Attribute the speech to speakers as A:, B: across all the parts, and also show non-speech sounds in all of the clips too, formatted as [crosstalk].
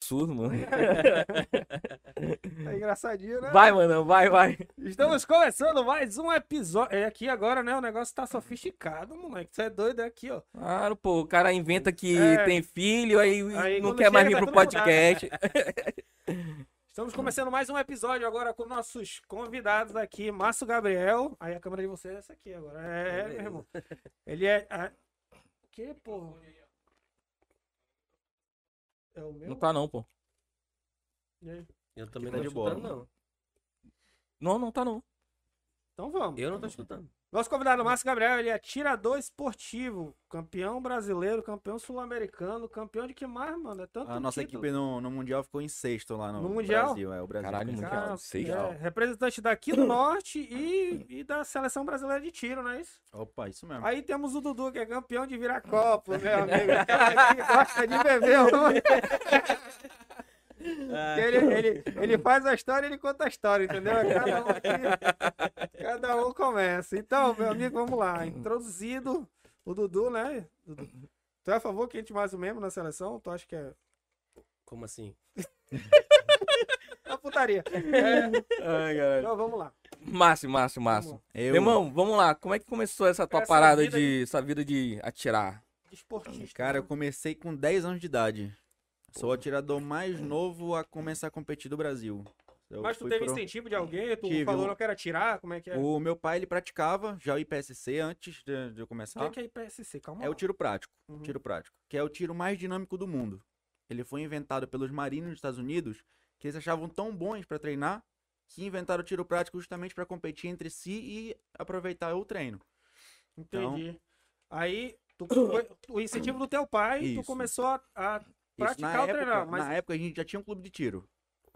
A: absurdo, [laughs] mano.
B: [laughs] Tá engraçadinho, né?
A: Vai, mano, vai, vai.
B: Estamos começando mais um episódio. É aqui agora, né? O negócio tá sofisticado, moleque. Você é doido é aqui, ó.
A: Claro, pô, o cara inventa que
B: É.
A: tem filho, aí,
B: Aí,
A: não
B: quando
A: quer mais
B: chega,
A: vir
B: tá
A: pro
B: tudo mudado.
A: podcast.
B: Estamos começando mais um episódio agora com nossos convidados aqui, Márcio Gabriel. Aí a câmera de vocês é essa aqui agora. É, meu
A: Beleza.
B: irmão. Ele é. ah, O que, porra? É o
A: Não
B: meu?
A: tá não, pô.
C: Eu também
A: tá
C: não tô
A: de bola.
C: chutando, não.
A: Não, não tá não.
B: Então vamos.
C: Eu não tô chutando.
B: Nosso convidado, Márcio Gabriel, ele é atirador esportivo, campeão brasileiro, campeão sul-americano, campeão de que mais, mano? É tanto
D: A nossa
B: título.
D: equipe no, no Mundial ficou em sexto lá no,
B: No Mundial?
D: Brasil. É, o Brasil
A: Caralho,
D: ficou em
A: Mundial,
B: Cara,
A: sexto.
B: é, representante daqui do norte e, e da seleção brasileira de tiro, não é isso?
D: sexto. Opa, isso mesmo.
B: Aí temos o Dudu, que é campeão de virar copo,
D: [laughs]
B: meu amigo. O cara que gosta de beber, mano.
D: Ah.
B: Ele, ele, ele faz a história, ele conta a história, entendeu? É Cada um, aqui, cada um começa. Então, meu amigo, vamos lá. Introduzido o Dudu, né? Dudu. Tu é a favor que a gente mais um membro na seleção? Tu acha que é.
C: Como assim?
B: A putaria. É,
A: Ai, caralho.
B: então, vamos lá.
A: Márcio, Márcio, Márcio.
D: Eu,
A: Meu irmão, vamos lá. Como é que começou essa tua
B: Essa
A: parada
B: vida
A: de... Essa vida de atirar?
B: Esportista.
D: cara, eu comecei com 10 anos de idade. Sou o atirador mais novo a começar a competir do Brasil. Eu
B: Mas tu
D: fui
B: teve
D: pro-
B: incentivo de alguém? Tu
D: Tive
B: falou,
D: um-
B: não quero atirar? Como é que é?
D: O meu pai, ele praticava já o IPSC antes de, de eu começar.
B: O que que é IPSC? Calma
D: É o
B: lá.
D: tiro prático.
B: Uhum.
D: Tiro prático. Que é o tiro mais dinâmico do mundo. Ele foi inventado pelos marinos dos Estados Unidos, que eles achavam tão bons pra treinar, que inventaram o tiro prático justamente pra competir entre si e aproveitar o treino. Então-
B: Entendi. Aí, tu foi- o incentivo do teu pai, tu
D: Isso.
B: começou a, a
D: Isso,
B: praticar o
D: época,
B: treinamento, mas-
D: Na época a gente já tinha um clube de tiro.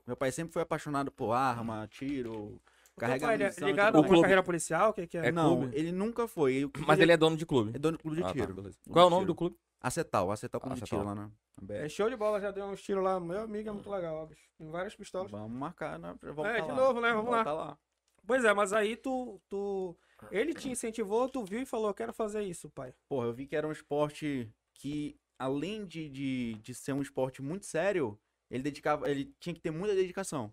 D: Meu pai sempre foi apaixonado por arma, tiro,
B: o teu pai,
D: carregar
B: ele é
D: munição.
B: ligado a
D: tipo,
A: O
B: uma
A: clube-
B: carreira policial, o que, que é?
A: É
D: não,
A: clube?
D: ele nunca foi. O que
A: Mas ele é dono de clube.
D: é dono do clube de
A: Ah, tá,
D: tiro.
A: beleza.
D: Clube
A: Qual é o
D: de
A: nome
D: tiro.
A: do clube?
D: Acetal, Acetal Clube de
A: Acetal.
D: Tiro lá na na
B: É
D: BR.
B: show de bola, já deu uns tiros lá. Meu amigo, é muito legal, óbvio. Tem várias pistolas.
D: Vamos marcar, né? Pra
B: É,
D: voltar
B: de
D: lá.
B: novo, né? Vamos lá.
D: Voltar lá.
B: Pois é, mas aí tu, tu... Ele te incentivou, tu viu e falou, eu quero fazer isso, pai.
D: Porra, eu vi que era um esporte que, além de, de, de ser um esporte muito sério, ele dedicava, ele tinha que ter muita dedicação.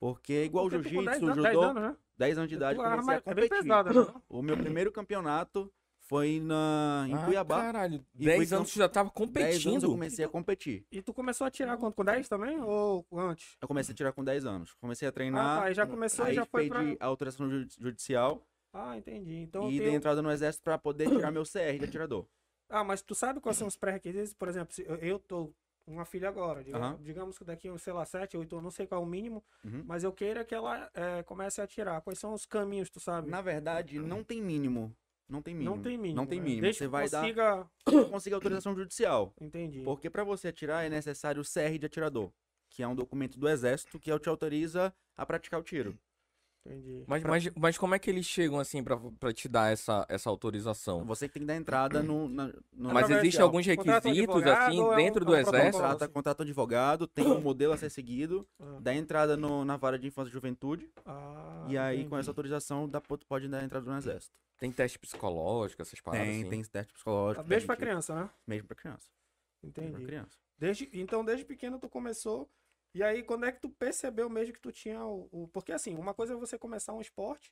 D: Porque é igual o
B: Tu tem, tipo, 10
D: jiu-jitsu, o
B: anos,
D: judô,
B: 10
D: 10 anos,
B: anos, né?
D: de idade,
B: Tua arma
D: comecei a
B: é bem
D: competir.
B: pesada, né?
D: O meu primeiro campeonato foi na, em
A: Ah,
D: Cuiabá.
A: caralho.
D: E
A: 10
D: foi
A: anos tu já tava competindo.
D: 10 anos eu comecei a competir.
B: E tu começou a tirar quanto? Com 10 também? Ou antes?
D: Eu comecei a tirar com 10 anos. Comecei a
B: Ah,
D: treinar.
B: tá, aí já começou e
D: aí
B: já foi
D: pedi
B: pra...
D: a alteração ju- judicial
B: Ah, entendi. Então
D: e
B: tem-
D: dei entrada no exército pra poder tirar meu CR de atirador.
B: Ah, mas tu sabe quais são os pré-requisitos? Por exemplo, se eu, eu tô com uma filha agora, diga-
D: Aham.
B: digamos, que daqui, uns, sei lá, 7, 8, não sei qual é o mínimo,
D: Uhum.
B: mas eu queira que ela eh, comece a atirar. Quais são os caminhos, tu sabe?
D: Na verdade, não tem mínimo. Não tem mínimo.
B: não tem mínimo.
D: Não tem
B: né?
D: mínimo.
B: Desde
D: você
B: que
D: vai dar
B: consiga...
D: consiga autorização judicial.
B: Entendi.
D: Porque pra você atirar é necessário o CR de atirador, que é um documento do exército que te autoriza a praticar o tiro.
B: Entendi.
A: Mas, mas, mas como é que eles chegam assim pra, pra te dar essa, essa autorização?
D: Você que tem que dar entrada no, na, no
A: Mas
B: Através
A: existe
B: de
A: alguns
B: Contrata um
A: requisitos
B: advogado
A: assim
B: ou é um-
A: dentro do
B: é um protocolo?
A: exército?
D: Contrata,
B: assim.
D: contrata um advogado, tem um modelo a ser seguido,
B: Ah.
D: dá entrada no- na vara de infância e juventude,
B: Ah,
D: e aí com
B: entendi.
D: essa autorização dá, po- pode dar entrada no exército.
A: Tem teste psicológico, essas paradas
D: tem,
A: assim?
D: tem teste psicológico.
B: Ah, Beijo
D: tem
B: pra
D: que-
B: criança, né?
D: Mesmo pra criança. Mesmo pra
B: Entendi.
D: criança.
B: Desde, então, desde pequeno tu começou. E aí, quando é que tu percebeu mesmo que tu tinha o, o- Porque assim, uma coisa é você começar um esporte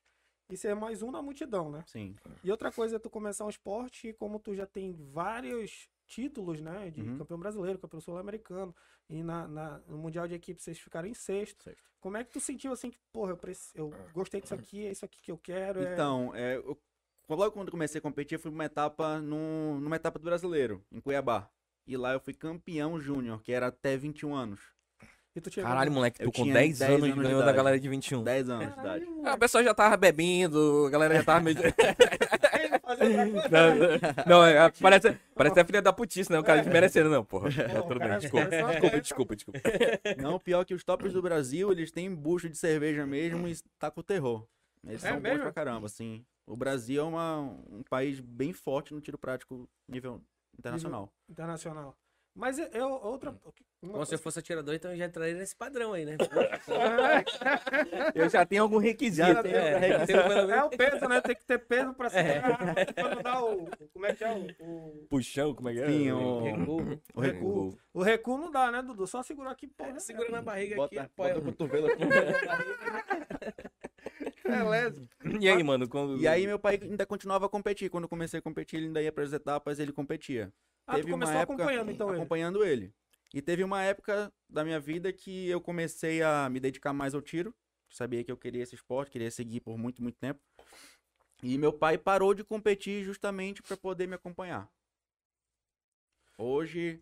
B: e ser mais um na multidão, né?
D: Sim.
B: E outra coisa é tu começar um esporte e como tu já tem vários títulos, né? De
D: Uhum.
B: campeão brasileiro, campeão sul-americano, e na, na- no Mundial de Equipe vocês ficaram em sexto.
D: Sexto. Ah.
B: Como é que tu sentiu assim que, porra, eu, preci- eu gostei disso aqui, é isso aqui que eu quero. é-
D: Então, é, eu- logo quando eu comecei a competir, eu fui pra uma etapa no, numa etapa do brasileiro, em Cuiabá. E lá eu fui campeão júnior, que era até 21 anos.
B: E tu tinha
A: Caralho, moleque,
D: Eu
A: tu com
D: tinha
A: 10,
D: 10
A: anos
D: anos de
A: ganhou da
D: idade.
A: galera de 21.
D: 10 anos de idade.
B: Caralho,
A: Ah, o
B: moleque,
A: pessoal já tava bebendo, a galera já tava meio. [laughs]
B: [laughs] ele não fazia
D: [laughs]
B: outra coisa.
A: não, não, é, é, parece, parece a filha da putice, né? O cara desmerecendo, não, porra. Tá
B: Pô,
A: tudo bem,
B: cara,
A: desculpa.
D: é
B: parece uma-
A: Desculpa, desculpa,
D: [laughs]
A: desculpa.
D: Não, pior que os tops do Brasil, eles têm bucho de cerveja mesmo e tá com terror. Eles
B: É
D: são bons
B: mesmo?
D: pra caramba, assim. O Brasil é uma- um país bem forte no tiro prático nível internacional.
B: Internacional. Mas eu, eu- outra.
D: Hum.
C: Bom, se eu
B: uma coisa-
C: fosse atirador, então eu já entraria nesse padrão aí, né?
B: [laughs]
A: Eu já tenho algum
D: um
A: requisito.
B: Já tem-
C: É, tem pelo
B: É
C: menos-
B: o peso, né? Tem que ter peso
D: É.
B: pra segurar. Quando dá o. Como é que é? O, o,
A: Puxão, como é que é?
D: Sim, um- o-
C: Recuo.
D: O recuo.
B: o recuo não dá, né, Dudu? Só segurar aqui, porra.
C: Segura na barriga
D: Bota,
C: aqui, apoia.
D: bota um o [laughs] cotovelo é aqui. é
B: Beleza.
A: E aí, mano? Quando...
D: E aí meu pai ainda continuava a competir. Quando eu comecei a competir, ele ainda ia para as etapas, ele competia.
B: Ah, tu começou
D: uma época-
B: acompanhando então ele.
D: acompanhando ele. E teve uma época da minha vida que eu comecei a me dedicar mais ao tiro. Sabia que eu queria esse esporte, queria seguir por muito, muito tempo. E meu pai parou de competir justamente para poder me acompanhar. Hoje,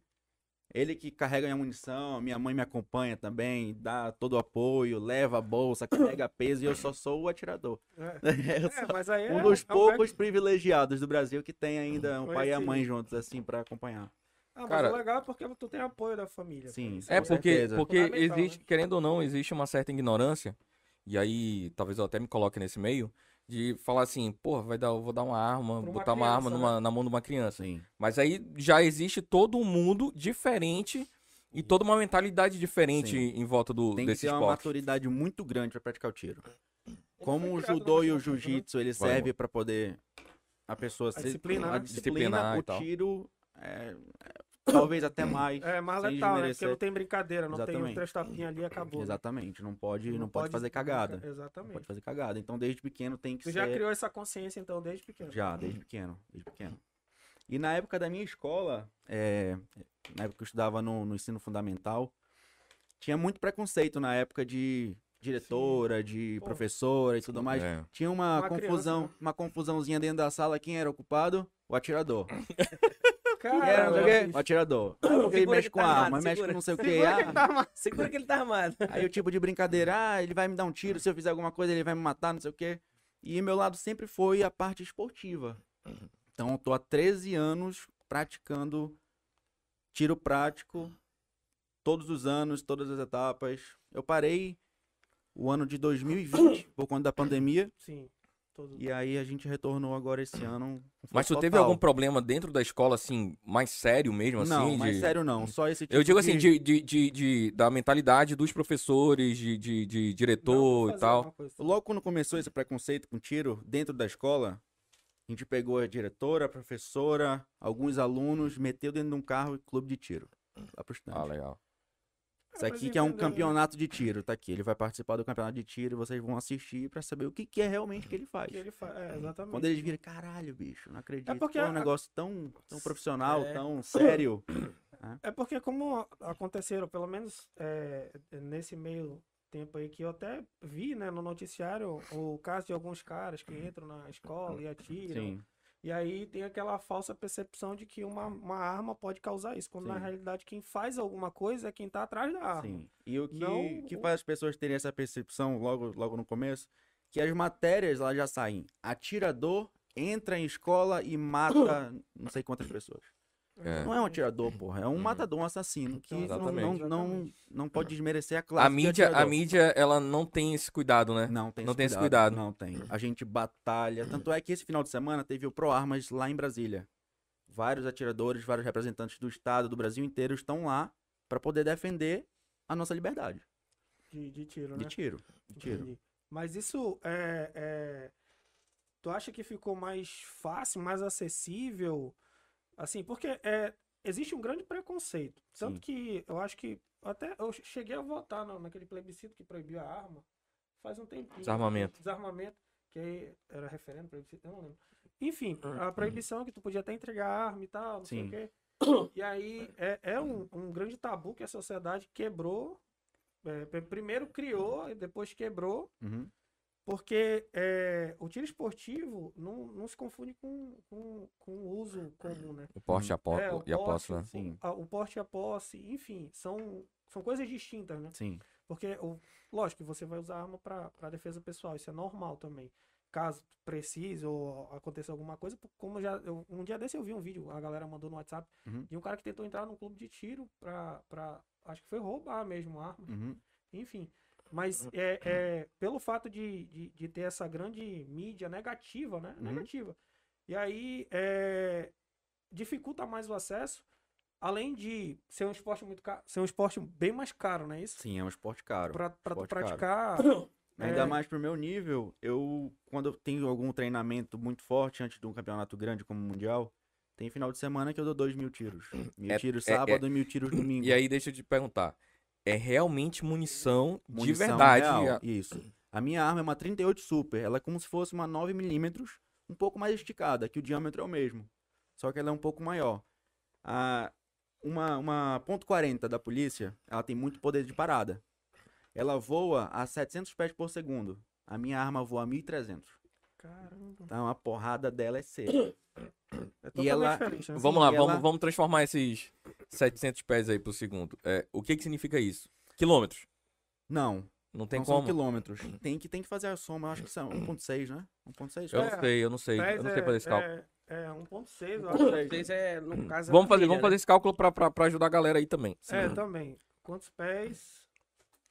D: ele que carrega minha munição, minha mãe me acompanha também, dá todo o apoio, leva a
B: [coughs]
D: bolsa, carrega peso e eu só sou o atirador.
B: É.
D: Eu
B: [laughs] É, mas aí é
D: um dos
B: é um
D: poucos privilegiados do Brasil que tem ainda o pai e a
B: Conheci.
D: mãe juntos, assim, pra acompanhar.
B: Ah, mas
A: Cara-
B: é legal porque tu tem apoio da família.
D: Sim,
B: Isso
A: É
D: Com
A: porque,
D: certeza.
A: porque
B: Fundamental, né?
A: existe, querendo ou não, existe uma certa ignorância. E aí, talvez eu até me coloque nesse meio de falar assim, porra, vai dar, eu vou dar uma arma,
B: Pra uma
A: botar uma arma
B: criança, né?"
A: numa- na mão de uma criança.
D: Sim.
A: Mas aí já existe todo um mundo diferente e toda uma mentalidade diferente em volta do
D: Tem que
A: desse
D: ter uma
A: esporte.
D: maturidade muito grande pra praticar o tiro.
B: foi
D: Como o
B: criado na
D: judô e
B: mesma coisa,
D: o
B: né?
D: jiu-jitsu, ele
A: Vai,
D: serve pra poder a pessoa se
B: disciplina,
D: a
B: né?
D: disciplina,
A: Disciplinar e
D: o
A: tal.
D: tiro é, é,
A: [coughs]
D: talvez até mais.
B: É mais letal,
D: sem
B: né? Porque
D: desmerecer.
B: não tem brincadeira, não tem
D: Exatamente.
B: os três tapinhas ali e acabou. né?
D: Exatamente, não pode, não, pode, fazer
B: brincar-
D: cagada. Não
B: Exatamente.
D: pode fazer cagada. Então desde pequeno tem que
B: Tu
D: ser
B: já criou essa consciência, então, desde pequeno.
D: Já, desde pequeno, desde pequeno. E na época da minha escola, é, na época que eu estudava no, no ensino fundamental, tinha muito preconceito na época de diretora, de
B: Pô.
D: professora e tudo mais.
A: É.
D: Tinha uma,
B: Uma criança,
D: confusão,
B: né?
D: uma confusãozinha dentro da sala, quem era o culpado? O atirador.
C: Ah,
D: Quem
B: Cara, é um
D: era, não sei o quê?
B: bicho.
D: O atirador. Ah, Ele
C: [coughs] Segura
D: mexe
C: que
D: com
C: tá
D: arma,
C: errado,
D: mexe com
C: segura.
D: não sei o quê.
B: Segura que
D: ah,
B: tá armado.
C: Segura que ele tá armado.
D: Aí o tipo de brincadeira, ah, ele vai me dar um tiro, se eu fizer alguma coisa ele vai me matar, não sei o quê. E meu lado sempre foi a parte esportiva. Então eu tô há 13 anos praticando tiro prático, todos os anos, todas as etapas. Eu parei o ano de 2020, por conta da pandemia,
B: Sim. Todo...
D: e aí a gente retornou agora esse ano. com
A: Mas tu
D: força
A: teve
D: total.
A: algum problema dentro da escola, assim, mais sério mesmo, assim?
D: Não, mas
A: de-
D: sério não, só esse tipo
A: Eu digo assim,
D: de-
A: de, de, de, de- da mentalidade dos professores, de, de, de
B: Não,
A: diretor
B: vou
A: e
B: fazer
A: tal.
B: uma coisa.
D: Logo quando começou esse preconceito com tiro dentro da escola, a gente pegou a diretora, a professora, alguns alunos, meteu dentro de um carro e clube de tiro. Lá pro estande.
A: Ah, legal.
D: Isso
B: Ah, mas
D: aqui que é um
B: entendeu, né?
D: campeonato de tiro, tá aqui. Ele vai participar do campeonato de tiro e vocês vão assistir pra saber o que, que é realmente que ele faz.
B: Que ele faz. É, exatamente.
D: Quando eles viram, caralho, bicho, não acredito.
B: porque
D: Pô, é
B: a-
D: um negócio tão, tão profissional,
C: É.
D: tão sério.
B: É porque como a- aconteceram, pelo menos é, nesse meio tempo aí que eu até vi, né, no noticiário, o caso de alguns caras que entram na escola e atiram.
D: Sim,
B: E aí tem aquela falsa percepção de que uma, uma arma pode causar isso, quando na
D: Sim.
B: realidade quem faz alguma coisa é quem tá atrás da arma.
D: sim. E o que,
B: Não
D: que
B: o-
D: faz as pessoas terem essa percepção logo, logo no começo? Que as matérias lá já saem. Atirador entra em escola e
B: [coughs]
D: mata não sei quantas pessoas.
A: É.
D: Não é um atirador, porra. É um
A: Uhum.
D: matador, um assassino. Que
B: Então,
D: não, não,
A: exatamente.
D: não, não pode desmerecer a classe.
A: A
D: de
A: mídia, a
D: atirador.
A: mídia, ela não tem esse cuidado, né?
D: Não tem,
A: Não
D: esse,
A: tem esse
D: cuidado,
A: cuidado.
D: Não tem. A gente batalha. Tanto é que esse final de semana teve o Pro Armas lá em Brasília. Vários atiradores, vários representantes do estado, do Brasil inteiro estão lá para poder defender a nossa liberdade
B: De, de tiro,
D: de
B: né?
D: tiro. De tiro.
B: Entendi. Mas isso é, é- Tu acha que ficou mais fácil, mais acessível? Assim, porque é, existe um grande preconceito. Tanto
D: Sim.
B: que eu acho que. Até eu che- cheguei a votar na- naquele plebiscito que proibiu a arma. Faz um tempinho.
A: Desarmamento.
B: Desarmamento. Que aí era referendo, plebiscito, eu não lembro. Enfim,
A: Hum,
B: a proibição é que tu podia até entregar arma e tal, não sei o
D: Sim.
A: [coughs]
B: quê. E aí é, é um, um grande tabu que a sociedade quebrou. é, pe- primeiro criou e depois quebrou,
D: Uhum.
B: porque é, o tiro esportivo não, não se confunde com, com, com o uso comum, né?
A: O porte e a, po-
B: É, o
A: e a posse, né?
B: porte,
D: Sim.
B: a- o porte e a posse, enfim, são, são coisas distintas, né?
D: Sim.
B: Porque, o, lógico, que você vai usar arma para defesa pessoal, isso é normal também. Caso precise ou aconteça alguma coisa, por- como já. eu- um dia desse eu vi um vídeo, a galera mandou no WhatsApp,
D: Uhum.
B: de um cara que tentou entrar num clube de tiro pra. pra acho que foi roubar mesmo a arma,
D: Uhum.
B: enfim. Mas é, é, pelo fato de, de, de ter essa grande mídia negativa, né?
D: Uhum.
B: Negativa. E aí é, dificulta mais o acesso. Além de ser um esporte muito caro, ser um esporte bem mais caro, não é isso?
D: Sim, é um esporte caro.
B: Pra, pra tu
D: esporte caro.
B: praticar.
D: Ainda
B: É.
D: mais pro meu nível, eu, quando eu tenho algum treinamento muito forte antes de um campeonato grande como o Mundial, tem final de semana que eu dou dois mil tiros. Mil
A: É-
D: tiros
A: é- é-
D: sábado e mil tiros domingo.
A: E aí, deixa eu te perguntar. É realmente munição, de
D: Munição
A: verdade?
D: real,
A: a-
D: Isso. A minha arma é uma 38 Super. Ela é como se fosse uma 9mm, um pouco mais esticada, que o diâmetro é o mesmo. Só que ela é um pouco maior. A, uma, uma .40 da polícia, ela tem muito poder de parada. Ela voa a 700 pés por segundo. A minha arma voa a 1300.
B: Caramba.
D: Então a porrada dela é seca.
B: É totalmente
D: E ela-
B: diferente, né?
A: Vamos lá,
D: e
A: vamos,
D: ela-
A: vamos transformar esses 700 pés aí por segundo. É, o que que significa isso? Quilômetros.
D: Não,
A: Não tem
D: não são
A: como.
D: quilômetros. Tem que, tem que fazer a soma, eu acho que são 1.6, né? 1.6?
A: Eu
D: cara.
A: não sei, eu não sei.
B: É, Pés
A: Eu não sei fazer esse cálculo.
B: É, é 1.6, eu acho.
C: Vocês é, no caso, é
A: Vamos fazer,
C: família,
A: vamos fazer esse cálculo pra, pra, pra ajudar a galera aí também.
B: É, também. Quantos pés?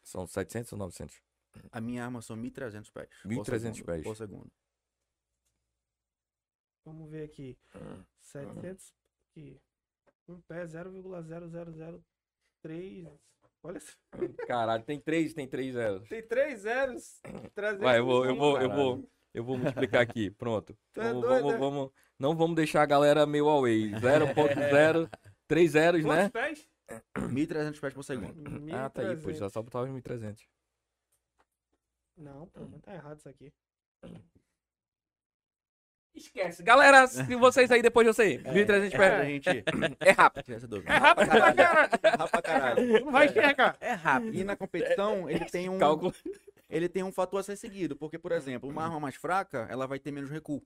A: São 700 ou 900?
D: A minha arma são 1.300 pés. por
A: 1.300
D: segundo-
A: pés.
D: Por segundo.
B: Vamos ver aqui.
A: Ah,
B: 700 aqui. Um pé 0,0003. Olha só. [laughs]
A: Caralho, tem três, tem três zeros.
B: Tem três zeros. um, 300
A: Vai, eu vou, eu vou, eu
D: Caralho.
A: vou, eu vou multiplicar
B: [laughs]
A: aqui, pronto.
B: Tu é
A: Vamos,
B: doido,
A: vamos,
B: é?
A: vamos- não vamos deixar a galera meio away.
B: [laughs]
A: 0.0, três zeros,
B: Quantos
A: né? [clears throat]
B: pés?
D: 1.300 pés por segundo.
A: Ah, tá aí, pô,
B: 1.300.
A: já só botava em 1.300.
B: Não, pô,
A: Hum.
B: mas tá errado isso aqui.
A: Esquece. Galera, se vocês aí depois de você, 1.300
D: Pra
A: pés.
D: gente
A: É rápido.
D: tirar essa dúvida.
B: É rápido pra caralho.
D: Errar pra caralho.
B: Tu Não vai enxergar.
C: É rápido.
D: E na
B: É.
D: competição, ele tem um,
A: Cálculo.
D: ele tem um fator a ser seguido. Porque, por exemplo, uma arma mais fraca, ela vai ter menos recuo.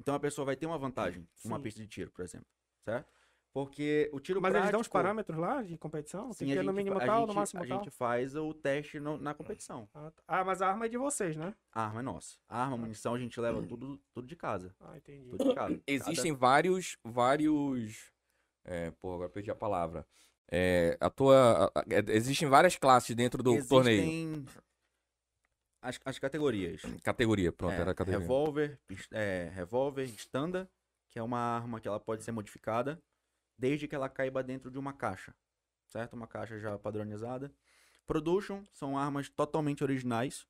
D: Então a pessoa vai ter uma vantagem. Uma
B: Sim.
D: pista de tiro, por exemplo. Certo? Porque o tiro
B: Mas eles dão os
D: prático-
B: parâmetros lá de competição?
D: Sim,
B: Tem que
D: a
B: ir no
D: gente-
B: mínimo
D: a
B: tal, no
D: gente-
B: máximo
D: A
B: tal?
D: gente faz o teste no- na competição.
B: Ah, tá. Ah, mas a arma é de vocês, né?
D: A arma é nossa. A arma, a munição, a gente leva tudo, tudo de casa.
B: Ah, entendi.
D: Tudo de casa.
A: [laughs] Existem vários, vários. É, porra, agora perdi a palavra. É, a tua. a- a- é, existem várias classes dentro do
D: Cada-
A: torneio.
D: Existem As, as categorias.
A: Categoria, pronto,
D: É,
A: era a categoria.
D: Revólver, pis- é, revólver, estanda, que é uma arma que ela pode ser modificada desde que ela caiba dentro de uma caixa, certo? Uma caixa já padronizada. Production são armas totalmente originais,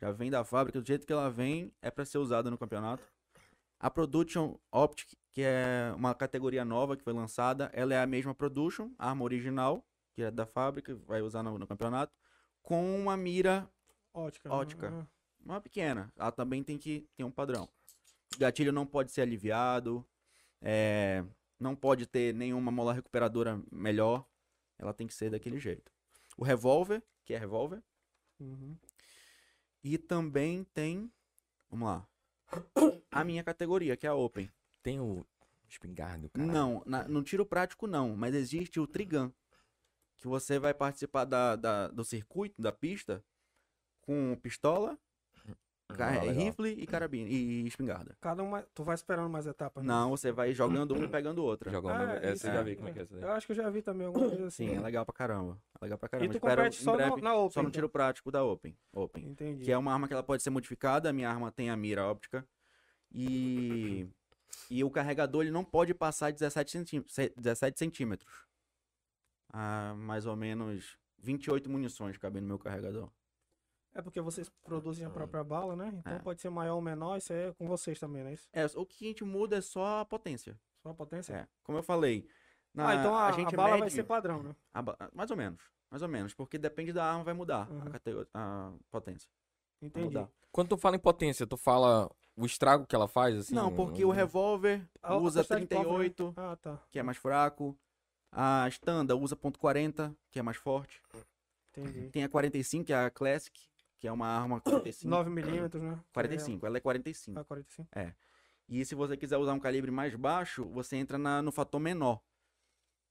D: já vem da fábrica, do jeito que ela vem é para ser usada no campeonato. A Production Optic, que é uma categoria nova que foi lançada, ela é a mesma Production, a arma original, que é da fábrica, vai usar no- no campeonato, com uma mira
B: Ótica.
D: Ótica.
B: né?
D: uma pequena. Ela também tem que ter um padrão. Gatilho não pode ser aliviado, é, não pode ter nenhuma mola recuperadora melhor. Ela tem que ser daquele jeito. O revólver, que é revólver,
B: Uhum.
D: e também tem, vamos lá, a minha categoria, que é a Open.
A: Tem o espingardo, cara.
D: Não, na- no tiro prático não, mas existe o Trigun, que você vai participar da, da- do circuito, da pista, com pistola, ca- rifle e carabina, e espingarda.
B: Cada uma. Tu vai esperando mais etapas? né?
D: Não, você vai jogando uma e pegando outra.
A: Joga uma
B: Ah,
A: mesma- essa
B: isso
A: eu já
D: é.
A: vi como é que é essa daí.
B: Eu acho que eu já vi também alguma coisa assim.
D: Sim, é legal pra caramba. É legal pra caramba.
B: E tu
D: Espero
B: compete
D: em
B: só no,
D: breve,
B: na Open?
D: só no
B: então?
D: tiro prático da Open. Open.
B: Entendi.
D: Que é uma arma que ela pode ser modificada. A minha arma tem a mira óptica.
B: [laughs]
D: E. E o carregador ele não pode passar 17, centí... se- 17 centímetros. Ah, mais ou menos 28 munições cabem no meu carregador.
B: É porque vocês produzem a própria bala, né? Então
D: Hum. É.
B: pode ser maior ou menor, isso aí é com vocês também, né? Isso?
D: É, o que a gente muda é só a potência.
B: Só a potência.
D: É, como eu falei. Na,
B: Tá ah, então a, a
D: gente
B: bala vai
D: mede-
B: ser padrão, né?
D: A ba- ah, Mais ou menos. Mais ou menos. Porque depende da arma, vai mudar a,
B: Uhum.
D: catego- a potência. Vai
B: Entendi.
D: mudar.
A: Quando tu fala em potência, tu fala o estrago que ela faz, assim.
D: Não, porque o revólver
B: A- a
D: usa
B: quantidade de pólvora, né?
D: 38,
B: Ah, tá.
D: que é mais fraco. A estanda usa .40, que é mais forte.
B: Entendi.
D: Tem a 45, que é a Classic, que é uma arma 45.
B: 9 milímetros, né?
D: 45, ela é
B: É,
D: 45.
B: ah, 45.
D: E se você quiser usar um calibre mais baixo, você entra na- no fator menor.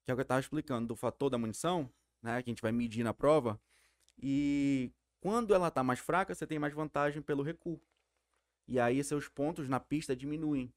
D: Que é o que eu tava explicando, do fator da munição, né? Que a gente vai medir na prova. E quando ela tá mais fraca, você tem mais vantagem pelo recuo. E aí seus pontos na pista diminuem.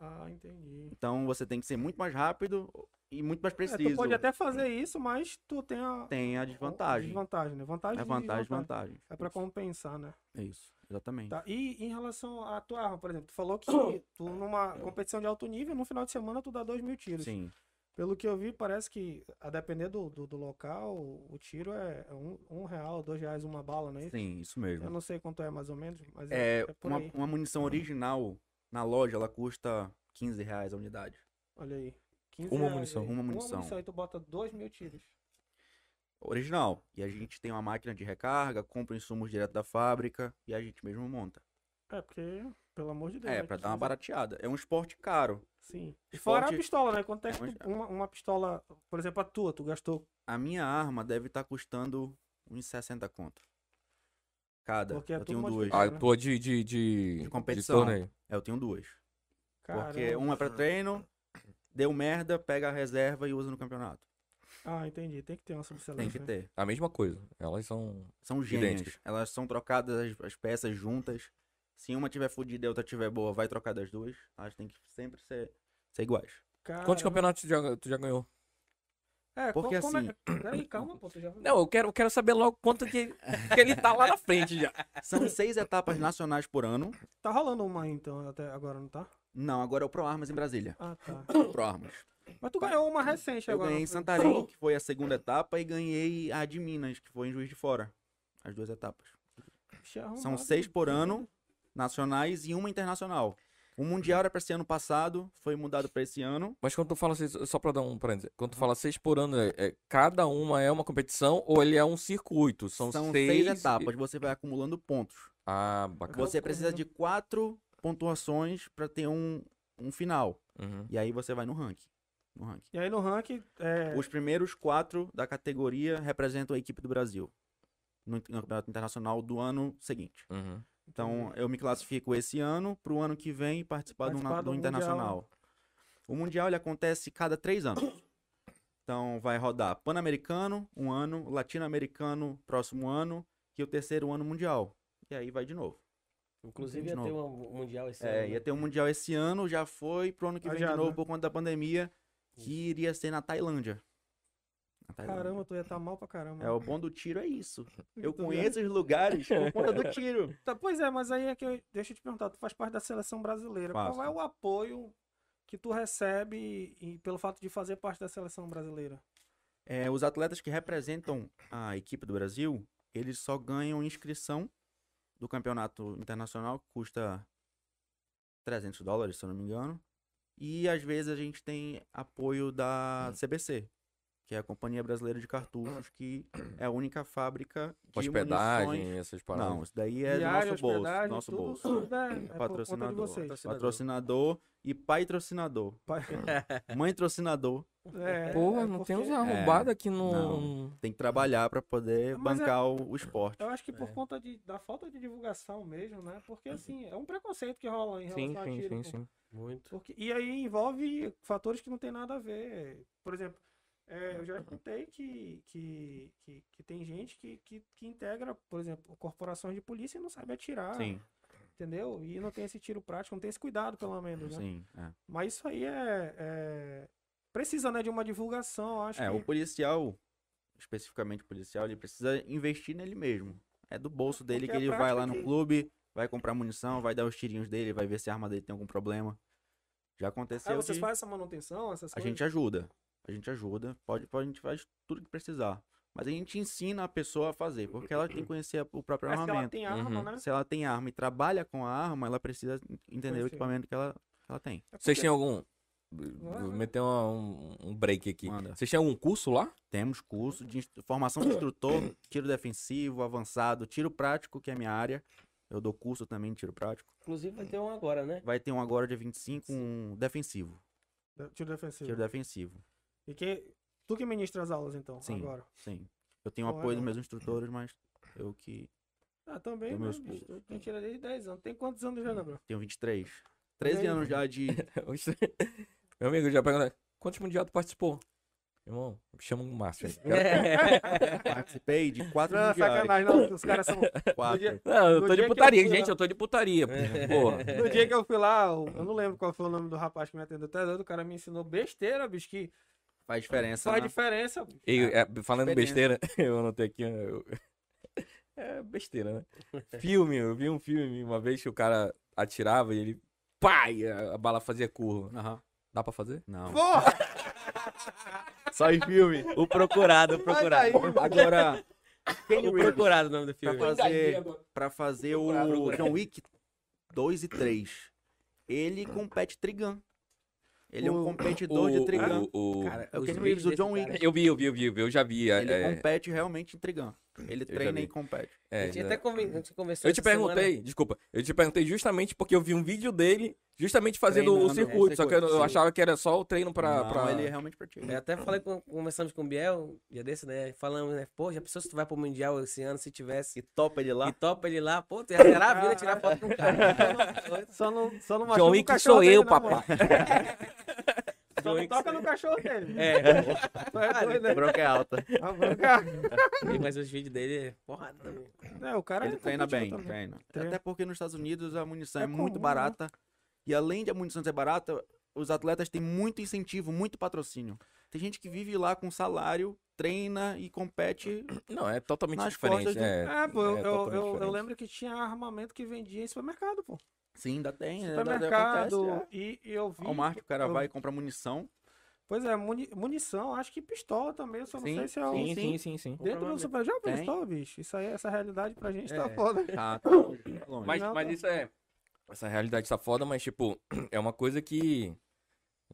B: Ah, entendi.
D: Então você tem que ser muito mais rápido e muito mais
B: É,
D: preciso.
B: tu pode até fazer isso, mas tu tem a.
D: Tem a desvantagem.
B: Desvantagem, né? Vantagem
D: É
B: e
D: vantagem,
B: desvantagem.
D: vantagem.
B: É pra compensar, né?
D: É isso, exatamente.
B: Tá, E em relação à [coughs] tua arma, por exemplo, tu falou que tu, numa competição de alto nível, no final de semana tu dá dois mil tiros.
D: Sim.
B: Pelo que eu vi, parece que, a depender do, do, do local, o tiro é é um, um real, dois reais uma bala, não é isso?
D: Sim, isso
B: Eu
D: mesmo.
B: não sei quanto é mais ou menos, mas
D: É,
B: é, é por
D: uma,
B: aí.
D: uma munição original na loja, ela custa 15 reais a unidade.
B: Olha aí. 15
A: Uma
B: reais
A: munição,
B: aí.
D: uma munição.
B: Uma munição aí tu bota dois mil tiros.
D: Original. E a gente tem uma máquina de recarga, compra insumos direto da fábrica e a gente mesmo monta.
B: É, porque, pelo amor de Deus.
D: É,
B: né,
D: pra
B: tu
D: dar uma
B: fazer-
D: barateada. É um esporte caro.
B: Sim. E
D: Esporte-
B: fora a pistola, né? Quanto é
D: É um-
B: que tu- uma, uma pistola, por exemplo, a tua, tu gastou.
D: A minha arma deve estar custando uns 60 conto. Cada.
B: Porque é
D: eu
B: tudo
D: tenho duas.
B: modificado.
A: Ah, eu tô de. De, de,
D: De competição.
A: torneio.
D: É, eu tenho duas. Porque
B: Caramba.
D: uma é pra treino, deu merda, pega a reserva e usa no campeonato.
B: Ah, entendi. Tem que ter uma
D: Tem
B: subcelência.
D: que
B: né?
D: ter.
A: A mesma coisa. Elas são.
D: São gêmeas.
A: Idênticas.
D: Elas são trocadas as, as peças juntas. Se uma tiver fodida e a outra tiver boa, vai trocar das duas. Elas têm que sempre ser, ser iguais.
A: Quantos
B: Caramba.
A: campeonatos tu já, tu já ganhou?
B: É,
D: Porque
B: co- como é
D: assim-
B: que-
D: [coughs]
B: Peraí, calma, pô, tu já
A: Não, eu quero, eu quero saber logo quanto que, que ele tá lá na frente já.
D: São seis etapas nacionais por ano.
B: Tá rolando uma aí, então, até agora, não tá?
D: Não, agora é o Pro Armas em Brasília.
B: Ah, tá.
D: Pro Armas.
B: Mas tu ganhou uma recente
D: Eu
B: agora.
D: ganhei em
B: não foi?
D: Santarém, que foi a segunda etapa, e ganhei a de Minas, que foi em Juiz de Fora. As duas etapas.
B: Ixi, é
D: São
B: arrombado.
D: seis por ano, nacionais e uma internacional. O Mundial era pra esse ano passado, foi mudado pra esse ano.
A: Mas quando tu fala seis, só pra dar um parênteses, quando tu
D: Hum.
A: fala seis por ano, é, é- cada uma é uma competição ou ele é um circuito? São,
D: São, seis...
A: e-
D: etapas, você vai acumulando pontos.
A: Ah, bacana.
D: Você precisa de quatro pontuações pra ter um, um final.
A: Uhum.
D: E aí você vai no ranking. No ranking.
B: E aí no ranking, é,
D: Os primeiros quatro da categoria representam a equipe do Brasil no, no campeonato internacional do ano seguinte.
A: Uhum.
D: Então eu me classifico esse ano para o ano que vem participar, do na-
B: Participar
D: do,
B: do Mundial, né?
D: internacional. O mundial ele acontece cada três anos. Então vai rodar pan-americano um ano, latino-americano próximo ano e o terceiro ano mundial. E aí vai de novo.
C: Inclusive
D: De
C: ia ter
D: novo.
C: um mundial esse
D: É,
C: ano. né?
D: ia ter um mundial esse ano, já foi pro ano que vem de
B: Adiado,
D: novo
B: né?
D: por conta da pandemia, que iria ser na Tailândia. Na Tailândia.
B: caramba, tu ia tá mal pra caramba.
D: né? É, o bom do tiro é isso. Eu
B: Tu vê?
D: conheço os lugares por conta do tiro.
B: Tá, pois é, mas aí é que eu, deixa eu te perguntar, tu faz parte da seleção brasileira. Qual
D: Faço.
B: é o apoio que tu recebe e- pelo fato de fazer parte da seleção brasileira?
D: É, os atletas que representam a equipe do Brasil, eles só ganham inscrição do campeonato internacional, que custa 300 dólares, se eu não me engano. E às vezes a gente tem apoio da CBC, que é a Companhia Brasileira de Cartuchos, que é a única fábrica de
A: Hospedagem,
D: munições.
A: essas paradas.
D: um Não, isso daí é do
B: Diário,
D: nosso bolso,
B: hospedagem,
D: nosso
B: tudo,
D: bolso.
B: tudo é, é por conta de
D: Patrocinador,
B: vocês.
D: patrocinador e patrocinador. [laughs]
B: Pa-
D: Mãe patrocinador
B: É,
A: Porra,
B: é
A: não tem uns
B: porque-
A: arrombados aqui no.
D: Não. tem que trabalhar pra poder
B: Mas é- Ah,
D: bancar o, o esporte.
B: Eu acho que por
C: É.
B: conta de, da falta de divulgação mesmo, né? Porque
D: Uhum.
B: assim, é um preconceito que rola em
A: Sim,
B: relação a
A: sim,
B: tiro.
A: sim,
B: pô.
A: sim.
C: Muito.
B: Porque- e aí envolve fatores que não tem nada a ver. Por exemplo, é, eu já escutei que, que, que, que tem gente que, que, que integra, por exemplo, corporações de polícia e não sabe atirar,
D: Sim,
B: entendeu? E não tem esse tiro prático, não tem esse cuidado, pelo menos, né?
D: sim. é.
B: Mas isso aí é... é- Precisa, né, de uma divulgação, eu acho
D: É,
B: que...
D: o policial, especificamente o policial, ele precisa investir nele mesmo. É do bolso dele
B: Porque
D: que
B: a
D: ele vai lá
B: prática
D: no
B: que-
D: clube, vai comprar munição, vai dar os tirinhos dele, vai ver se a arma dele tem algum problema.
B: Ah,
D: Já aconteceu
B: vocês
D: de-
B: fazem essa manutenção, essas
D: A
B: coisas?
D: gente ajuda. A gente ajuda. Pode, pode, a gente faz tudo que precisar. Mas a gente ensina a pessoa a fazer, porque ela tem que conhecer o próprio
B: Parece que ela
D: é armamento.
B: tem arma,
A: Uhum.
B: né?
D: Se ela tem arma e trabalha com a arma, ela precisa entender
B: Conhecer.
D: o equipamento que ela, que ela tem.
B: É
A: Vocês
B: porque-
A: têm algum.
B: Vai,
A: Vou
B: vai.
A: meter uma- um, um break aqui.
D: Manda.
A: Vocês têm algum curso lá? [laughs]
D: Temos curso de instru- formação de
E: [coughs]
D: instrutor, tiro defensivo, avançado, tiro prático, que é a minha área. Eu dou curso também de tiro prático.
C: Inclusive vai ter um agora, né?
D: Vai ter um agora dia 25, um defensivo.
B: é Tiro defensivo.
D: Tiro defensivo.
B: E que... Tu que ministra as aulas, então,
D: Sim.
B: agora.
D: Sim. Eu tenho o
B: Pô, é
D: apoio dos
B: bom.
D: meus instrutores, mas eu que
B: Ah, também,
D: Tem
B: né,
D: meus
B: bicho?
D: pulsos.
B: Tu- Tu tira desde 10 anos. Tem quantos anos já, né, Gabriel?
D: tenho 23.
B: Olha
D: 13
B: aí,
D: anos já
B: [laughs]
D: de
A: Oxe. Meu amigo já pergunta, quantos mundial tu participou? Irmão, chama o Márcio. aí.
B: É.
C: É,
D: um Participei de quatro
B: Não,
D: mundiais.
B: Ah, sacanagem, não. Os caras são. No
D: Quatro.
B: dia,
A: Não, eu
B: No
A: tô de
B: dia que eu
A: putaria,
B: fui lá-
A: gente, eu tô de putaria.
B: [laughs]
A: Porra.
B: no dia que eu fui lá, eu eu não lembro qual foi o nome do rapaz que me atendeu. Até doido, o cara me ensinou besteira, bicho, que
D: Faz diferença,
B: faz
D: né?
B: diferença. bicho.
A: E, é, falando besteira,
D: experiência.
A: [laughs] eu anotei aqui. né, eu- [laughs] É besteira, né? Filme, eu vi um filme uma vez que o cara atirava e ele. Pai! A a bala fazia curva.
D: Aham.
A: Dá pra fazer?
D: Não.
B: Porra!
D: Só
A: [laughs]
D: em filme.
E: O Procurado,
B: Mas
E: o Procurado.
B: aí,
D: Agora,
E: O Procurado o nome do filme.
D: Pra
E: Mas
D: fazer, pra fazer o
E: Procurado.
D: John Wick 2 e 3, ele compete Trigun. Ele é um
B: O-
D: competidor de Trigun.
A: o, o-
D: Cara, eu
C: os
D: quero me
C: vídeos
D: do
C: desse
D: John
C: cara.
D: Wick.
A: Eu vi, eu vi, eu vi, eu vi, eu já vi. é,
D: Ele
A: é,
D: compete realmente em Trigun. Ele
A: já
D: treina
A: vi.
D: e compete.
A: é,
C: Eu tinha
A: é.
C: até conven- a gente conversou
A: Eu te
C: essa semana.
A: perguntei, desculpa, eu te perguntei justamente porque eu vi um vídeo dele justamente fazendo
D: Treinando,
A: o
D: é,
A: circuito, só que eu, eu
D: circuito, sim.
A: achava que era só o treino pra...
D: Não,
A: pra-
D: ele é- realmente pratica.
C: Eu até falei, com- conversamos com o Biel, dia desse, né? Falamos, né? Pô, já pensou se tu vai pro Mundial esse ano, se tivesse.
D: E topa ele
C: E
D: lá.
C: topa ele lá, pô, tu ia zerar a vida tirar foto com o
D: [laughs]
C: cara.
B: Só não, só não machuca
A: John
B: o
A: Wick
B: cachorro
A: sou
B: dele,
A: eu,
B: não, mano.
A: papai.
B: Só não toca no cachorro dele.
C: [laughs] É,
B: Tu é doido,
D: A
B: né?
D: bronca é alta.
B: A bronca-
C: mas os vídeos dele é porrada também.
B: É, o cara
D: Ele treina
B: competidor
D: bem,
B: também.
D: treina.
B: Treina.
D: Até porque nos Estados Unidos a munição
B: É
D: é,
B: comum,
D: muito
B: né?
D: barata. E além de a munição ser barata, os atletas têm muito incentivo, muito patrocínio. Tem gente que vive lá com salário, treina e compete.
A: Não, é totalmente
D: Nas
A: diferente.
D: costas do-
A: É,
B: É, pô, eu,
A: é
B: eu-
A: totalmente
B: eu- eu
A: diferente.
B: lembro que tinha armamento que vendia em supermercado, pô.
D: Sim, ainda tem. né? Ainda- ainda
B: Supermercado.
D: acontece,
B: E, e eu
D: é.
B: vi.
D: Walmart, o cara
B: eu-
D: vai e compra munição.
B: Pois é, muni- munição, acho que pistola também, eu só não
D: Sim,
B: sei se é o.
A: Sim, sim, sim, sim.
B: Dentro do
C: Provavelmente.
B: super. Já
D: Tem.
B: pensou, bicho? Isso aí, essa realidade pra gente tá
C: É.
B: foda.
D: Tá, tá longe, tá longe.
A: Mas,
B: Não,
A: mas
B: tá.
A: isso é. Essa realidade tá foda, mas, tipo, [clears throat] é uma coisa que.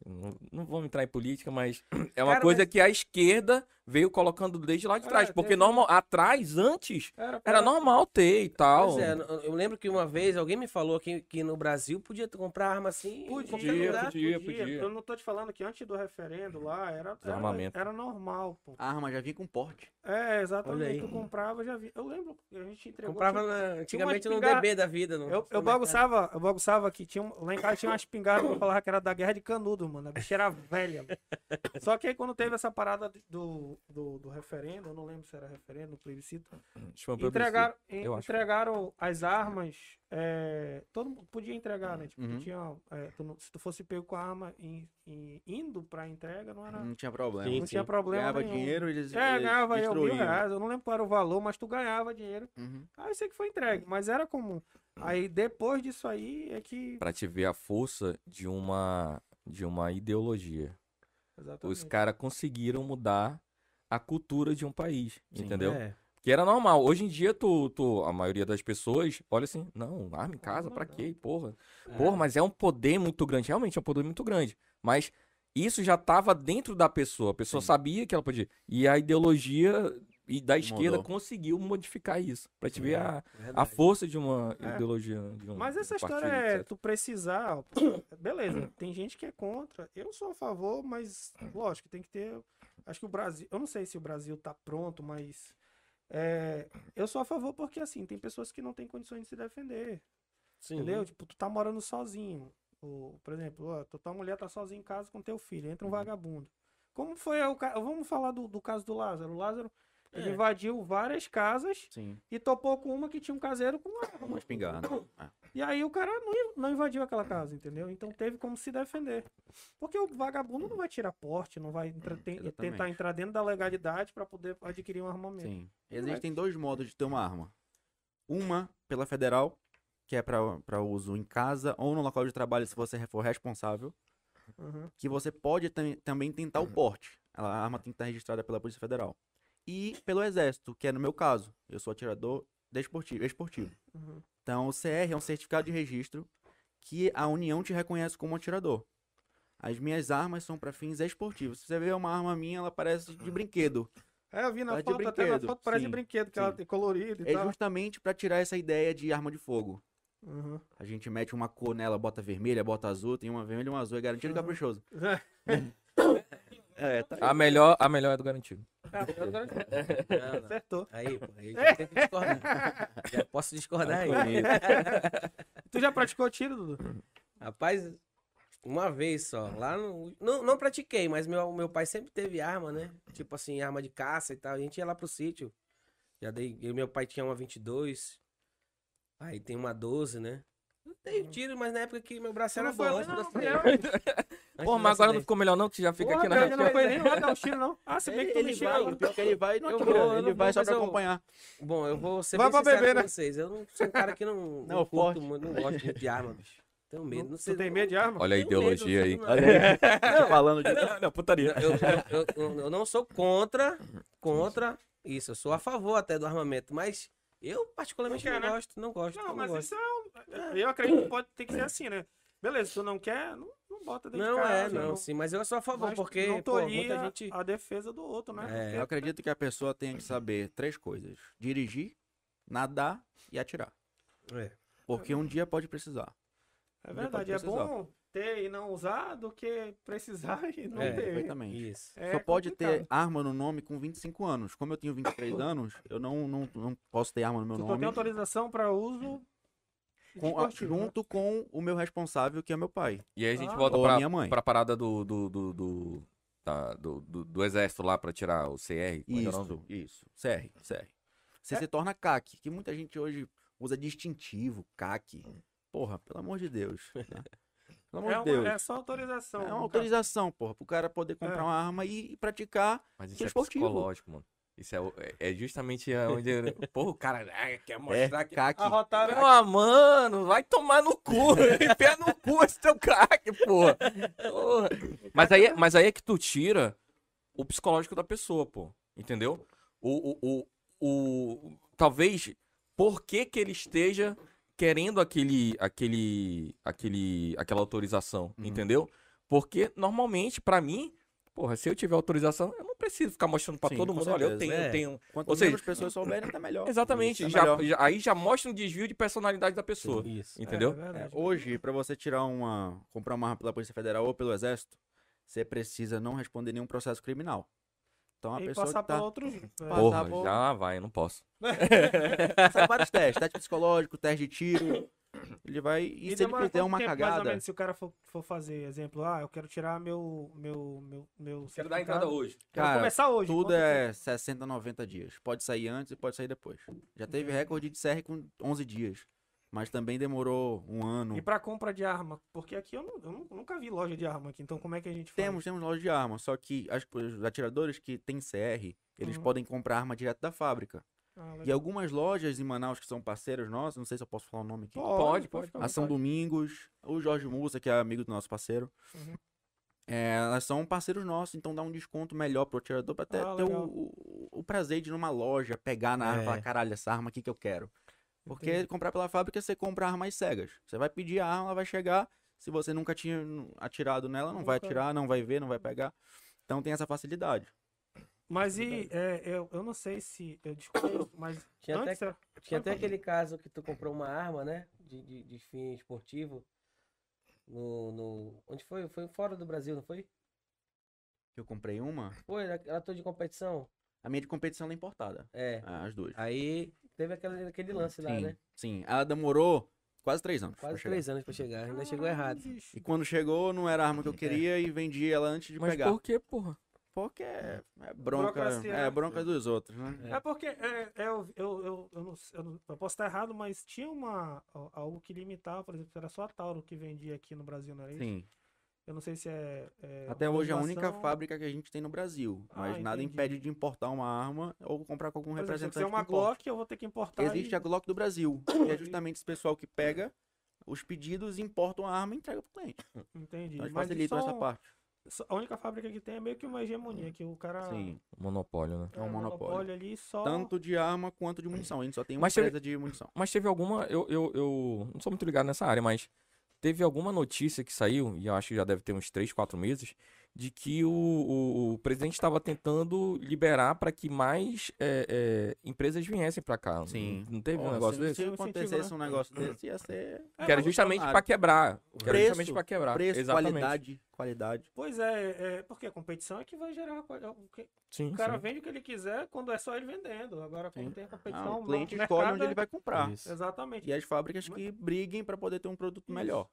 A: Não, não vamos entrar em política, mas [clears throat] é uma
B: Cara,
A: coisa
B: mas-
A: que a esquerda veio colocando desde lá de
B: É,
A: trás. porque
B: teve-
A: normal, atrás, antes,
B: Era, né?
A: era normal ter e tal.
C: Pois é, eu- eu lembro que uma vez alguém me falou que, que no Brasil podia tu comprar arma assim em
B: Podia,
C: qualquer lugar.
A: podia,
B: podia,
A: podia.
B: Eu não tô te falando que antes do referendo lá era,
A: Desarmamento.
B: era, era normal, pô.
D: A arma já vinha com porte.
B: É,
C: Olha
B: exatamente.
C: aí.
B: Eu comprava, já vi. Eu lembro que a gente entregou.
C: Comprava
B: tinha-
E: né?
C: na- antigamente
B: umas
C: no
B: pingar-
C: DB da vida. No
B: Eu, eu
C: supermercado.
B: bagunçava, eu bagunçava que tinha, um- lá em casa tinha uma espingarda que eu falava que era da guerra de canudo, mano. A bicha era velha. mano. Só que aí quando teve essa parada de- do, do, do referendo, eu não lembro se era referendo, plebiscito,
A: Acho que foi um plebiscito.
B: entregaram, en-
A: eu acho.
B: entregaram as armas. é, todo mundo podia entregar, né? Tipo,
D: Uhum.
B: tinha, é, tu não- se tu fosse pego com a arma em- em- indo pra entrega, não era.
D: Não tinha problema.
C: Sim,
B: não tinha problema.
D: Uhum. ganhava
B: nenhum.
D: dinheiro, eles,
B: É,
D: eles
B: ganhava eu mil
D: destruíam.
B: reais. Eu não lembro qual era o valor, mas tu ganhava dinheiro.
D: Uhum.
B: Aí eu sei que foi entregue, mas era comum. Aí depois disso aí é que.
A: Pra te ver a força de uma, de uma ideologia. Os caras conseguiram mudar a cultura de um país,
D: Sim.
A: entendeu?
C: É.
A: Que era normal. Hoje em dia, tu, tu, a maioria das pessoas olha assim, não, arma em casa,
B: Arma
A: pra
B: não."
A: quê? Porra. Porra, mas é um poder muito grande. Realmente é um poder muito grande. Mas isso já tava dentro da pessoa. A pessoa
D: Sim.
A: sabia que ela podia. E a ideologia e da esquerda
D: Mudou.
A: conseguiu modificar isso. Pra te ver a, a
C: Verdade.
A: força de uma
B: É.
A: ideologia. De um,
B: Mas
A: de um
B: essa história
A: partido,
B: é
A: etc.
B: tu precisar. ó, é
C: Hum.
B: Beleza, tem gente que é contra. Eu sou a favor, mas lógico, tem que ter. Acho que o Brasil. Eu não sei se o Brasil tá pronto, mas. é, eu sou a favor porque, assim, tem pessoas que não têm condições de se defender.
C: Sim.
B: Entendeu? Tipo, tu tá morando sozinho. Ou, por exemplo, ó, tu- tua mulher tá sozinha em casa com teu filho,
C: Uhum.
B: entra um vagabundo. Como foi o ca... Vamos falar do, do caso do Lázaro. O Lázaro ele
C: É.
B: invadiu várias casas
D: Sim,
B: e topou com uma que tinha um caseiro com arma.
D: uma espingarda. Ah,
B: E aí o cara não, inv- não invadiu aquela casa, entendeu? Então teve como se defender. Porque o vagabundo não vai tirar porte, não vai entra- ten-
D: É, exatamente.
B: tentar entrar dentro da legalidade pra poder adquirir um armamento.
D: Sim. Existem dois modos de ter uma arma. Uma pela federal, que é pra pra uso em casa ou no local de trabalho se você for responsável,
B: Uhum.
D: que você pode tam- também tentar o porte. A arma tem que estar registrada pela Polícia Federal. E pelo Exército, que é no meu caso. Eu sou atirador desportivo, esportivo.
B: Uhum.
D: Então, o CR é um certificado de registro que a União te reconhece como atirador. As minhas armas são para fins esportivos. Se você vê uma arma minha, ela parece
B: Ah,
D: de brinquedo.
B: É, eu vi na
D: Tá de
B: foto, até na
D: brinquedo,
B: foto parece de
D: sim,
B: brinquedo, que
D: sim.
B: ela tem colorido e
D: É
B: tal.
D: justamente pra tirar essa ideia de arma de fogo. [laughs]
B: Uhum.
D: A gente mete uma cor nela, bota vermelha, bota azul, tem uma vermelha e uma azul, é garantido
B: Uhum.
D: caprichoso.
A: A melhor, a melhor é do garantido.
D: É.
B: Tipo,
C: Não,
B: [laughs]
C: não.
B: Acertou.
C: Aí, pô, aí já tem que discordar.
B: [laughs]
C: Já posso discordar aí.
B: Tu já praticou tiro, Dudu?
C: Rapaz, uma vez só, lá no. Não, não pratiquei, mas meu, meu pai sempre teve arma, né? Tipo assim, arma de caça e tal. A gente ia lá pro sítio. Já dei. Eu, e meu pai tinha uma 22. Aí tem uma 12, né? Não tenho tiro, mas na época que meu braço era bom. antes do acidente, [laughs] antes
A: Porra,
C: do
A: mas agora não
C: acidente.
A: ficou melhor não, que já fica
B: Porra,
A: aqui na
B: cara, não
A: região.
B: foi nem lá dar um tiro, não. Ah, se bem
D: [laughs] Ele,
B: que tu me
D: ele
B: tira.
D: vai, o pior é que ele vai e não
C: Eu
D: atira.
C: vou, eu
D: ele
C: não
D: vai
C: vou,
D: só
C: mas
D: pra
C: eu-
D: acompanhar.
C: Bom, eu vou ser
B: Vai
C: bem
B: pra
C: sincero
B: beber,
C: com
B: né?
C: vocês. Eu não sou um cara que não,
D: Não,
C: não curto
D: forte.
C: muito, não gosto muito de arma, bicho. Tenho medo. Não
B: Você
C: sei.
B: tem medo de arma?
A: Olha a
C: tenho medo,
A: ideologia aí.
D: é
C: não sei nada.
B: [laughs]
D: Olha aí, falando de.
A: Não, não,
D: [laughs]
A: putaria.
C: Eu, eu- eu- eu não sou contra, contra isso. Eu sou a favor até do armamento, mas eu particularmente
B: Não
C: não,
B: quer, né?
C: gosto, não gosto.
B: Não,
C: não
B: mas
C: gosto.
B: isso é um... Eu acredito que pode ter que ser assim, né? Beleza, tu não quer, não, não bota dentro
C: Não
B: de
C: é,
B: casa.
C: não, sim, mas eu sou a favor,
B: mas
C: porque
B: não
C: pô,
B: tolhia
C: muita gente.
B: a defesa do outro, né?
C: É.
D: Eu acredito que a pessoa tenha que saber três coisas: dirigir, nadar e atirar.
C: É.
D: Porque um dia pode precisar.
B: É
D: Ele
B: verdade,
D: pode
B: é
D: precisar.
B: bom ter e não usar do que precisar [laughs] e não
C: É,
B: ter.
D: Perfeitamente.
C: Isso.
B: É
D: Só pode ter
B: complicado.
D: arma no nome com 25 anos. Como eu tenho 23 anos, eu não, não, não posso ter arma no meu
B: Tu só
D: nome
B: tem autorização para uso
D: com, a-
B: desportivo, né?
D: junto com o meu responsável, que é meu pai.
A: E aí a gente
B: Ah.
A: volta
D: Ou a
A: pra,
D: minha mãe.
A: pra parada do. do, do, do, tá, do, do- do exército lá pra tirar o CR. como é que é o nome?
D: Isso, isso. CR, CR. Você
B: É.
D: se torna CAC, que muita gente hoje usa distintivo, CAC. Porra, pelo amor de Deus.
B: [laughs]
D: né? Pelo amor
B: É,
D: de
B: uma-
D: Deus.
B: é só autorização.
D: É
B: no
D: uma
B: caso.
D: autorização, porra, pro cara poder comprar
B: É.
D: uma arma e, e praticar.
A: Mas isso
D: Que
A: é
D: esportivo.
A: psicológico, mano. Isso é, o- é- é justamente onde. Porra, o cara ah, quer mostrar
D: É,
A: que.
D: CAC.
B: Arrotaram
A: Ah, mano, vai tomar no cu. [laughs] Pé no cu esse teu craque, porra. Porra. Mas aí, mas aí é que tu tira o psicológico da pessoa, pô. Entendeu? O, o, o, o- talvez por que que ele esteja querendo aquele aquele aquele aquela autorização,
D: Uhum.
A: entendeu? Porque normalmente pra mim, porra, se eu tiver autorização, eu não preciso ficar mostrando pra
D: Sim,
A: todo
D: com
A: mundo, olha, eu
D: certeza,
A: tenho,
C: é.
A: eu tenho.
D: Quanto
A: Ou seja,
D: menos pessoas souberem, tá melhor.
A: Exatamente,
D: Isso, é
A: já-
D: melhor.
A: já- aí já mostra um desvio de personalidade da pessoa,
C: Isso.
A: entendeu?
B: É, verdade.
D: Hoje, pra você tirar uma. comprar uma arma pela Polícia Federal ou pelo Exército, você precisa não responder nenhum processo criminal. Então a
B: e
D: pessoa
B: passar
D: que tá. [laughs]
B: para outro. é.
D: Passa-
A: Porra,
D: por-
A: já vai, não posso.
D: Sai vários testes, teste psicológico, teste de tiro. Ele vai. E, se
B: demora
D: ele fizer
B: quanto
D: uma
B: tempo, Mais ou
D: cagada.
B: menos, se o cara for, for fazer, exemplo, ah, eu quero tirar meu. meu, meu, meu
A: Quero dar a
B: certificado.
A: entrada hoje.
B: Quero
D: Cara,
B: começar hoje.
D: Tudo
B: quanto tempo?
D: é 60, 90 dias. Pode sair antes e pode sair depois. Já teve recorde de CR com 11 dias. Mas também demorou um ano.
B: E pra compra de arma? Porque aqui eu, nu- eu nu- nunca vi loja de arma aqui, então como é que a gente faz?
D: Temos, temos loja de arma, só que as- os atiradores que têm CR, eles
B: Uhum.
D: podem comprar arma direto da fábrica.
B: Ah,
D: E
B: legal.
D: algumas lojas em Manaus que são parceiros nossos, não sei se eu posso falar o nome aqui.
A: Pode, pode.
B: ficar à
D: A São
B: vontade.
D: Domingos, o Jorge Musa, que é amigo do nosso parceiro.
B: Uhum.
D: É, elas são parceiros nossos, então dá um desconto melhor pro atirador pra até
B: Ah,
D: ter o,
B: legal.
D: o- o prazer de ir numa loja, pegar na arma e falar,
C: É.
D: caralho, essa arma aqui que eu quero. Porque
B: Entendi.
D: comprar pela fábrica, você compra armas cegas. Você vai pedir a arma, ela vai chegar. Se você nunca tinha hum, atirado nela, não vai
B: Nunca.
D: atirar, não vai ver, não vai pegar. Então tem essa facilidade.
B: Mas e. é, eu, eu não sei se. Eu
D: [coughs]
B: descobri, mas.
C: Tinha até
B: antes era-
C: Tinha até
B: Pode
C: aquele caso que tu comprou uma arma, né? De, de, de fim esportivo. No, no. Onde foi? Foi fora do Brasil, não foi?
D: Eu comprei uma.
C: Foi, era- era tua de competição.
D: A minha de competição ela é importada.
C: É.
D: Ah, As duas.
C: Aí teve aquele, aquele lance lá,
D: sim,
C: né?
D: sim. Ela demorou quase três anos. pra
C: Quase
D: chegar.
C: três anos pra chegar. Ainda chegou
B: Ah,
C: errado.
D: E quando chegou, não era a arma que eu queria e vendi ela antes de
A: Mas
D: pegar.
A: por que, porra?
D: Porque é, é bronca.
B: Burocracia, né?
D: É bronca dos outros, né?
B: É porque é, é, eu, eu, eu, eu, não, sei- eu, não- eu posso estar errado, mas tinha uma, al- algo que limitava, por exemplo, era só a Tauro que vendia aqui no Brasil, não era É isso?
D: Sim.
B: Eu não sei se é. é
D: Até hoje é a única
B: legislação-
D: fábrica que a gente tem no Brasil.
B: Ah,
D: Mas nada
B: entendi.
D: impede de importar uma arma ou comprar com algum
B: Por exemplo, se eu
D: representante.
B: quiser uma
D: que importa.
B: Glock, tá eu vou ter que importar.
D: Existe
B: e-
D: a Glock do Brasil, que é justamente esse pessoal que pega os pedidos, importam a arma e entrega pro cliente.
B: Entendi.
D: Nós
B: Mas é um
D: facilitam
B: só-
D: essa parte.
B: só- a única fábrica que tem é meio que uma hegemonia, que o cara.
D: Sim.
A: Monopólio, né?
D: É um monopólio.
B: ali só.
D: Tanto de arma quanto de munição. A gente só tem uma
A: Mas teve-
D: empresa de munição.
A: Mas teve alguma. Eu, eu, eu não sou muito ligado nessa área, mas teve alguma notícia que saiu, e eu acho que já deve ter uns 3, 4 meses, de que o, o, o presidente estava tentando liberar para que mais é, é, empresas viessem para cá.
D: Sim.
A: Não, não teve um
D: Ó,
A: negócio
D: se,
A: desse?
D: Se
B: Tem um incentivo,
D: acontecesse
B: né?
D: um negócio desse, ia ser um
A: que era justamente para quebrar. Que era
D: Preço,
A: justamente para quebrar.
D: preço,
A: Exatamente.
D: qualidade, qualidade.
B: Pois é, é, porque a competição é que vai gerar. qual- é o que-
A: Sim,
B: O cara
A: sim.
B: vende o que ele quiser quando é só ele vendendo. Agora, quando
D: Sim.
B: tem a
D: Ah,
B: competição,
D: o cliente
B: mercado
D: escolhe onde
B: é-
D: ele vai comprar.
E: Isso.
B: Exatamente.
D: E as fábricas
B: Mas-
D: que briguem para poder ter um produto
B: Isso.
D: melhor.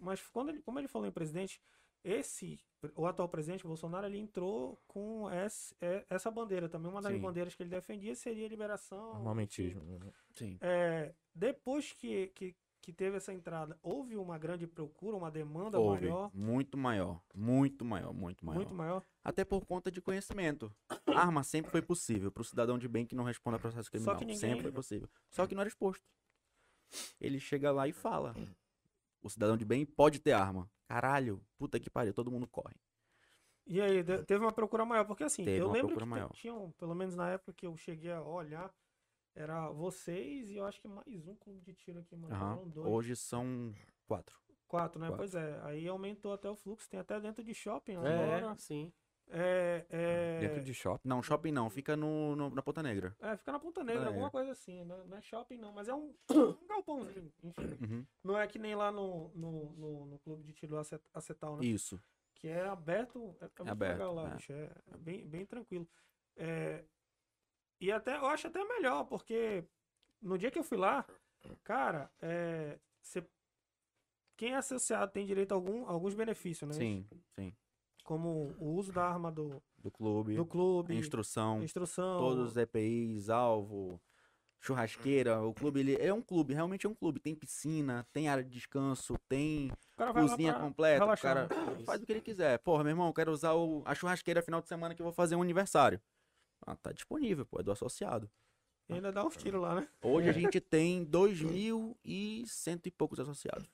B: Mas quando ele, como ele falou em presidente, esse, o atual presidente Bolsonaro, ele entrou com essa, é, essa bandeira também. Uma das
D: Sim.
B: bandeiras que ele defendia seria a liberação.
A: Armamentismo. né?
D: Sim.
B: É, depois que, que, que teve essa entrada, houve uma grande procura, uma demanda
D: Houve.
B: maior,
D: Muito maior. Muito maior, muito maior.
B: muito maior.
D: Até por conta de conhecimento. Arma sempre foi possível para o cidadão de bem que não responda a processo criminal.
B: que ninguém-
D: Sempre foi possível. Só que não era exposto. Ele chega lá e fala. O cidadão de bem pode ter arma. Caralho, puta que pariu, todo mundo corre.
B: E aí, de- teve uma procura maior, porque assim,
D: Teve
B: eu
D: uma
B: lembro que
D: procura maior.
B: te- tinham, pelo menos na época que eu cheguei a olhar, era vocês e eu acho que mais um clube de tiro aqui, mano.
D: Aham.
B: Eram dois,
D: Hoje são quatro.
B: quatro, né?
D: quatro.
B: Pois é, aí aumentou até o fluxo, tem até dentro de shopping
C: É,
B: agora.
C: sim.
B: É,
D: Hum,
B: é,
A: Dentro de shopping.
D: Não, shopping não, fica no, no- na Ponta Negra.
B: é, fica na Ponta Negra,
D: É.
B: alguma coisa assim, né? Não é shopping não, mas é
D: [coughs]
B: um, um galpãozinho, enfim.
D: Uhum.
B: Não é que nem lá no, no, no, no clube de tiro acet- acetal, né?
D: Isso.
B: que é aberto, é, é muito
D: aberto,
B: legal lá,
D: é.
B: bicho, é, é bem, bem tranquilo. É, e até, eu acho até melhor, porque no dia que eu fui lá, cara, é, cê- quem é associado tem direito a algum, alguns benefícios, né?
D: Sim, sim.
B: Como o uso da arma do,
D: Do clube,
B: do clube,
D: instrução,
B: instrução,
D: todos os EPIs, alvo, churrasqueira. O clube, ele é um clube, realmente é um clube. Tem piscina, tem área de descanso, tem
B: o cara Ah, vai lá
D: cozinha
B: pra-
D: completa.
B: relaxar,
D: o cara faz o que ele quiser. Porra, meu irmão, eu quero usar o- a churrasqueira final de semana que eu vou fazer um aniversário. Ah, tá disponível, pô, é do associado.
B: e ainda dá
A: É
B: uns tiros lá, né?
D: Hoje a gente tem 2.100 e poucos associados.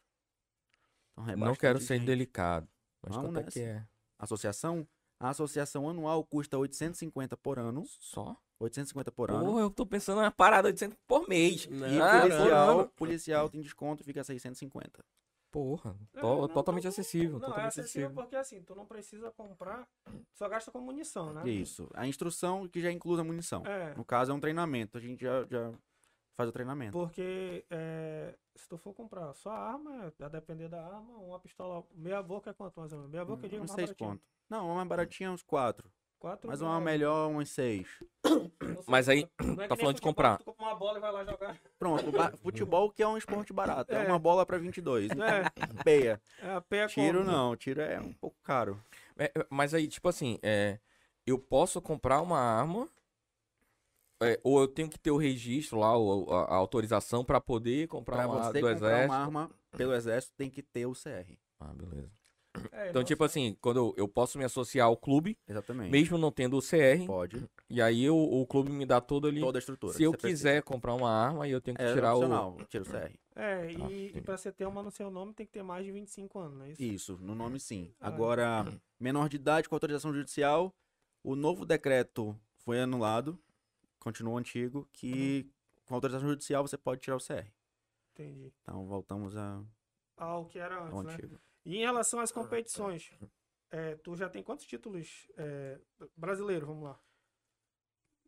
D: Então, é
A: não
D: bastante
A: quero ser
D: gente.
A: indelicado. Mas
D: Vamos
A: quanto é que é?
D: Associação? A associação anual custa 850 por ano.
A: Só?
D: 850 por ano.
A: Porra, eu tô pensando na parada 800 por mês.
C: Não,
D: E
A: Ah,
D: policial,
A: caramba.
D: policial tem desconto, fica 650.
A: Porra,
B: É,
A: to-
B: não,
A: totalmente
B: tá-
A: acessível.
B: Não, é
A: totalmente
B: acessível
A: acessível.
B: porque assim, tu não precisa comprar, só gasta com munição, né?
D: Isso. A instrução que já inclui a munição.
B: É,
D: No caso, é um treinamento. A gente já, já faz o treinamento.
B: Porque é, se tu for comprar só a arma, a depender da arma, uma pistola meia boca é quanto mais ou menos? Meia boca eu digo
D: Hum, uns
B: mais
D: 6
B: baratinho.
D: pontos. Não, uma mais baratinha, uns 4.
B: Quatro
D: Mas
B: mil
D: uma
B: reais.
D: melhor, uns 6.
B: Não sei,
A: Mas aí,
B: não é
A: tá falando
B: que nem
A: de
B: futebol,
A: comprar.
B: Tu compra uma bola e vai lá jogar.
D: Pronto,
B: [laughs]
D: ba- futebol que é um esporte barato. É,
B: É.
D: uma bola pra 22.
B: É,
D: né? Peia.
B: [laughs] é a pé
D: Tiro
B: compra.
D: não, tiro é um pouco caro.
A: É, é, mas aí, tipo assim, é, eu posso comprar uma arma, é, ou eu tenho que ter o registro lá, ou a, a autorização pra poder comprar
D: Pra
A: uma
D: você
A: do
D: comprar
A: exército.
D: uma arma pelo exército, tem que ter o CR.
A: Ah, beleza.
B: É,
A: Então,
B: não,
A: tipo assim, quando eu, eu posso me associar ao clube,
D: Exatamente.
A: mesmo não tendo o CR,
D: Pode.
A: e aí eu- o clube me dá todo ali.
D: Toda a estrutura.
A: Se eu
D: que você precisa.
A: quiser comprar uma arma, aí eu tenho que
D: É
A: tirar o.
D: opcional, tira o CR.
B: É, e,
A: Tá,
B: e
A: entendi.
B: pra você ter uma no seu nome tem que ter mais de 25 anos, não é isso?
D: Isso, no nome sim.
B: Ah.
D: Agora, menor de idade com autorização judicial, o novo decreto foi anulado, continua o antigo, que com autorização judicial você pode tirar o CR.
B: Entendi.
D: Então voltamos a-
B: Ah, o que era
D: ao
B: antes, né?
D: É um antigo.
B: E em relação às competições, é, tu já tem quantos títulos é, brasileiros? Vamos lá.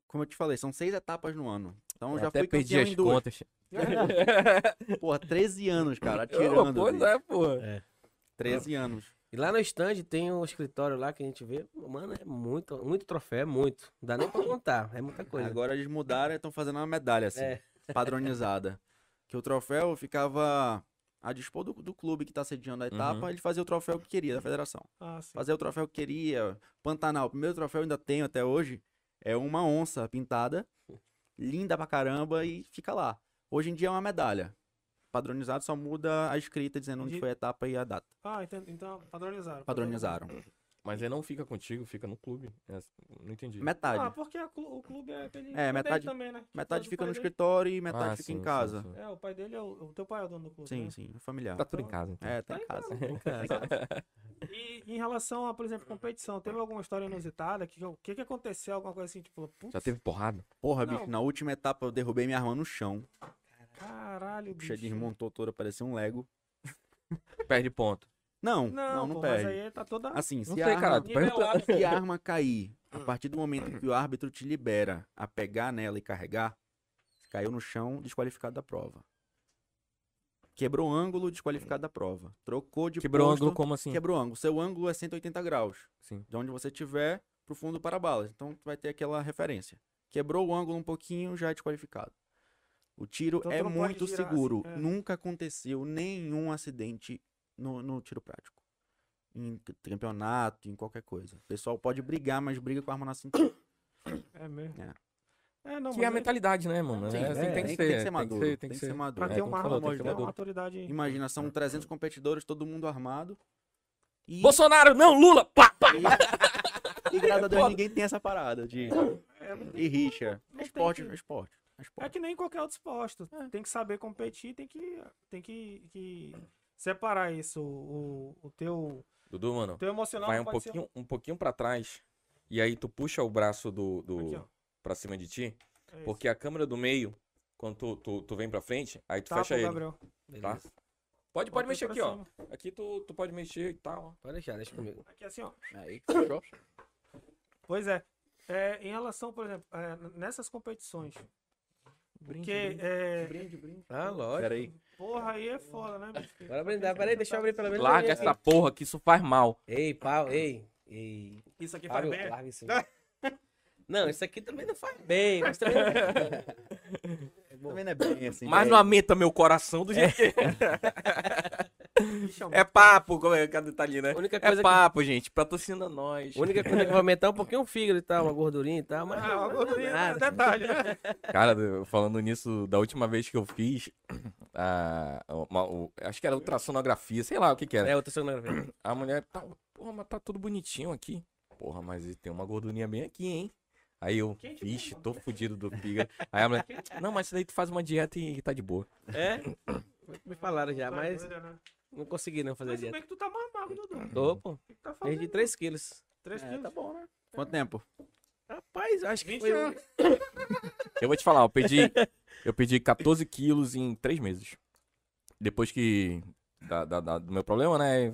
D: Como eu te falei, são seis etapas no ano. Então
A: Eu
D: eu já
A: até
D: fui
A: perdi
D: campeão
A: as
D: em duas.
A: contas.
D: Porra,
A: [laughs]
D: 13 anos, cara,
A: Ô,
D: atirando.
A: Pois
D: bicho.
A: é, pô.
D: 13 anos.
C: E lá no stand tem um escritório lá que a gente vê. Mano, é muito, muito troféu, é muito. Não dá nem pra contar, é muita coisa.
D: Agora eles mudaram e estão fazendo uma medalha, assim,
A: [laughs]
C: É.
D: padronizada. Que o troféu ficava a dispor do, do clube que tá sediando a etapa,
A: Uhum.
D: ele fazia o troféu que queria da federação.
B: Ah, sim.
D: Fazer o troféu que queria. Pantanal, o primeiro troféu eu ainda tenho até hoje. É uma onça pintada, linda pra caramba, e fica lá. Hoje em dia é uma medalha. Padronizado só muda a escrita dizendo onde
B: De-
D: foi a etapa e a data.
B: Ah, enten- então padronizaram.
D: Padronizaram.
A: Mas aí não fica contigo, fica no clube. É, Não entendi.
B: Ah,
D: Metade.
B: porque a clu- o clube é aquele. o
D: É,
B: pai dele
D: metade-
B: também, né? Que faz
D: Metade
B: o
D: fica
B: pai
D: no
B: dele.
D: escritório e metade
A: Ah,
D: fica
A: sim,
D: tá em
A: sim,
D: casa.
A: sim.
B: É, o pai dele é o, o teu pai é o dono do clube.
D: Sim,
B: né?
D: sim, é familiar.
A: Tá tudo em casa, então.
D: É, tá em
B: Tá em
D: casa.
A: [laughs]
B: E em relação a, por exemplo, competição, teve alguma história inusitada? O que, que, que aconteceu? Alguma coisa assim, tipo, putz,
A: Já teve porrada?
D: Porra,
B: Não.
D: bicho, na última etapa eu derrubei minha arma no chão.
B: caralho, bicho.
D: Bicha desmontou toda, parecia um Lego.
A: Perde ponto.
D: Não, não,
B: Não,
D: não,
B: pô, mas
D: perde.
B: aí tá toda.
D: Assim,
A: Não
D: se
A: sei,
D: a, arma,
A: cara.
B: nivelada.
D: se a arma cair, a partir do momento que o árbitro te libera a pegar nela e carregar, se caiu no chão, desqualificado da prova. Quebrou o ângulo, desqualificado da prova. Trocou de
A: Quebrou o
D: posto,
A: ângulo como assim?
D: Quebrou o ângulo. Seu ângulo é 180 graus.
A: Sim.
D: De onde você tiver pro fundo para balas. Então tu vai ter aquela referência. Quebrou o ângulo um pouquinho, já é desqualificado. O tiro
B: Então, tu
D: é
B: não pode
D: muito
B: girar assim,
D: seguro.
B: é.
D: Nunca aconteceu nenhum acidente no, no tiro prático. Em c- campeonato, em qualquer coisa. O pessoal pode brigar, mas briga com a arma na cintura.
B: É mesmo.
D: É.
B: É, não,
A: Que é a
B: mas é-
A: mentalidade, né, mano?
D: Sim,
A: é, assim
D: é,
A: tem que ser.
D: tem que ser maduro.
A: Tem que ser,
D: tem que ser maduro.
B: pra
A: É,
B: ter um É.
A: como
B: uma
A: tu
B: arma,
A: falou, tem
B: tem
A: que ter
B: que ter uma
A: maduro.
B: autoridade.
D: Imagina, são 300 competidores, todo mundo armado. E,
A: Bolsonaro, não, Lula! Pá, pá!
D: e graças a Deus
A: Foda.
D: ninguém tem essa parada de...
B: É, não tem-
D: E rixa.
B: não tem
D: Esporte,
B: que-
D: esporte.
B: É
D: esporte. É.
B: que nem qualquer outro esporte. tu Tem que saber competir, tem que, tem que, que separar isso. O, o teu,
A: Dudu, mano,
B: o teu emocional
A: vai
B: não
A: um
B: pode ser-
A: pouquinho, um pouquinho pra trás. E aí tu puxa o braço do. do
B: Aqui, ó.
A: pra cima de ti.
B: É isso.
A: Porque a câmera do meio, quando tu, tu, tu vem pra frente, aí tu
B: Tapa
A: fecha
B: o
A: ele.
B: Gabriel.
A: Tá?
C: Beleza.
A: Pode, pode
B: Bota
A: mexer
B: pra
A: aqui, ó.
B: cima.
A: Aqui tu, tu pode mexer e tal.
C: Pode deixar, deixa comigo.
B: Aqui assim, ó.
D: Aí, fechou.
B: Pois é. É, em relação, por exemplo, é, n- nessas competições.
D: Brinde,
B: Porque, é,
D: brinde, brinde.
C: Ah, lógico.
D: Peraí.
B: porra, aí é foda, né, bicho? Porque tá
C: Bora brindar. Peraí, deixa eu abrir pelo menos.
A: Larga
C: aí,
A: essa porra que isso faz mal.
C: Ei, pau, ei. Ei.
B: Isso aqui faz
C: Fábio,
B: bem.
C: larga isso. aí. Não, isso aqui também não faz bem, mas
B: [laughs]
C: também.
D: Também não é bem assim.
A: Mas não amenta meu coração do jeito que.
B: um
A: É papo, como é que tá ali, né?
C: A única coisa
A: É
C: que-
A: papo, gente. Patrocina nós.
C: A única coisa que vai aumentar é um pouquinho o fígado e tal, uma gordurinha e tal, mas.
B: [laughs] Ah, uma gordurinha, né?
C: nada.
B: detalhe, né?
A: Cara, eu- falando nisso, da última vez que eu fiz, [clears throat] a, uma- o- acho que era ultrassonografia, sei lá o que
B: tá-
A: que era.
C: É, outra sonografia.
A: A mulher, tá, porra, mas tá tudo bonitinho aqui. Porra, mas e tem uma gordurinha bem aqui, hein? Aí eu,
B: Quem te
A: vixe, tô fudido do fígado. Aí a mulher, não, mas isso daí tu faz uma dieta e tá de boa.
C: É? Me falaram
E: é
C: já, mas
B: Doida, né?
C: não consegui não fazer
B: Mas se
C: dieta.
B: bem que tu tá mais magro, Dudu. O
C: Tô, pô.
B: que que tá
C: Perdi
B: fazendo?
C: 3 quilos.
B: Três
D: É,
B: quilos?
D: tá bom, né? Quanto tempo?
C: Rapaz, acho que
B: 20
C: foi.
B: anos.
A: Eu vou te falar, eu perdi, eu perdi 14 quilos em 3 meses. Depois que. da- da- da- do meu problema, né?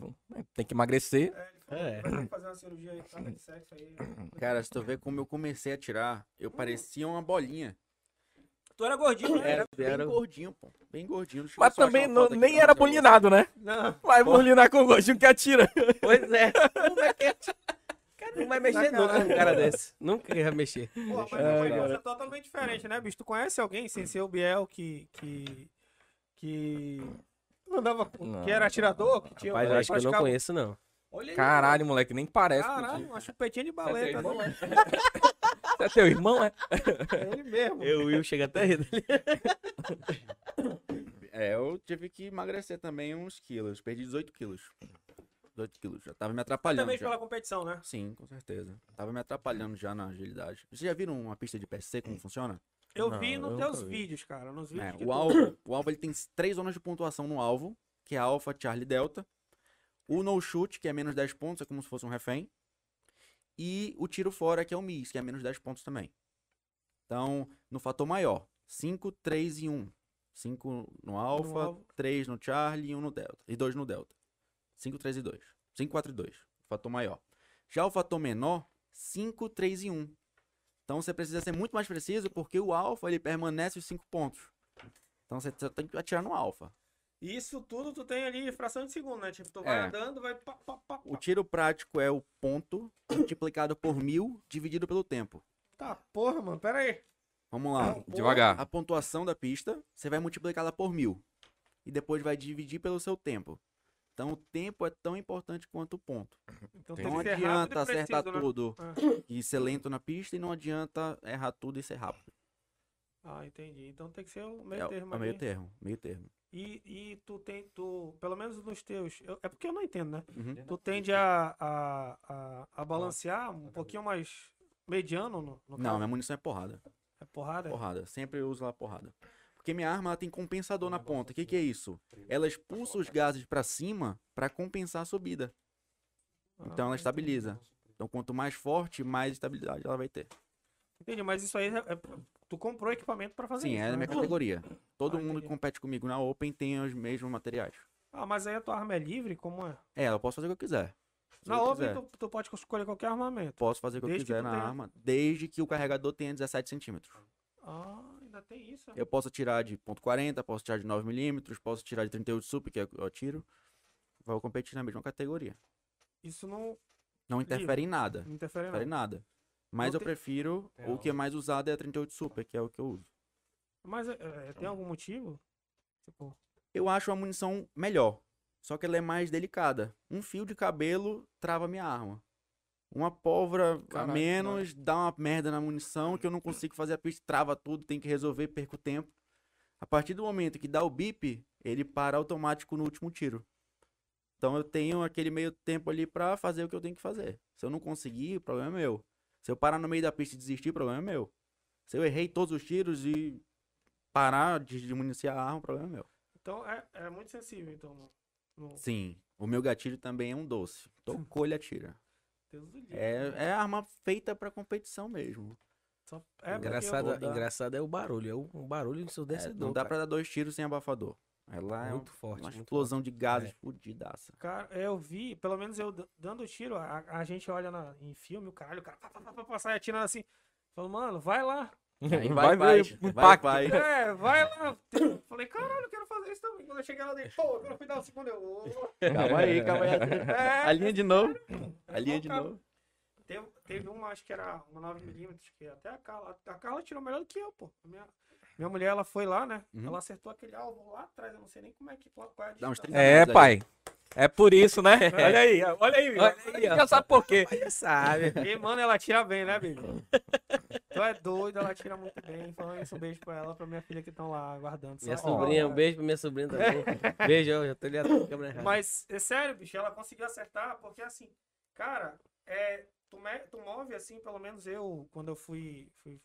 A: Tem que emagrecer.
C: É.
B: Vai ter que fazer uma cirurgia aí, tá? de sexo aí.
D: Cara, se tu ver como eu comecei a tirar, eu parecia uma bolinha.
B: Tu era gordinho, né?
D: Era bem
C: era-
D: gordinho, pô. Bem gordinho. Deixa eu
A: Mas
D: só achar
A: também
D: uma
A: não-
D: foto aqui
A: nem
D: pra
A: era
D: mostrar pra
A: bulinado, né?
B: Não.
A: Vai bulinar com o gostinho que atira.
C: Pois é. Não vai, cara, não vai mexer nunca com um cara desse. Nunca ia mexer.
B: Pô, mas
D: eu
B: é uma
D: falar.
B: coisa totalmente diferente, né, bicho? Tu conhece alguém sem ser o Biel que. que. que. andava com-
A: Não.
B: que era atirador? Que tinha, um
C: Rapaz, eu acho que eu não
B: praticava-
C: conheço, não.
B: Olha aí,
A: Caralho, moleque, nem parece.
B: Caralho, uma chupetinha de baleta. né?
A: Você é teu irmão, é?
B: É ele mesmo.
C: Eu, Will, chega até rindo.
D: você. É, eu tive que emagrecer também uns quilos. Perdi 18 quilos. 18 quilos. Já tava me atrapalhando.
B: Também
D: já.
B: pela competição, né?
D: Sim, com certeza. Tava me atrapalhando já na agilidade. Vocês já viram uma pista de PSC como funciona?
B: Eu
A: Não,
B: vi
A: eu
B: nos
A: nunca
B: teus
A: vi.
B: vídeos, cara. Nos vídeos
D: É,
B: que
D: o
B: tu-
D: alvo, o alvo ele tem s- três zonas de pontuação no alvo, que é alfa, charlie, delta. O no shoot, que é menos 10 pontos, é como se fosse um refém. E o tiro fora, que é o miss, que é menos 10 pontos também. Então, no fator maior, 5, 3 e 1. 5 no alfa,
B: alvo.
D: 3 no charlie e 1 no delta. E 2 no delta. 5, 3 e 2. 5, 4 e 2. Fator maior. Já o fator menor, 5, 3 e 1. Então você precisa ser muito mais preciso porque o alfa ele permanece os 5 pontos. Então você só tem que atirar no alfa.
B: E Isso tudo tu tem ali fração de segundo, né? Tipo, tu vai
D: É.
B: andando, vai. Pá, pá, pá,
D: O
B: pá.
D: tiro prático é o ponto multiplicado por mil dividido pelo tempo.
B: Tá, porra, mano, pera aí.
D: Vamos lá.
A: Devagar.
D: A pontuação da pista, você vai multiplicá-la por mil. E depois vai dividir pelo seu tempo. Então o tempo é tão importante quanto o ponto.
B: Então tem
D: Não
B: que ser rápido
D: adianta
B: e preciso,
D: acertar
B: né?
D: tá tudo
B: Ah.
D: e ser lento na pista e não adianta errar tudo e ser rápido.
B: Ah, entendi. Então tem que ser o
D: É,
B: meio
D: o-
B: termo
D: é o meio
B: ali.
D: termo, meio termo.
B: E, e tu tem, tu, pelo menos nos teus, eu- é porque eu não entendo, né?
D: Uhum.
B: Tu tende a, a, a, a balancear um pouquinho mais mediano no, no
D: Não,
B: caso?
D: minha munição é porrada.
B: É porrada?
D: Porrada. Sempre eu uso lá porrada. Porque minha arma ela tem compensador na ponta. O que, que é isso? Ela expulsa
B: Tá
D: os gases pra cima pra compensar a subida.
B: Ah,
D: Então ela estabiliza. Então quanto mais forte, mais estabilidade ela vai ter.
B: Entendi, mas isso aí, é, é- tu comprou equipamento pra fazer
D: Sim,
B: isso,
D: é a
B: né?
D: minha categoria. Todo
B: Ah,
D: mundo que
B: entendi.
D: compete comigo na Open tem os mesmos materiais.
B: Ah, mas aí a tua arma é livre? Como é?
D: É, eu posso fazer o que eu quiser. Se
B: Na
D: eu
B: Open
D: quiser.
B: tu, tu pode escolher qualquer armamento.
D: Posso fazer o que eu
B: Desde que
D: quiser
B: tu
D: na
B: tenha-
D: arma, desde que o carregador tenha 17 centímetros.
B: Ah, ainda tem isso. né?
D: Eu posso tirar de ponto .40, posso tirar de 9mm, posso tirar de 38 sup, que é o que eu tiro. Vou competir na mesma categoria.
B: Isso não
D: Não
B: Livre.
D: interfere em nada.
B: não interfere
D: Não interfere em
B: não.
D: nada. Mas
B: Não
D: eu
B: tem-
D: prefiro,
A: É,
D: o que é mais usado é a 38 Super, que é o que eu uso.
B: Mas é, é, tem algum motivo? Tipo,
D: Eu acho a munição melhor, só que ela é mais delicada. Um fio de cabelo trava minha arma. Uma pólvora
A: Caraca,
D: a menos dá uma merda na munição que eu não consigo fazer a pista, trava tudo, tem que resolver, perco tempo. A partir do momento que dá o bip, ele para automático no último tiro. Então eu tenho aquele meio tempo ali pra fazer o que eu tenho que fazer. Se eu não conseguir, o problema é meu. Se eu parar no meio da pista e desistir, o problema é meu. Se eu errei todos os tiros e parar de de municiar a arma, o problema é meu.
B: então é, é muito sensível, então. No...
D: Sim. O meu gatilho também é um doce. Tocou, ele atira.
B: Deus do dia.
D: É, é arma feita pra competição mesmo.
B: Só- é porque eu
C: engraçado,
B: vou dar-
C: engraçado é o barulho. É o um barulho
D: É,
C: ensurdecedor.
D: não dá
C: cara.
D: pra dar dois tiros sem abafador. Ela é um-
C: Muito forte.
D: uma
C: muito
D: explosão de gases
C: É.
D: fudidaça.
B: Cara, eu vi, pelo menos eu da- dando tiro, a, a gente olha na- em filme, o caralho, o cara pá, pá, pá, pá, pá, sai atirando assim. Falou, mano, vai lá.
D: Aí
A: Vai
D: vai, vai,
A: ver o
D: vai,
A: impacto.
B: [laughs]
D: vai.
B: É, vai lá. Eu falei, caralho, eu quero fazer isso também. Quando eu cheguei lá, eu dei, pô, quando eu fui dar o segundo, eu... ô.
D: Calma aí, calma aí.
B: É,
D: A linha de [laughs] novo. A linha
B: bom,
D: de
B: cara.
D: novo.
B: Teve, teve uma, acho que era uma 9mm, que até a Carla. A Carla tirou melhor do que eu, pô. Minha, minha mulher, ela foi lá, né?
D: Uhum.
B: Ela acertou aquele alvo lá atrás, eu não sei nem como é que qual qual é a
D: Dá uns
B: distância.
D: 30
A: É,
D: metros aí.
A: pai. É por isso, né? Olha aí,
B: Olha aí,
A: olha aí. Já sabe por quê.
C: forte. Você sabe.
B: E, mano, ela tira bem, né, Bibi? Tu é doido, ela tira muito bem. Falando isso, um beijo pra ela, pra minha filha que estão lá aguardando.
C: Minha
B: Só- ó,
C: sobrinha, um
B: é.
C: beijo né? pra minha sobrinha também. beijo, eu já tô ligado na câmera errada.
B: Mas, é sério, bicho, ela conseguiu acertar, porque assim, cara, é, tu, me- tu move assim, pelo menos eu, quando eu fui, fui-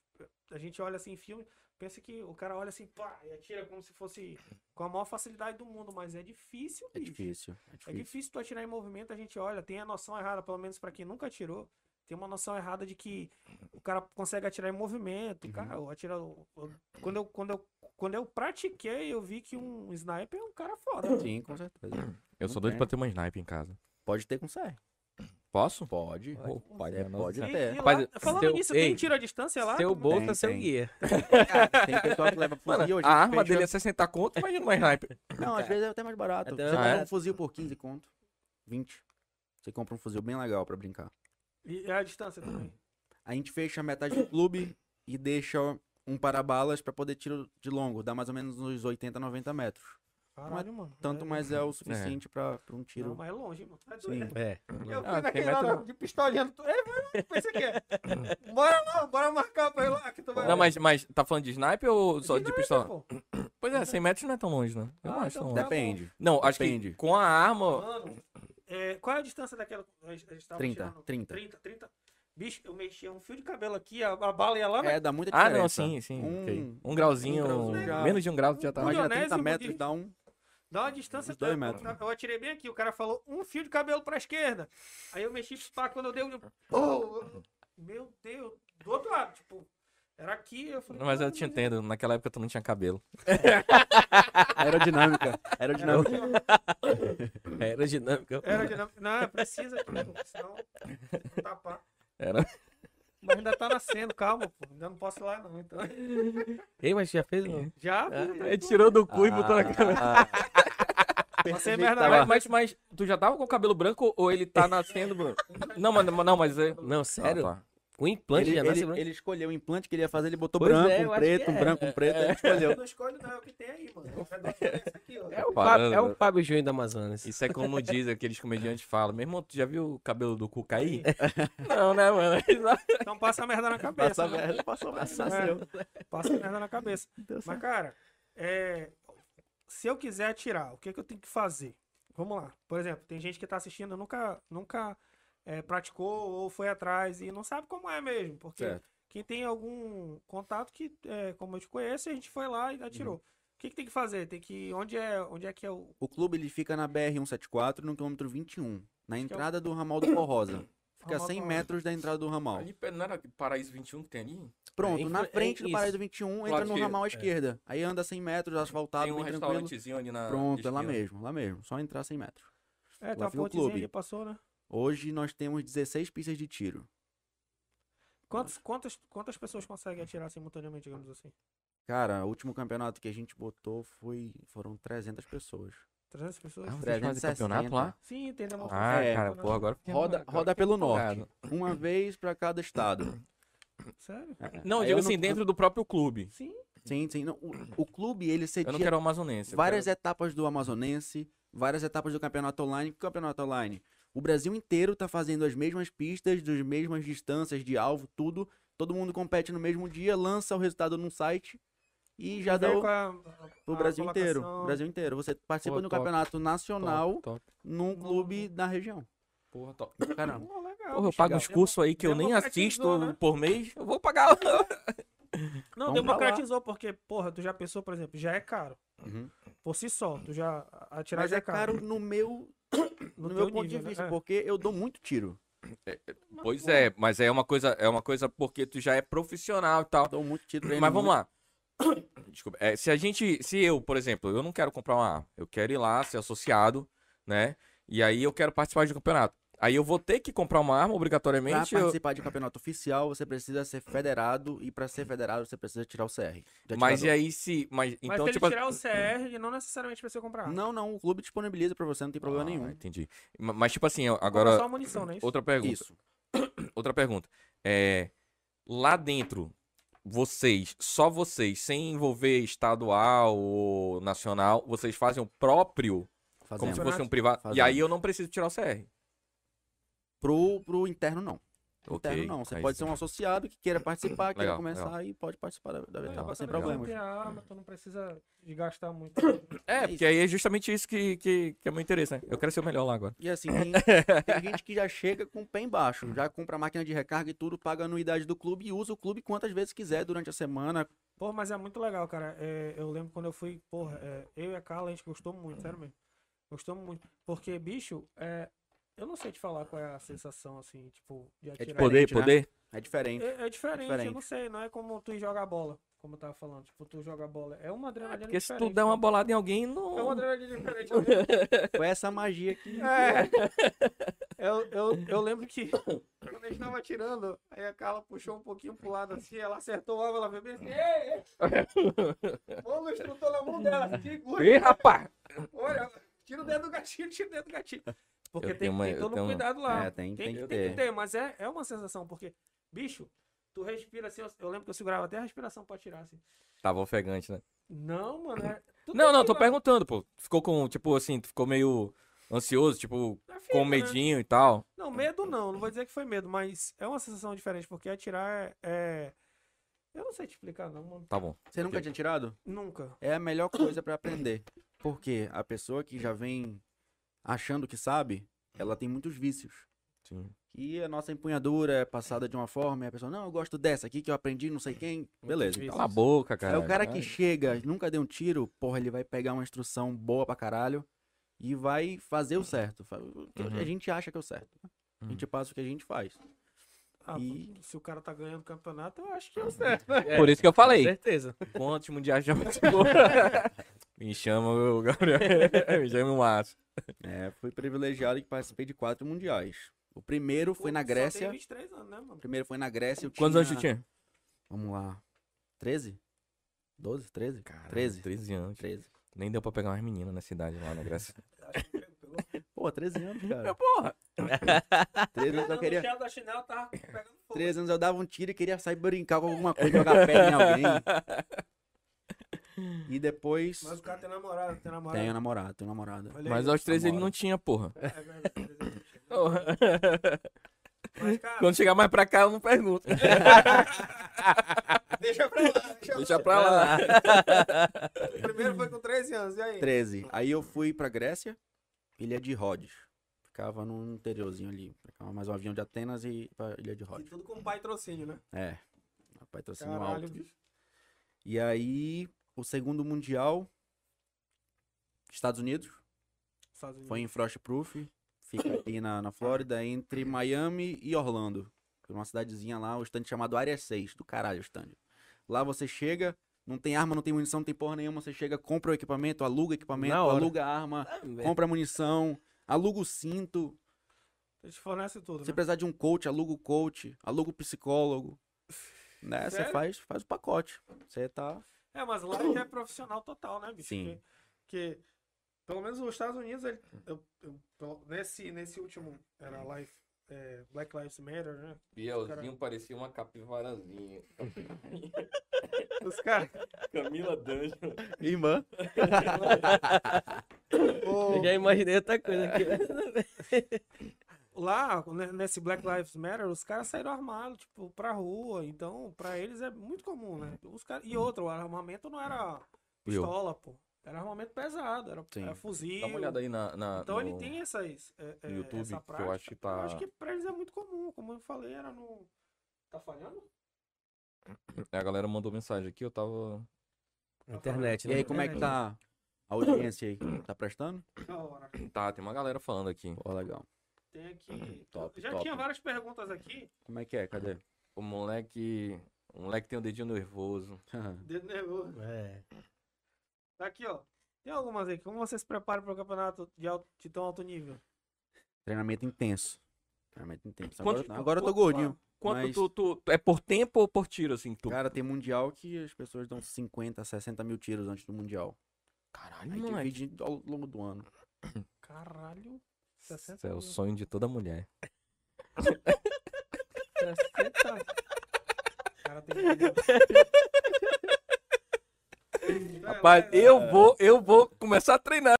B: A gente olha assim em filme, pensa que o cara olha assim, pá, e atira como se fosse com a maior facilidade do mundo, mas é difícil,
D: É
B: bicho.
D: difícil. É
B: É
D: difícil.
B: difícil tu atirar em movimento, a gente olha, tem a noção errada, pelo menos pra quem nunca atirou, tem uma noção errada de que o cara consegue atirar em
D: Uhum.
B: movimento. Cara, eu atira, eu- eu- quando, eu, quando, eu, quando eu pratiquei, eu vi que um sniper é um cara foda.
D: Sim, com certeza.
A: Eu sou doido pra ter uma sniper em casa.
D: Pode ter com CR.
A: Posso?
D: Pode.
A: Ô, pai,
D: Você
A: da
D: pode
A: nossa-
B: E-
D: ter.
B: e lá-
A: Rapaz,
B: falando
C: seu-
B: nisso,
C: ei,
B: tem tiro à distância lá?
C: Seu
B: Como-
C: bolso
D: Tem,
C: é seu
D: tem.
C: guia.
D: Tem pessoal que leva
A: Mano,
D: fuzil hoje.
A: a arma
D: fecha-
A: dele é 60 conto, imagina uma sniper.
D: Não, às vezes é até mais barato.
C: Até
D: Você
C: mais
D: compra um
A: barato.
D: fuzil por 15 conto. 20. Você compra um fuzil bem legal pra brincar.
B: E é a distância também.
D: A gente fecha a metade do clube e deixa um para-balas pra poder tiro de longo. Dá mais ou menos uns 80, 90 metros.
B: Caralho, mano.
D: Tanto
B: é,
D: mais é o suficiente pra, pra um
B: Não,
D: tiro.
B: mas é longe, mano. É doido.
D: Sim.
C: É.
B: Eu fui
A: Ah,
B: naquele
A: tem
B: lá
A: metro-
B: de pistolinha. Tu... É, mano, pensa que é. Bora lá, bora marcar pra ir lá que tu vai.
A: Não, mas, mas tá falando de sniper ou só de
B: Sniper,
A: pistola?
B: pô.
A: Pois é, 100 metros não é tão longe, né? Eu
B: Ah,
A: não acho
B: então
A: tão
B: tá.
A: longe.
D: Depende.
A: Não, acho
D: Depende.
A: que com a arma.
B: Mano, é, qual é a distância daquela. A gente a gente tava
D: 30,
B: tirando?
D: 30.
B: 30, 30. Bicho, eu mexia um fio de cabelo aqui, a, a bala ia lá na.
D: É, dá muita
A: Ah,
D: diferença.
A: não, sim, sim.
D: Um-
A: ok. Um
D: um
A: grauzinho.
D: grauzinho já-
A: Menos de um grau já tá.
B: Um
D: Imagina
B: milionésimo
D: 30
B: de-
D: metros, dá um.
B: Dá uma distância.
D: Uns dois
B: eu-
D: metros.
B: Eu, eu atirei bem aqui, o cara falou um fio de cabelo pra esquerda. Aí eu mexi, pá, quando eu dei. um, Eu, oh, meu Deus, do outro lado, tipo. Era aqui, eu falei.
A: Não, mas é eu
B: "Caralho,
A: te entendo, naquela época tu não tinha cabelo.
D: Aerodinâmica. Aerodinâmica.
C: Aerodinâmica.
B: Era de... Não, é, precisa, tipo, senão tapar.
A: Era.
B: Mas ainda tá nascendo, calma, pô. Ainda não posso ir lá, não. Então... [laughs]
C: Ei, mas já fez? um- Não?
B: Já,
A: Ele tirou do cu e botou na cara.
B: você é
A: Ah. Tá, Mas,
B: merda.
A: mas, mas tu já tava com o cabelo branco ou ele tá nascendo, mano? Não, mas não, mas. é-
C: Não, sério?
A: Ah, tá.
C: Com implante
E: é,
D: Ele,
C: já nasce branco?
D: ele, ele escolheu o implante que ele ia fazer, ele botou
C: Pois
D: branco,
C: é, eu
D: um
C: acho
D: preto,
C: que
D: um
C: é.
D: branco, um preto, ele escolheu.
B: Não escolhe, não, é o que tem aí, mano. O negócio É esse aqui, ó.
C: É o,
A: Parando,
C: Fábio, é
A: né?
C: o Fábio Júnior da Amazonas.
A: Isso é como diz aqueles comediantes falam. Meu irmão, tu já viu o cabelo do cu cair? [laughs] não, né, mano?
B: Então passa a merda na cabeça.
D: Passa
B: né?
D: merda, passou
B: É,
D: merda.
B: passa a merda na cabeça.
D: Deu
B: Mas,
D: certo.
B: cara, é, se eu quiser atirar, o que, que eu tenho que fazer? Vamos lá. Por exemplo, tem gente que tá assistindo, nunca, nunca é, praticou ou foi atrás e não sabe como é mesmo. Porque
D: Certo.
B: quem tem algum contato que, é, como eu te conheço, a gente foi lá e
D: Uhum.
B: atirou. O que, que tem que fazer? Tem que. Onde é, onde é que é o.
D: O clube ele fica na BR-174, no quilômetro 21, na
B: que é o-
D: entrada do ramal do Porrosa. Fica a
B: Ramal
D: 100
B: do-
D: metros da entrada do ramal.
A: não era Paraíso 21 que tem ali?
D: Pronto,
C: É,
D: na
C: infra-
D: frente
C: é
D: do
C: isso.
D: Paraíso 21,
A: lado
D: entra no
A: esquerdo,
D: ramal à
A: é.
D: esquerda. Aí anda 100 metros, asfaltado,
A: Tem um
D: Tá bem tranquilo.
A: restaurantezinho ali na.
D: Pronto, é lá
A: esquina.
D: mesmo, lá mesmo. Só entrar 100 metros.
B: É, tem
D: Lá
B: uma
D: fica o
B: pontezinha
D: clube.
B: ali, passou, né?
D: Hoje nós temos 16 pistas de tiro.
B: Quantos, quantas, quantas pessoas conseguem atirar simultaneamente, digamos assim?
D: Cara, o último campeonato que a gente botou foi foram 300 pessoas.
B: 300 pessoas?
A: Ah, vocês fazem campeonato lá?
B: Sim, tem demonstração.
A: Ah,
D: É,
A: cara,
B: né?
A: pô, agora. fiquei-
D: Roda,
A: agora
D: roda
A: fiquei
D: pelo
A: empolgado.
D: norte. Uma vez pra cada estado.
B: tipo, Sério?
A: Não, eu
D: Aí
A: digo
D: eu
A: assim,
D: não-
A: dentro do próprio clube.
B: Sim.
D: Sim, sim. não, o, o clube, ele
A: Eu não
D: cedia
A: quero o amazonense. eu
D: várias
A: quero-
D: etapas do Amazonense, várias etapas do campeonato online. Que Campeonato online. O Brasil inteiro tá fazendo as mesmas pistas, das mesmas distâncias de alvo, tudo. Todo mundo compete no mesmo dia, lança o resultado num site e já dá
B: Vê
D: o,
B: com é a-
D: pro
B: a
D: Brasil inteiro.
B: colocação.
D: Brasil inteiro. Você participa
A: Pô,
D: do
A: top.
D: campeonato nacional
A: Top, top.
B: Uhum.
D: num clube da região.
A: Porra,
C: [laughs]
A: top.
D: Caramba.
B: Pô, legal,
A: Porra, eu
B: bicho,
A: pago
B: legal.
A: uns cursos aí que eu nem
B: democratizou,
A: assisto
B: né?
A: por mês. Eu vou pagar.
B: Vamos pra
A: Não,
B: lá. democratizou, porque, porra, tu já pensou, por exemplo, já é caro.
D: Uhum.
B: Por si só, tu já. A tiragem
D: Mas é caro
B: no,
D: no meu, no
B: teu
D: meu
B: nível,
D: ponto de
B: né?
D: vista,
B: É.
D: porque eu dou muito tiro.
A: [laughs] Pois é, mas é uma coisa, é uma coisa porque tu já é profissional e tal. então
D: Dou muito tiro.
A: Mas vamos lá. [coughs] Desculpa. É, se a gente. Se eu, por exemplo, eu não quero comprar uma arma. Eu quero ir lá, ser associado, né? E aí eu quero participar de um campeonato. Aí eu vou ter que comprar uma arma
D: Pra
A: obrigatoriamente. eu-
D: Ah, participar de campeonato oficial, você precisa ser federado, e pra ser federado, você precisa tirar o CR. de
A: Mas e
D: atirador.
A: aí se. Mas,
B: Mas
A: então,
B: se ele
A: tipo.
B: tirar o CR, ele não necessariamente precisa comprar.
D: Não, não, o clube disponibiliza pra você, não tem problema
A: Ah,
D: nenhum.
A: Entendi. Ma- Mas, tipo assim,
B: Compra Só
A: agora.
B: a munição, né?
A: Outra pergunta.
D: Isso.
A: Outra pergunta. É, lá dentro, vocês, só vocês, sem envolver estadual ou nacional, vocês fazem o próprio, como
D: Fazemos.
A: se fosse um privado. E
D: Fazemos.
A: aí eu não preciso tirar o CR.
D: Pro, pro interno, não. Pro
A: Ok,
D: interno, não. Você
A: aí
D: pode ser
A: sim.
D: um associado que queira participar, queira
A: Legal,
D: começar
A: legal.
D: e pode participar da, da
A: Legal,
D: etapa sem
A: legal.
D: problemas.
B: Tu arma, tu não precisa de gastar muito.
A: É,
D: É
A: porque aí é justamente isso que, que, que é meu interesse, né? Eu quero ser o melhor lá agora.
D: E assim,
A: [laughs]
D: tem, tem gente que já chega com o pé embaixo, já compra a máquina de recarga e tudo, paga a anuidade do clube e usa o clube quantas vezes quiser durante a semana.
B: Pô, mas é muito legal, cara. É, eu lembro quando eu fui, porra, é, eu e a Carla, a gente gostou muito, sério mesmo. Gostou muito. Porque, bicho, é, eu não sei te falar qual é a sensação, assim, tipo, de atirar.
D: poder, Diferente, né?
A: poder.
D: É diferente.
B: É, é diferente, eu
D: diferente.
B: não sei, não é como tu jogar bola, como eu tava falando. Tipo, tu joga bola. É uma adrenalina
A: Porque se
B: diferente.
A: tu der uma
D: né?
B: cara.
A: bolada em alguém,
B: É uma
A: não.
B: adrenalina
A: [laughs]
B: diferente.
D: Foi essa magia que.
B: É. Eu, eu, eu lembro que quando a gente tava atirando, aí a Carla puxou um pouquinho pro lado assim, ela acertou o alvo, ela veio bem assim, ei, ei. Ô, Luiz, tu tô na mão dela, segura,
A: Ih, rapaz!
B: olha, tira o dedo do gatilho, tira o dedo do gatilho. Porque
A: Eu
B: tem,
A: tenho uma-
B: tem
A: eu
B: todo
A: tenho
B: um
A: uma-
B: cuidado lá.
D: É, tem- tem que ter.
B: mas é, é uma sensação, porque, bicho, tu respira assim, eu, eu lembro que eu segurava até a respiração pra tirar assim.
A: Tava ofegante, né?
B: Não, mano, é... tu
A: Não, não, tô
B: tranquila,
D: né?
A: perguntando, pô. Ficou com, tipo assim, tu ficou meio ansioso, tipo,
B: tá firme,
A: com
B: né?
A: medinho e tal.
B: Não, medo não, não vou dizer que foi medo, mas é uma sensação diferente, porque atirar é. é- Eu não sei te explicar, não, mano.
A: Tá bom.
D: Você nunca
A: Ok.
D: tinha tirado?
B: Nunca.
D: é a melhor coisa pra aprender. Porque a pessoa que já vem achando que sabe, ela tem muitos vícios.
A: Sim.
D: E a nossa empunhadura é passada de uma forma e a pessoa, não, eu gosto dessa aqui que eu aprendi, não sei quem. Beleza.
C: difícil.
A: Cala a boca, cara.
D: É o cara que chega, nunca deu um tiro, porra, ele vai pegar uma instrução boa pra caralho e vai fazer o certo. Fa- o que
A: Uhum.
D: A gente acha que é o certo. A gente passa o que a gente faz.
B: Ah,
D: E- Ah,
B: Se o cara tá ganhando o campeonato, eu acho que é o certo.
A: Por isso que eu
E: Com
A: falei.
E: certeza.
A: Quantos mundiais já [laughs] participou? Me chama o [laughs] Gabriel. Me chama o Márcio.
D: É, fui privilegiado que participei de quatro mundiais. O primeiro foi na
B: Pô, tu só tem
D: Grécia.
B: 23 anos, né,
D: [laughs]
B: mano?
D: O primeiro foi na Grécia. eu
A: Quantos anos tu tinha?
D: Vamos lá. 13? 12? 13?
A: Caralho,
D: 13?
A: 13 anos.
D: 13.
A: Nem deu pra pegar umas meninas na cidade lá né, na Grécia.
D: Pô,
B: [laughs]
D: 13 anos, cara.
A: É, Porra!
D: 13 anos
B: Queria...
D: eu queria.
B: Chelo da chinela tava pegando fogo.
D: 13 anos eu dava um tiro e queria sair brincar com alguma
B: [laughs]
D: coisa, jogar pedra em alguém. E depois.
B: Mas o cara tem namorado, tem namorado.
D: Tenho namorado, tenho namorada.
B: Olha
A: Mas
B: aí.
A: aos 13 ele
D: Namora.
A: não tinha, porra.
B: É verdade. Mas,
A: [laughs]
B: cara,
A: Quando chegar mais pra cá, eu não [laughs] pergunto.
B: deixa pra lá. Deixa...
A: Deixa pra lá. [laughs]
B: O primeiro foi com 13 anos, e aí?
D: 13. Aí eu fui pra Grécia, ilha de Rhodes. Ficava num interiorzinho ali. Ficava mais um avião de Atenas e pra ilha de
B: E
D: Rhodes.
B: tudo com patrocínio, né?
D: É. Rapaz, trouxe um
B: Caralho,
D: alto.
B: bicho.
D: E aí, o segundo mundial, Estados Unidos,
B: Estados Unidos.
D: foi em Frostproof, fica ali na, na Flórida, entre Miami e Orlando. Tem Uma cidadezinha lá, um stand chamado Área 6, do caralho o stand. Lá você chega, não tem arma, não tem munição, não tem porra nenhuma, você chega, compra o equipamento, aluga equipamento,
C: Na hora.
D: aluga a arma,
C: Ah,
E: É.
C: velho.
D: compra a munição, aluga o cinto.
B: Eles fornecem tudo,
D: Se
B: né?
D: precisar de um coach, aluga o coach, aluga o psicólogo. Né? Você
B: Sério?
D: faz, faz o pacote. Você tá
B: É, mas lá já é profissional total, né, bicho?
D: Sim.
B: Que, que, pelo menos os Estados Unidos, ele- eu- eu- pelo- nesse, nesse último, era Life, é, Black Lives Matter, né? Bielzinho
A: parecia uma capivarazinha. [laughs]
B: Os caras.
A: Camila Danjo.
D: Irmã.
B: o-
E: Eu já imaginei outra coisa aqui.
B: lá, né, nesse Black Lives Matter, os caras saíram armados, tipo, pra rua. Então, pra eles é muito comum, né? Os cara... E outro, o armamento não era pistola, pô. Era armamento pesado, era,
D: Sim.
B: era fuzil.
A: Dá uma olhada aí na. na-
B: Então ele
A: no-
B: tem essas, é, é,
A: no YouTube,
B: essa
A: que eu acho que
B: prática.
A: tá-
B: Eu acho que pra eles é muito comum, como eu falei, era no. Tá falhando?
A: A galera mandou mensagem aqui, eu tava.
C: Na internet,
D: E
C: né?
D: aí, como é que tá a audiência aí? Tá prestando?
B: Da hora.
A: Tá, tem uma galera falando aqui.
D: Ó, legal.
B: Tem aqui.
D: [clears throat] Top,
B: Já
D: top.
B: tinha várias perguntas aqui.
D: Como é que é? Cadê? [laughs]
A: O moleque. O moleque tem o dedinho nervoso.
B: Dedo nervoso.
C: É.
B: Tá aqui, ó. Tem algumas aí. Como você se prepara para o campeonato de, alto, de tão alto nível?
D: Treinamento intenso. Treinamento intenso.
A: Quanto-
D: Agora, agora eu tô
A: quanto-
D: gordinho.
A: Quanto
D: Mas-
A: tu, tu- É por tempo ou por tiro, assim? que Tu...
D: Cara, tem mundial que as pessoas dão 50, 60 mil tiros antes do mundial.
A: Caralho,
D: Aí divide ao longo do ano.
B: Caralho. 60
A: Isso é o
B: mil.
A: sonho de toda mulher.
B: 60.
D: [laughs]
B: O cara tem que-
A: Rapaz, eu vou, eu vou começar a treinar.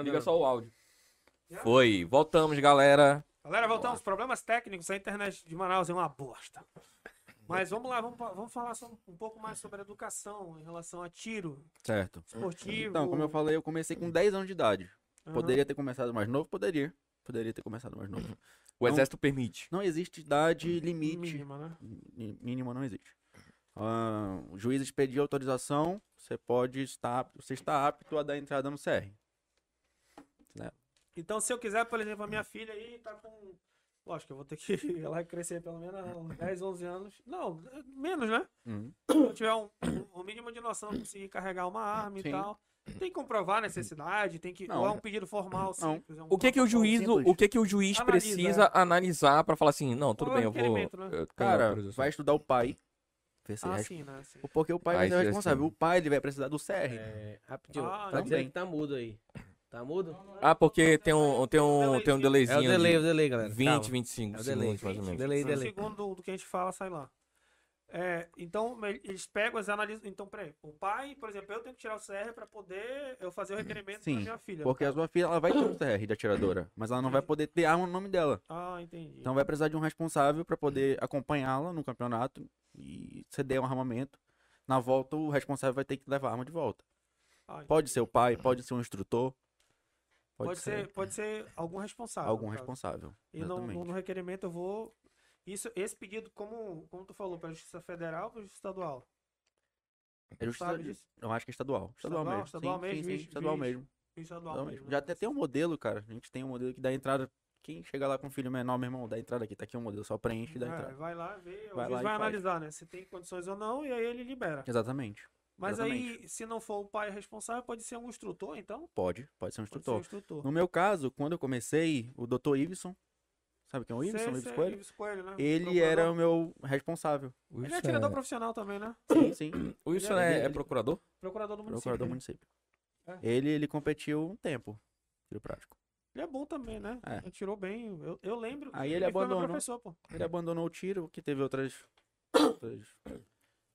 A: Liga só o áudio. Foi, voltamos, galera.
B: Galera, voltamos. Problemas técnicos. A internet de Manaus é uma bosta. Mas vamos lá, vamos, pa- vamos falar só um pouco mais sobre a educação em relação a tiro
D: Certo.
B: esportivo.
D: Então, como eu é falei, eu comecei com 10 anos de idade.
B: Aham.
D: Poderia ter começado mais novo? Poderia. Poderia ter começado mais novo.
A: O
D: Não.
A: exército permite.
D: Não existe idade limite.
B: Mínima, né?
D: Mi- Mínima não existe. Ah, o juiz expedir autorização, você pode estar apto, você está apto a dar entrada no CR.
B: Então, se eu quiser, por exemplo, a minha filha aí tá com. Lógico, eu vou ter que [laughs] ela crescer pelo menos a uns 10, 11 anos. Não, menos, né?
D: Uhum.
B: Se eu tiver um, [coughs] um mínimo de noção, conseguir carregar uma arma
D: Sim.
B: e tal. Tem que comprovar a necessidade, tem que.
D: Não.
B: Ou é um pedido formal,
D: Não.
B: simples. é um
A: O que que o
B: protocolo.
A: juiz,
D: simples.
A: o que que o juiz
B: Analisa,
A: precisa analisar pra falar assim, não, tudo
B: Qual é
A: bem,
B: o
A: eu vou.
B: requerimento, né?
A: eu tenho
D: Cara,
A: autorização.
D: vai estudar o pai. Ver se ele
B: Ah,
D: responde.
B: sim, né? Sim.
D: Porque o pai vai
A: Aí
D: ser o
A: você-
D: responsável. O pai ele vai precisar do CR.
C: É, rapidinho.
B: Ah,
C: tá
D: não
C: dizendo
D: tem.
C: que tá mudo aí. Tá mudo?
A: Ah, porque tem um, tem um, tem um
C: É o
A: delayzinho. de
C: delay, o delay, galera.
A: 20,
C: Calma.
A: 25
C: É o delay.
A: segundos, mais ou menos.
C: Delay,
B: Cinco
C: delay.
B: segundos do, do que a gente fala, sai lá. É, então, me- eles pegam, eles analisam. Então, peraí, o pai, por exemplo, eu tenho que tirar o CR pra poder eu
A: Uhum.
B: fazer o requerimento
D: Sim,
B: pra minha filha.
D: Porque a sua filha ela vai ter um CR de atiradora, mas ela não vai poder ter arma no nome dela.
B: Ah, entendi.
D: Então vai precisar de um responsável para poder acompanhá-la no campeonato e ceder um armamento. Na volta, o responsável vai ter que levar a arma de volta.
B: Ai.
D: Pode ser o pai, pode ser um instrutor. Pode,
B: Pode
D: ser,
B: ser, pode ser algum responsável.
D: algum
B: no caso.
D: responsável.
B: E no, no-
D: exatamente.
B: no requerimento eu vou. Isso, esse pedido, como, como tu falou, para a Justiça Federal ou para Justiça Estadual?
D: É
B: Tu
D: justiça-
B: sabe disso?
D: Eu acho que é estadual. Estadual,
B: Estadual,
D: mesmo.
B: estadual
D: sim,
B: mesmo,
D: Sim, sim,
B: juiz-
D: estadual
B: juiz. né?
D: mesmo.
B: Estadual
D: Estadual
B: mesmo.
D: mesmo. Já até tem um modelo, cara. A gente tem um modelo que dá entrada. Quem chegar lá com o filho menor, meu irmão, dá entrada aqui. Tá aqui um modelo, só preenche e dá
B: É,
D: entrada.
B: vai lá, vê, o juiz
D: Vai lá e
B: vai
D: faz.
B: analisar, né? Se tem condições ou não, e aí ele libera.
D: Exatamente.
B: Mas aí,
D: exatamente.
B: se não for o pai responsável, pode ser um instrutor, então?
D: Pode, pode ser um
B: Pode ser um
D: instrutor.
B: instrutor.
D: No meu caso, quando eu comecei, o Dr. Iveson, sabe quem é o
B: Sei,
D: Iveson? O
B: sei,
D: Ives Coelho?
B: Ives Coelho, né?
D: Ele
B: Procurador.
D: era um- o meu responsável.
B: Ele é atirador profissional também, né?
D: Sim, sim.
A: O Wilson
D: é-
A: é, é
D: ele-
A: procurador?
B: Procurador do município.
D: Procurador do município.
B: É.
D: Ele, ele competiu um tempo. Tiro prático.
B: Ele é bom também, né?
D: É.
B: Ele tirou bem. Eu, eu lembro.
D: Aí ele
B: foi meu
D: abandonou.
B: professor, pô.
D: Ele abandonou o tiro, que teve outras, outras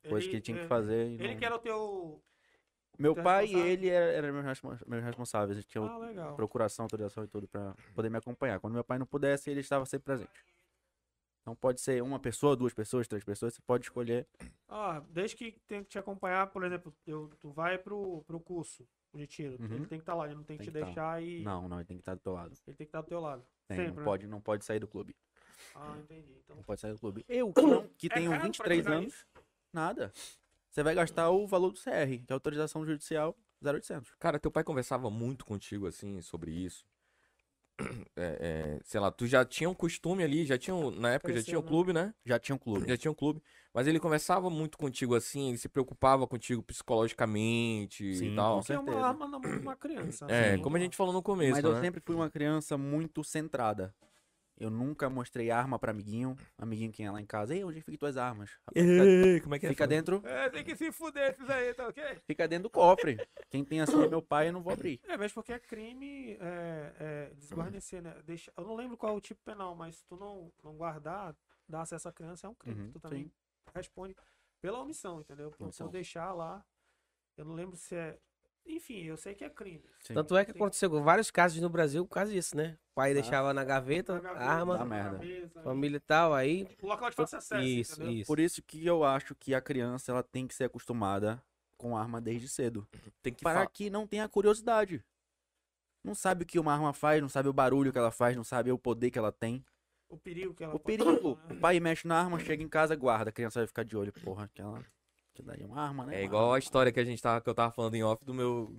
D: coisas que ele tinha
B: é,
D: que fazer. e
B: Ele
D: não-
B: que era o teu.
D: Meu
B: teu
D: pai e
B: responsável.
D: ele eram era meus, respons- meus responsáveis. Eles tinham
B: Ah, legal.
D: procuração, autorização e tudo pra poder me acompanhar. Quando meu pai não pudesse, ele estava sempre presente. Então pode ser uma pessoa, duas pessoas, três pessoas, você pode escolher.
B: Ah, desde que tem que te acompanhar, por exemplo, eu, tu vai pro, pro curso de tiro.
D: Uhum.
B: Ele tem que estar lá, ele não tem que
D: Tem
B: te
D: que tá.
B: deixar e.
D: Não, não, ele tem que estar do teu lado.
B: Ele tem que estar do teu lado.
D: Tem,
B: Sempre.
D: não,
B: né?
D: pode, não pode sair do clube.
B: Ah, entendi. Então,
D: Não pode sair do
B: [clears throat]
D: clube. Eu, que, não, que
B: É
D: tenho
B: caro pra
D: 23
B: tirar
D: anos, nada. Você vai gastar o valor do CR, que é autorização judicial 0800.
A: Cara, teu pai conversava muito contigo, assim, sobre isso. [clears throat] É, é, sei lá, tu já tinha um costume ali, já tinha, um- na época já
B: Cresceu,
A: tinha o
B: né?
A: clube, né?
D: Já tinha um clube.
A: Já tinha um clube. Mas ele conversava muito contigo, assim, ele se preocupava contigo psicologicamente e
D: Sim,
A: tal.
D: com
B: que é uma
D: certeza.
B: arma na mão de uma criança.
A: É,
B: né?
A: como a gente falou no começo,
D: Mas
A: né?
D: eu sempre fui uma criança muito centrada. Eu nunca mostrei arma pra amiguinho. Amiguinho quem é lá em casa. Ei, onde fica tuas armas? Rapaz, fica-
A: Ei, como é que é?
D: Fica dentro,
B: É, tem que se fuder esses aí, tá ok?
D: fica dentro do cofre. Quem tem assim é meu pai, eu não vou abrir.
B: É, mesmo porque é crime é, é, desguarnecer, né? Deixa, eu não lembro qual é o tipo penal, mas se tu não, não guardar, dar acesso à criança é um crime.
D: Uhum,
B: tu também responde pela omissão, entendeu? Por,
D: Omissão.
B: por deixar lá. Eu não lembro se é. Enfim, eu sei que é crime.
D: Sim.
C: Tanto é que
B: Tem-
C: aconteceu com vários casos no Brasil por causa disso, né? O pai deixava na gaveta,
B: Na gaveta,
C: arma,
B: na
D: Dá merda.
B: mesa,
C: família e tal, aí.
B: O local de fácil acesso,
C: isso,
B: entendeu?
C: isso.
D: Por isso que eu acho que a criança ela tem que ser acostumada com arma desde cedo.
A: Tem que
D: para
A: falar.
D: que não tenha curiosidade. Não sabe o que uma arma faz, não sabe o barulho que ela faz, não sabe o poder que ela tem.
B: O perigo que ela
D: O
B: pode
D: perigo.
B: causar, né?
D: O pai mexe na arma, chega em casa, guarda. A criança vai ficar de olho. Porra, aquela. Que daí é uma arma, né?
A: É
D: Uma
A: igual
D: arma.
A: a história que a gente tava, que eu tava falando em off do meu.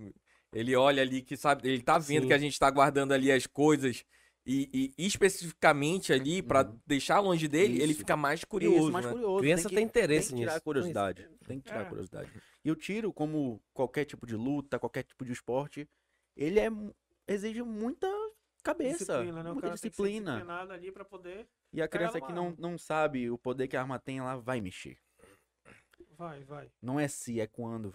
A: Ele olha ali que sabe, ele tá vendo
C: Sim.
A: que a gente tá guardando ali as coisas e, e especificamente ali pra
D: Uhum.
A: deixar longe dele, ele
D: Isso.
A: fica mais
D: Isso,
A: curioso,
D: mais
A: né?
D: curioso.
C: Criança
D: que-
C: tem interesse
D: tem que tirar
C: nisso.
D: a curiosidade. Tem que tirar
B: É.
D: a curiosidade. E o tiro, como qualquer tipo de luta, qualquer tipo de esporte, ele é mu- exige muita cabeça,
B: Disciplina, né? O
D: muita
B: cara tem que ser
D: disciplina.
B: disciplinado ali pra poder.
D: E
B: Pegar
D: a criança
B: uma
D: que não,
B: arma.
D: não sabe o poder que a arma tem, ela vai mexer.
B: Vai, vai.
D: Não é se, é quando.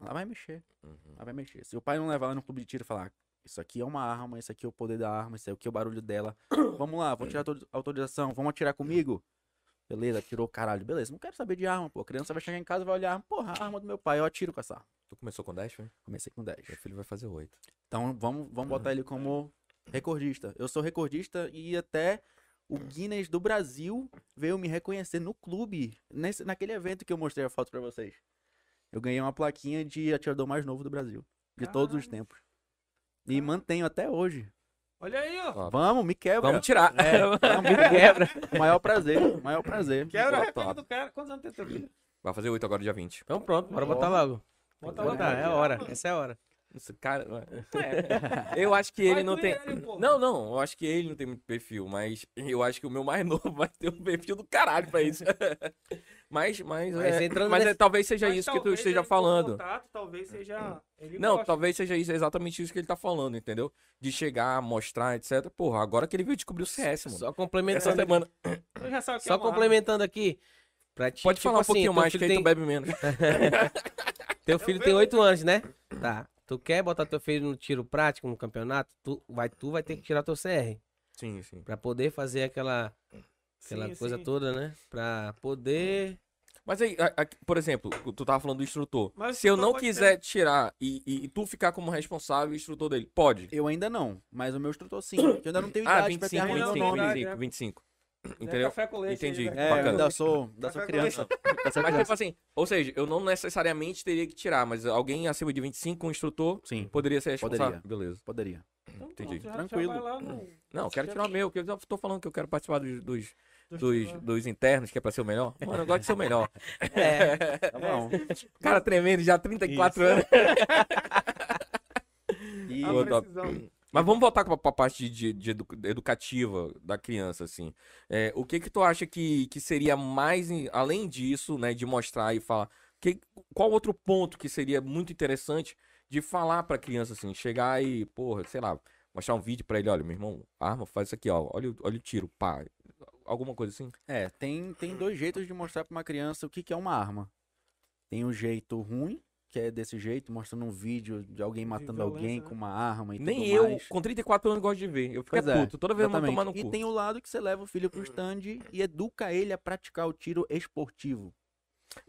D: Ela vai mexer.
A: Uhum.
D: Ela vai mexer. Se o pai não levar ela no clube de tiro e falar, isso aqui é uma arma, isso aqui é o poder da arma, isso aqui é o barulho dela. Vamos lá, vou tirar a autor- autorização, vamos atirar comigo. Beleza, tirou caralho. Beleza, não quero saber de arma, pô. A criança vai chegar em casa e vai olhar, porra, a arma do meu pai, eu atiro com essa arma.
A: Tu começou com 10, foi?
D: Comecei com 10.
A: Meu filho vai fazer 8.
D: Então vamos, vamos botar ele como recordista. Eu sou recordista e até o Guinness do Brasil veio me reconhecer no clube, nesse, naquele evento que eu mostrei a foto pra vocês. Eu ganhei uma plaquinha de atirador mais novo do Brasil, de todos os
B: Caralho.
D: tempos. E mantenho até hoje.
B: Olha aí, ó.
D: Vamos, me quebra.
A: Vamos tirar.
D: É, vamos, me quebra. Maior prazer, maior prazer.
B: Quebra o
A: Boa
B: recorde
A: tarde.
B: do cara. Quantos anos tem teu filho?
A: [laughs] Vai fazer 8 agora, dia 20.
C: Então pronto, bora botar logo.
B: Bota
C: Bora
B: lá,
C: botar, é a
B: cara.
C: hora, essa é a hora.
A: Esse cara. É. Eu acho que ele
B: Vai
A: não
B: com
A: tem.
B: ele, porra.
A: Não, não, eu acho que ele não tem muito perfil, mas eu acho que o meu mais [laughs] novo vai ter um perfil do caralho pra isso. [laughs] mas, mas,
C: Mas
A: é,
C: entrando
A: mas é,
C: nesse-
A: talvez seja
B: Mas
A: isso que tu
B: talvez
A: esteja
B: ele por
A: falando.
B: Contato, talvez seja. Ele
A: Não,
B: gosta.
A: talvez seja isso, exatamente isso que ele tá falando, entendeu? De chegar, mostrar, etc. Porra, agora que ele veio descobrir o CS, mano.
C: Só Tipo
A: Essa
C: complementando,
A: semana.
B: Tu já sabe o que é
C: só
B: uma arma.
C: complementando aqui. Pra ti,
A: Pode
C: tipo
A: falar um
C: assim,
A: pouquinho
C: teu
A: mais, que
C: filho
A: aí
C: tem-
A: tu bebe
C: [laughs]
A: menos.
C: Teu filho tem oito anos, né? Tá. Tu quer botar teu filho no tiro prático, no campeonato, tu vai, tu vai ter que tirar teu CR.
A: Sim, sim.
C: Pra poder fazer aquela, aquela
B: Sim,
C: coisa
B: sim.
C: toda, né? Pra poder.
A: Mas aí, a- a- por exemplo, tu tava falando do instrutor.
B: Mas o
A: Se eu
B: instrutor
A: não
B: pode
A: quiser tirar e, e- e tu ficar como responsável e instrutor dele, pode.
D: Eu ainda não, mas o meu instrutor sim. porque Eu ainda não tenho idade
A: Ah,
D: pra ter
A: 25,
D: arma no meu
A: 25,
B: né?
D: nome.
A: 25, 25. Entendeu?
B: Café com leite
A: Entendi.
B: aí, né?
D: É,
A: Bacana.
D: eu ainda sou, ainda
B: Café
D: sou
B: com
D: criança. Tá Ainda sou
A: Mas
B: é.
D: criança.
A: tipo assim, ou seja, eu não necessariamente teria que tirar, mas alguém acima de 25, um instrutor,
D: Sim,
A: poderia ser
D: Poderia.
A: responsável. Beleza,
D: poderia.
B: Então,
A: entendi.
B: pronto, já- já
D: Tranquilo.
B: vai lá no-
A: Não, eu quero tirar o meu, porque eu já tô falando que eu quero participar dos, dos,
B: Dos-
A: dos, dos internos, que é pra ser o melhor. Mano, eu gosto de ser o
D: [laughs]
A: melhor.
C: é,
D: Tá bom.
A: Cara tremendo, já 34 anos.
D: E
B: Ah,
A: Eu adoro.
B: precisão.
A: Mas vamos voltar pra, pra parte de, de edu- educativa da criança, assim. É, o que que tu acha que, que seria mais, em- além disso, né, de mostrar e falar, que, qual outro ponto que seria muito interessante de falar pra criança, assim, chegar e, porra, sei lá, mostrar um vídeo pra ele, olha, meu irmão, arma, faz isso aqui, ó, olha, o- olha o tiro, pá, alguma coisa assim?
D: É, tem, tem
B: Uhum.
D: dois jeitos de mostrar pra uma criança o que, que é uma arma. Tem um jeito ruim, que é desse jeito, mostrando um vídeo de alguém matando
B: violência,
D: alguém
B: né?
D: com uma arma e
A: Nem
D: tudo
A: eu,
D: mais.
A: com 34 anos, gosto de ver. Eu fico é
D: Pois é,
A: puto, toda vez eu vou
D: Exatamente.
A: tomar no
D: e
A: cu.
D: tem o lado que você leva o filho
B: Uhum.
D: pro stand e educa ele a praticar o tiro esportivo.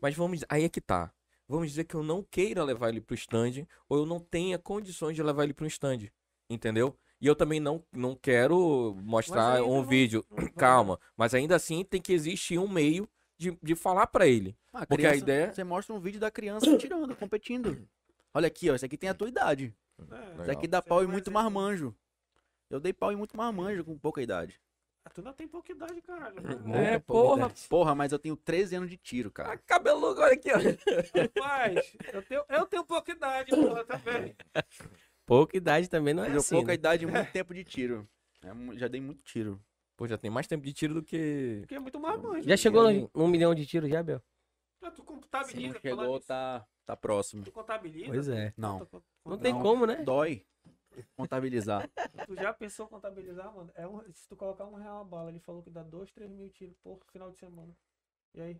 A: Mas vamos, aí é que tá. Vamos dizer que eu não queira levar ele pro stand ou eu não tenha condições de levar ele pro stand, entendeu? E eu também não, não quero mostrar
B: aí
A: um
B: não-
A: vídeo, [clears throat]
B: não vai-
A: calma, mas ainda assim tem que existir um meio de, de falar pra ele.
D: Ah,
A: Porque a
D: criança-
B: é
A: ideia-
D: Você mostra um vídeo da criança tirando, competindo. Olha aqui, ó, isso aqui tem a tua idade.
B: É.
D: Isso
A: Legal.
D: aqui dá
B: Você
D: pau
B: dá
D: e
B: um
D: muito
B: exemplo.
D: marmanjo. Eu dei pau e muito marmanjo com pouca idade.
B: Ah, Tu não tem pouca idade, caralho.
A: É,
D: Muita pouca
A: porra.
D: idade. Porra, mas eu tenho 13 anos de tiro,
A: Ah,
D: cara.
A: cabeludo, olha aqui, ó.
B: Rapaz, eu tenho, eu tenho pouca idade, porra, também.
E: Pouca idade também não é
D: Deu
E: assim.
D: pouca
E: né?
D: idade e
E: [laughs]
D: muito tempo de tiro. É, mu- já dei muito tiro.
A: Pô, já tem mais tempo de tiro do que.
B: Porque é muito marmanjo.
E: Já chegou no-
C: um
E: num milhão de tiros já, Bel?
B: Ah, Tu
D: Se não
B: contabiliza, falando
D: chegou,
B: nisso,
D: tá, tá próximo.
B: tu contabiliza.
E: Pois é.
D: Não,
B: Tu,
E: Não tem
D: Não.
E: como, né?
D: dói contabilizar.
B: tu já pensou contabilizar, mano? É um- se tu colocar um real a bala, ele falou que dá dois, três mil tiros por final de semana. E aí?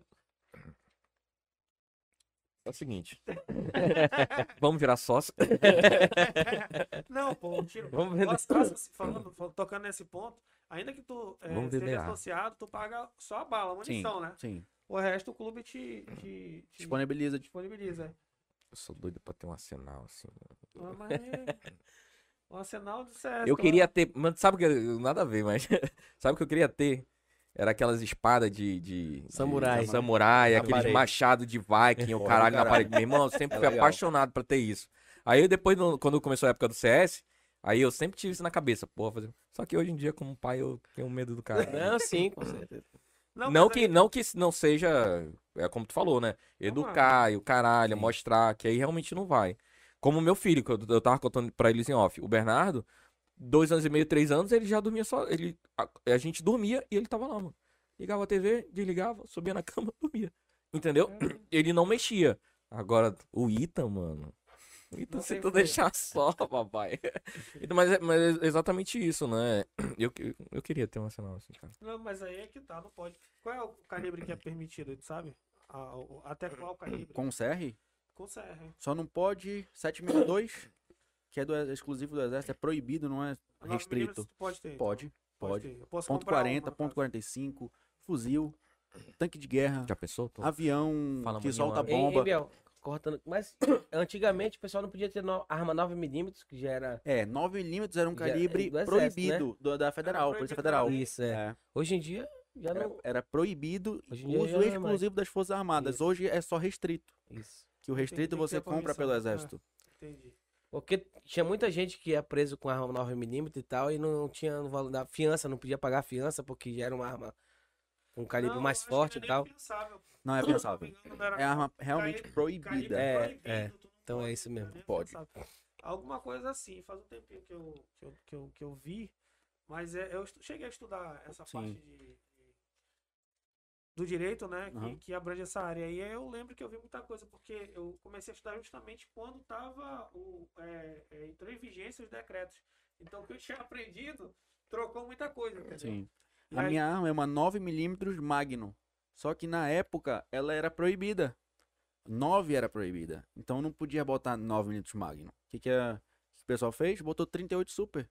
A: É o seguinte. Vamos virar sócio.
B: Não, pô, um tiro.
E: Vamos vender.
B: Nós, nós, assim, falando, fal- tocando nesse ponto, ainda que tu é,
A: Vamos vender
B: seja
A: a-
B: associado, tu paga só a bala, a
D: Sim,
B: munição, né?
D: sim.
B: O resto o clube te, te, te
D: Disponibiliza. de-
B: disponibiliza.
A: Eu sou doido pra ter um arsenal, assim.
B: Ah, mas é- O arsenal do CS.
A: Eu
B: claro.
A: queria ter. Mas sabe o que. Nada a ver, mas. [laughs] Sabe o que eu queria ter? Era aquelas espadas de. de
E: Samurai.
A: de samurai,
D: Na
A: aqueles
D: parede.
A: machados de Viking, o
D: Foda do
A: caralho na
D: caralho.
A: parede. Meu irmão, eu sempre
D: [laughs] É
A: fui
D: legal.
A: apaixonado pra ter isso. Aí depois, no- quando começou a época do CS, aí eu sempre tive isso na cabeça. Porra, fazer... Só que hoje em dia, como pai, eu tenho medo do
D: [laughs]
A: cara.
E: Não, sim, com certeza.
A: Não,
B: mas
A: que,
B: aí-
A: não que não seja. É como tu falou, né?
B: Vamos lá.
A: Educar e o caralho,
D: Sim.
A: mostrar, que aí realmente não vai. Como meu filho, que eu, eu tava contando pra eles em off, o Bernardo, dois anos e meio, três anos, ele já dormia só. Ele, a, a gente dormia e ele tava lá, mano. Ligava a TV, desligava, subia na [laughs] cama, dormia. Entendeu? Ele não mexia. Agora, o Ita, mano. o Ita,
B: Não
A: se
B: tem
A: tu
B: freio.
A: deixar só, [laughs] papai. Então, Mas, é- mas é exatamente isso, né? Eu, que- eu queria ter um arsenal assim, cara.
B: Não, mas aí é que tá, não pode. Qual é o calibre que é permitido, tu sabe? A- o- Até qual calibre?
D: Com o CR,
B: Conserve.
D: só não pode 762, que é do, é exclusivo do exército, é proibido, não é restrito.
B: Pode ter. então.
D: Pode, pode.
B: ter. Eu posso
D: Ponto
B: comprar uma,
D: 40,
B: no
D: ponto
B: caso.
D: 45, fuzil, tanque de
B: Ah.
D: guerra,
A: Já pensou? Tô-
D: avião
A: Fala
D: que
A: amanhã,
D: solta
A: abre.
E: Ei, ei,
D: bomba.
E: Bel, cortando.
D: [coughs]
E: Mas antigamente o pessoal não podia ter no- arma 9mm, que já era.
D: É, 9mm era um
E: Já- é
D: calibre
E: do exército, né?
D: proibido do- da Federal,
B: Era
D: Polícia
B: proibido né?
D: Federal.
E: Isso, é.
D: É,
E: Hoje em dia, já
D: era,
E: não.
D: era proibido
E: Então, Hoje em
D: o
E: dia já
D: uso
E: não é mais.
D: exclusivo das Forças Armadas.
E: Isso.
D: Hoje é só restrito.
E: Isso.
D: Que o
B: Tem-
D: restrito
B: tem que ter
D: você
B: a
D: compra
B: permissão,
D: pelo
B: é.
D: exército.
B: Entendi.
E: Porque tinha muita gente que é preso com arma 9mm e tal, e não tinha no valor da fiança, não podia pagar a fiança, porque já era uma arma com calibre
B: Não,
E: mais
B: acho que
E: forte e
B: não é
E: tal.
B: nem pensável.
D: Não é
B: [laughs] Se
E: Ah.
B: eu não me
D: pensável.
B: engano, não era
D: É arma
B: Calibre-
D: realmente proibida.
B: calibre
E: É,
B: proibido,
E: é.
B: tu não
E: Então é
B: pode,
E: isso
B: não
E: mesmo.
B: nem
D: Pode.
B: pensável. Alguma coisa assim, faz um tempinho que eu, que eu, que eu, que eu vi, mas é, eu estu- cheguei a estudar essa
D: Sim.
B: parte de, de- do direito, né, que,
D: Aham.
B: que abrange essa área. E aí eu lembro que eu vi muita coisa, porque eu comecei a estudar justamente quando tava o, é, é, entrou em vigência os decretos. Então o que eu tinha [laughs] aprendido trocou muita coisa, entendeu?
D: Sim.
B: E
D: É. A
B: aí-
D: minha arma é uma 9mm Magnum. Só que na época ela era proibida. 9 era proibida. Então não podia botar 9mm Magnum. O que, que, a- que o pessoal fez? Botou 38 Super.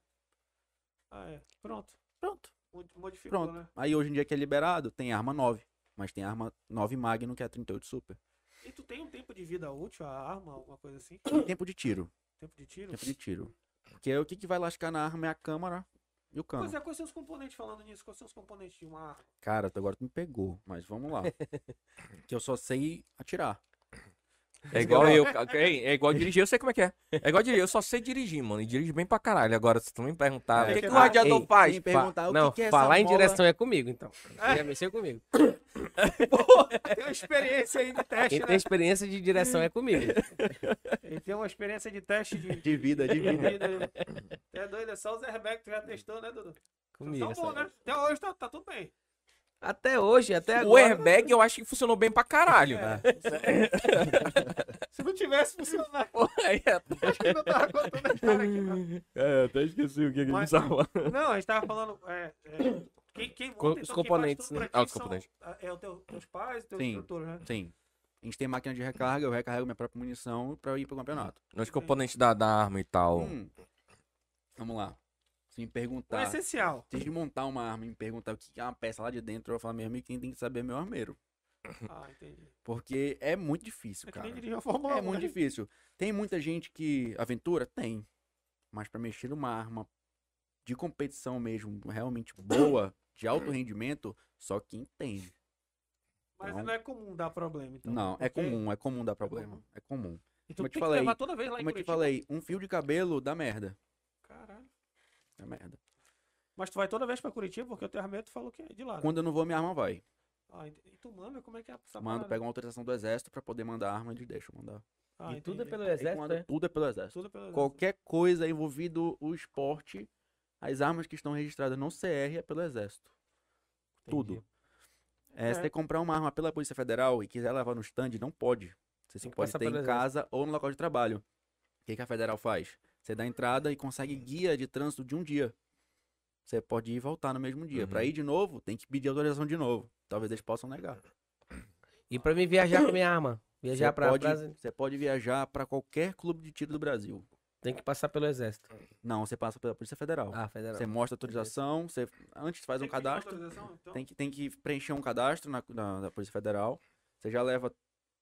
B: Ah, é. Pronto.
D: Pronto,
B: Mod- Modificou,
D: pronto.
B: né?
D: Aí hoje em dia que é liberado, tem arma 9. Mas tem arma 9 Magnum que é a
E: [coughs]
D: 38 Super.
B: E tu tem um tempo de vida útil, a arma, alguma coisa assim?
D: Tempo de tiro.
B: Tempo de tiro?
D: Tempo de tiro. Porque aí o que, que vai lascar na arma é a câmara e E o cano.
B: Pois é, quais são os componentes falando nisso? Quais são os componentes de um uma arma?
D: Cara, tu agora tu me pegou, mas vamos lá. que eu só sei atirar.
A: É igual eu. ca- hein, É igual dirigir, eu sei como é que é. É igual dirigir, eu só sei dirigir, mano. E dirijo bem pra caralho. Agora, se tu me perguntar. Ah,
B: É,
A: o que
B: que
A: que o
D: tá.
B: vai-
A: radiador
E: Ei,
A: faz?
D: quem perguntar
A: Pá,
D: o
A: não,
D: que, que é essa
E: Falar em
D: bola- [laughs]
E: direção é comigo, então. Já mexeu comigo.
B: Tem uma experiência aí de teste,
E: Quem
B: né?
E: tem experiência de direção é comigo.
B: [laughs] Ele tem uma experiência de teste de, de
D: De vida, de vida.
B: vida. né? É doido, é só o Zé Rebeck que tu já testou, né, Dudu?
E: Comigo.
B: tá
D: é
B: bom,
E: sabe?
B: né? Até hoje tá, tá tudo bem.
E: Até hoje, até
A: o
E: né, agora.
A: airbag eu acho que funcionou bem pra caralho.
B: Se não tivesse funcionado,
A: Pô, aí é-
B: acho que não tava contando a história aqui, não.
A: É, até esqueci o que, que
B: Mas-
A: tava falando.
B: Não, a gente tava falando. É, é, quem, quem
E: Com-
B: monta,
E: os
B: então,
E: componentes,
B: quem faz tudo pra
E: né?
B: ti
A: Ah, os
B: são-
A: componentes.
B: É o teu, teus pais, teus
D: Sim.
B: instrutores, né?
D: Sim. A gente tem máquina de recarga, eu recarrego minha própria munição pra ir pro campeonato.
A: Os componentes da, da arma e tal.
D: Hum. Vamos lá. Se me
B: O
D: perguntar. [laughs]
B: essencial.
D: Se de montar uma arma e me perguntar o que é uma peça lá de dentro, eu vou falar mesmo e quem tem que saber é meu armeiro.
B: Ah, entendi.
D: Porque é muito
B: É
D: difícil,
B: que
D: cara.
B: nem dirigir a Fórmula né? 1.
D: É muito difícil. Tem muita gente que aventura? Tem. Mas pra mexer numa arma de competição mesmo, realmente boa, de [coughs] alto rendimento, só quem tem.
B: Mas
D: Não.
B: não é comum dar problema, então.
D: Não, é
B: Porque-
D: comum, é comum dar problema. É comum.
B: E tu
D: Como
B: tem
D: eu te
B: que
D: falei,
B: levar toda vez lá em
D: Como eu te
B: Curitiba.
D: falei, um fio de cabelo dá merda.
B: Caralho.
D: Dá merda.
B: Mas tu vai toda vez pra Curitiba porque o teu armeiro tu falou que é de lá. né?
D: Quando eu não vou, minha arma vai.
B: Ah, entendi. e tu manda, como é que é essa
D: Mando,
B: parada?
D: pego uma autorização do exército pra poder mandar a arma, eles deixam mandar.
B: Ah,
E: E tudo é
B: entendi.
E: pelo
D: Aí
E: exército,
D: quando-
E: né?
D: Tudo é pelo exército.
B: Tudo pelo
D: Qualquer coisa envolvido o esporte, as armas que estão registradas no CR é pelo Exército. Tudo. É, Se
B: É.
D: você comprar uma arma pela Polícia Federal e quiser levar no stand, não pode. Você só
E: que
D: pode
E: passar
D: ter
E: pelo
D: em
E: Exército.
D: casa ou no local de trabalho. O que, que a Federal faz? Você dá entrada e consegue guia de trânsito de um dia. Você pode ir e voltar no mesmo dia.
A: Uhum.
D: Pra ir de novo, tem que pedir autorização de novo. Talvez eles possam negar.
E: E pra mim viajar com minha arma. Viajar
D: Você
E: pra
D: pode,
E: Brasa-
D: você pode viajar pra qualquer clube de tiro do Brasil.
E: Tem que passar pelo exército.
D: Não, você passa pela Polícia Federal.
E: Ah, federal.
D: Você mostra a autorização, você antes faz um cadastro,
B: então?
E: Então
D: tem que, tem que preencher um cadastro na, na- na Polícia Federal. Você já leva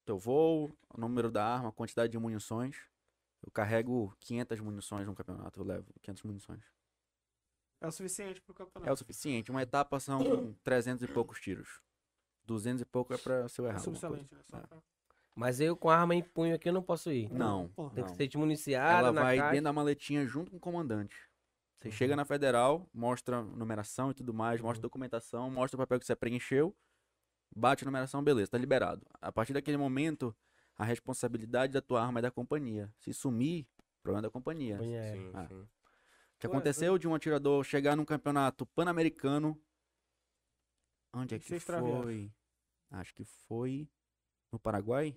D: teu voo, o número da arma, a quantidade de munições. Eu carrego 500 munições no campeonato, eu levo 500 munições.
B: É o suficiente pro
D: É o
B: campeonato.
D: suficiente, uma etapa são 300 e poucos tiros. 200 e pouco é pra se eu errar. alguma coisa.
B: suficiente, né? Só
D: É.
B: pra-
E: Mas eu com arma em punho aqui eu não posso ir.
D: Não,
B: Pô,
E: Tem que
D: não.
E: ser de municiada,
D: Ela
E: na
D: vai
E: caixa. Uhum.
D: dentro da maletinha junto com o comandante. Você chega na federal, mostra numeração e tudo mais, mostra documentação, mostra o papel que você preencheu, bate a numeração, beleza, tá liberado. A partir daquele momento, a responsabilidade da tua arma é da companhia. Se sumir, problema da companhia. O
E: Punho é.
A: Sim,
D: Ah.
A: sim.
D: que aconteceu de um atirador chegar num campeonato pan-americano? Onde é
B: E ser
D: que
B: extraviado.
D: foi? Acho que foi no Paraguai?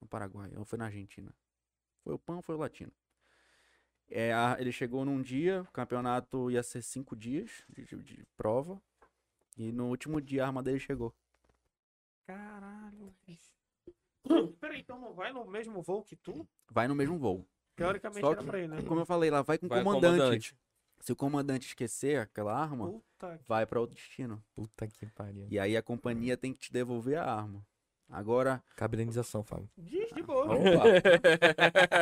D: No Paraguai, ou foi na Argentina? Foi o Pan ou foi o Latino? É, a- ele chegou num dia, o campeonato ia ser cinco dias de, de- de prova. E no último dia a arma dele chegou.
B: Caralho, bicho. [coughs] Peraí, então não vai no mesmo voo que tu?
D: Vai no mesmo voo.
B: Teoricamente
D: Só
B: era
D: que-
B: pra ir, né?
D: Como eu falei, lá Uhum. vai com o
A: Vai,
D: comandante. Se o comandante esquecer aquela arma,
B: Puta que...
D: vai pra outro destino.
A: Puta que pariu.
D: E aí a companhia tem que te devolver a arma.
B: [laughs]
D: Agora,
A: Cabelenização, Fábio.
B: Diz de boa.
D: opa,
A: [laughs]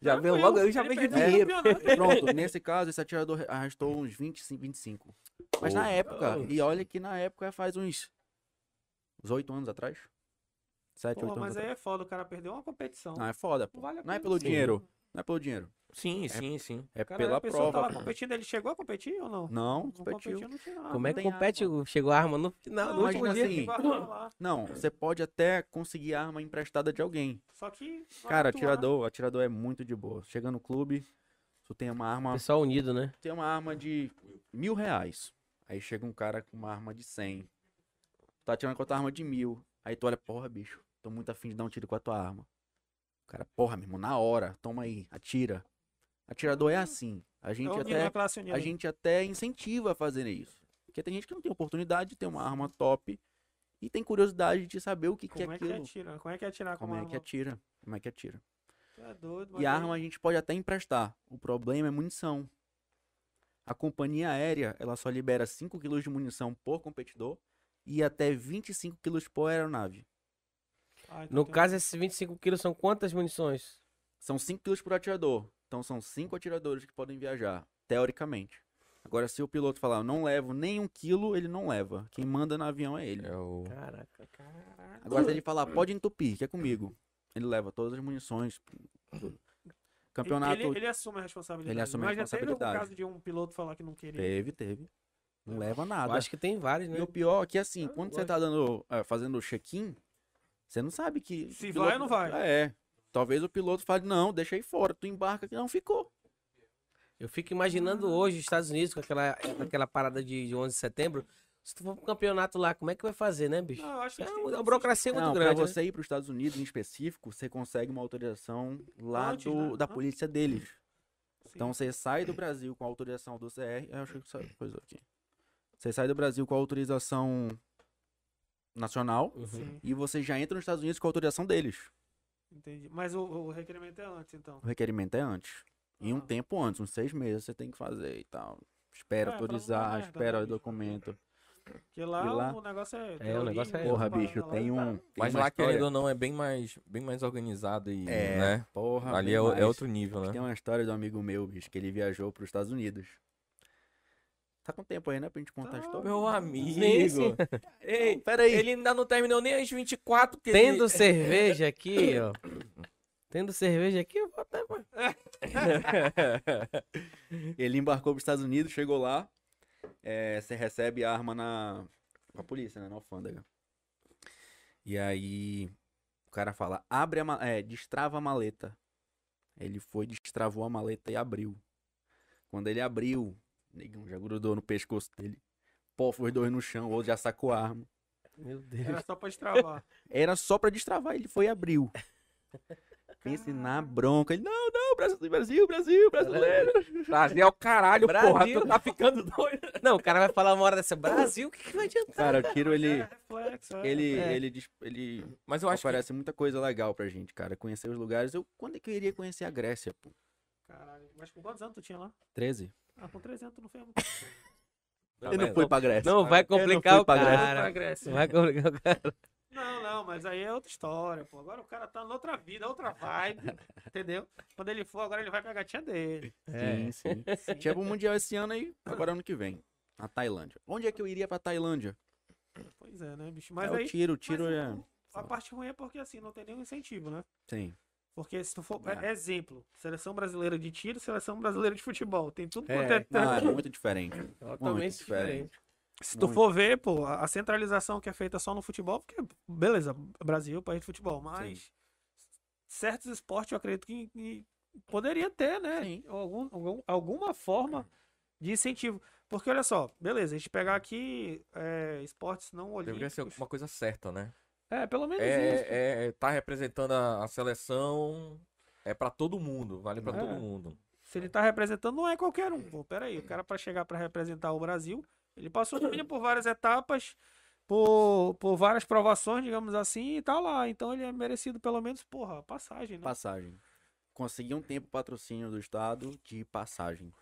A: Já veio
B: Tranquilo,
A: logo, eu já
B: ele
A: vejo
B: perdeu o
A: dinheiro.
D: [laughs]
B: campeonato.
D: pronto, nesse caso esse atirador arrastou uns 25, 25. Mas na
A: Oh.
D: época, e olha que na época é faz uns uns 8 anos atrás. 7,
B: Porra,
D: 8 anos
B: mas aí
D: atrás.
B: é foda, o cara perdeu uma competição.
D: então, Não, é foda,
B: Não
D: pô.
B: vale a
D: Não é
B: pena.
D: pelo
B: Sim.
D: dinheiro, não é pelo dinheiro.
A: Sim, sim, sim.
D: É
B: Cara,
D: pela
B: a pessoa
D: prova.
B: tava competindo, ele chegou a competir ou não?
D: Não,
B: Não
D: competiu.
B: não tinha nada.
E: Como é
D: Ah, não
E: que
D: tem
E: compete? Chegou a arma no final,
B: Não,
E: no último
D: imagina
E: dia.
D: assim,
B: Guardou lá.
D: Não, você pode até conseguir a arma emprestada de alguém.
B: Só que... na hora
D: Cara,
B: que tu
D: atirador, atirador é muito de boa. Chega no clube, tu tem uma arma
E: Pessoal unido, né?
D: tem uma arma de mil reais. Aí chega um cara com uma arma de cem. Tá atirando com a tua arma de mil. Aí tu olha, porra, bicho, tô muito afim de dar um tiro com a tua arma. O cara, porra, meu irmão, na hora, toma aí, atira. Atirador é assim. A
B: acha-
D: gente
B: é unido,
D: até
B: é classe unida.
D: a gente até incentiva a fazer isso. Porque tem gente que não tem oportunidade de ter uma arma top e tem curiosidade de saber o que, que é
B: Como é que
D: aquilo.
B: atira? Como é que atirar com
D: Como
B: uma
D: é que
B: arma?
D: atira? Como é que atira?
B: Tu é doido, mas
D: E a
B: aí-
D: arma a gente pode até emprestar. O problema é munição. A companhia aérea, ela só libera 5 kg de munição por competidor e até 25 kg por aeronave.
B: Ah, então
E: No
B: tem-
E: caso, esses 25 quilos são quantas munições?
D: São 5 kg por atirador. Então são 5 atiradores que podem viajar, teoricamente. Agora, se o piloto falar, não levo nem um quilo, ele não leva. Quem manda no avião é ele.
A: É
B: um
A: o...
E: Caraca, cara.
D: Agora, se ele falar, pode entupir, que é comigo. Ele leva todas as munições. tudo. Campeonato.
B: Ele, ele assume a responsabilidade.
D: Ele assume a
B: Mas já teve
D: responsabilidade.
B: o caso de um piloto falar que não queria.
D: Teve, teve. Não leva
E: Eu
D: nada.
E: acho que tem vários, né?
D: E o pior é que
B: Ah,
D: assim, quando você
E: lógico.
D: tá dando, ah, fazendo o check-in, você não sabe que.
B: Se
D: o
B: vai ou não vai.
D: Ah, É. Talvez o piloto fale, não, deixa aí fora, tu embarca que não ficou.
E: Eu fico
D: Ah.
E: imaginando hoje os Estados Unidos com aquela, com aquela parada de de 11 de setembro. Se tu for pro campeonato lá, como é que vai fazer, né, bicho?
B: Não, eu acho que
E: É
B: tem-
E: uma burocracia muito
D: Não, pra
E: grande. né?
D: você ir para os Estados Unidos em específico, você consegue uma autorização lá
B: Antes,
D: do-
B: né?
D: da
B: Antes.
D: polícia deles.
B: Sim.
D: Então você sai do Brasil com a autorização do CR. Eu acho que saiu coisa aqui. Você sai do Brasil com a autorização nacional
E: Uhum.
B: Sim,
D: e você já entra nos Estados Unidos com a autorização deles.
B: entendi. Mas o, o requerimento é antes, então.
D: O requerimento é antes. E um
B: Ah.
D: tempo antes, uns seis meses você tem que fazer e tal. Espera
B: É, pra não dar
D: autorizar,
B: merda,
D: espera
B: né,
D: o
B: bicho?
D: documento.
B: Porque lá,
D: E lá-
B: o negócio é.
E: É, o negócio é-
D: Porra, bicho, tem um. tem
A: Mas
D: uma
A: lá,
D: história-
A: querendo ou não, é bem mais, bem mais organizado e,
D: É,
A: né?
D: Porra,
A: Ali
D: bem
A: é, o- é
D: mais.
A: outro nível, né?
D: Tem uma história de um amigo meu, bicho, que ele viajou para os Estados Unidos. Tá com tempo aí, né, pra gente contar a
B: Tá.
D: história?
A: Meu
E: Sim,
A: amigo!
E: sim.
A: Ei,
D: Pera aí.
A: ele ainda não terminou nem as 24 que [laughs]
E: Tendo cerveja aqui, ó. Tendo cerveja aqui, eu vou até.
D: Ele embarcou para os Estados Unidos, chegou lá, é, você recebe a arma na, na polícia, né, na alfândega. E aí o cara fala, abre a ma- é, destrava a maleta. Ele foi, destravou a maleta e abriu. Quando ele abriu, o negão já grudou no pescoço dele. Pô, foi dois no chão, o outro já sacou a arma.
E: Meu Deus.
B: Era só
D: [laughs]
B: pra destravar.
D: Era só pra destravar, ele foi e abriu. Pense na bronca. Ele, não, não, Brasil, Brasil, Brasil, brasileiro.
A: Brasil é o caralho,
E: Brasil.
A: porra. Tu tá ficando doido.
E: Não, o cara vai falar uma hora dessa. Brasil, o que, que vai adiantar?
D: Cara, o tiro ele.
B: É, reflexo, é.
D: Ele,
E: É.
D: ele, dis- ele
A: Mas eu acho que
D: oferece muita coisa legal pra gente, cara. Conhecer os lugares. Eu, quando é que eu iria conhecer a Grécia, pô?
B: Caralho. Mas com quantos anos tu tinha lá?
D: 13.
B: Ah, com 300 não fez muito.
A: é
D: Ele não foi pra Grécia.
E: Não vai
D: Eu não fui
E: complicar o
D: pra
E: cara.
D: Grécia.
E: Não vai complicar o cara.
B: Não, não, mas aí é outra história, pô. Agora o cara tá noutra vida, outra vibe, entendeu? Quando ele for, agora ele vai pegar a tia
D: [laughs]
B: dele.
D: Sim, sim. Tinha pro Mundial esse ano aí, agora ano que vem. A Tailândia. Onde é que eu iria pra Tailândia?
B: Pois é, né, bicho? Mas
D: é
B: aí, um
D: o tiro, o tiro
B: mas
D: é.
B: o- a parte ruim é porque, assim, não tem nenhum incentivo, né?
D: Sim.
B: Porque se tu for...
D: É.
B: é- Exemplo, seleção brasileira de tiro, seleção brasileira de futebol. Tem tudo quanto
E: É.
B: é...
D: Não, é muito diferente.
E: Totalmente
D: diferente.
E: diferente.
B: Se tu
D: Muito.
B: for ver, pô, a a centralização que é feita só no futebol, porque, beleza, Brasil, país de futebol, mas certos esportes eu acredito que, que poderia ter, né?
D: Sim.
B: Algum, algum- alguma forma
A: É.
B: de incentivo. Porque, olha só, beleza, a gente pegar aqui é, esportes não
A: Deveria ser
B: olímpicos.
A: alguma coisa certa, né?
B: É, pelo menos isso.
A: É, é- tá representando a, a seleção. É pra todo mundo, vale pra
B: É.
A: todo mundo.
B: Se ele tá representando, não é qualquer um. Pô, peraí, o cara pra chegar pra representar o Brasil, ele passou no mínimo por várias etapas, por, por várias provações, digamos assim, e tá lá. Então ele é merecido pelo menos, porra, a passagem, né?
D: Passagem. Consegui um tempo patrocínio do Estado de passagem.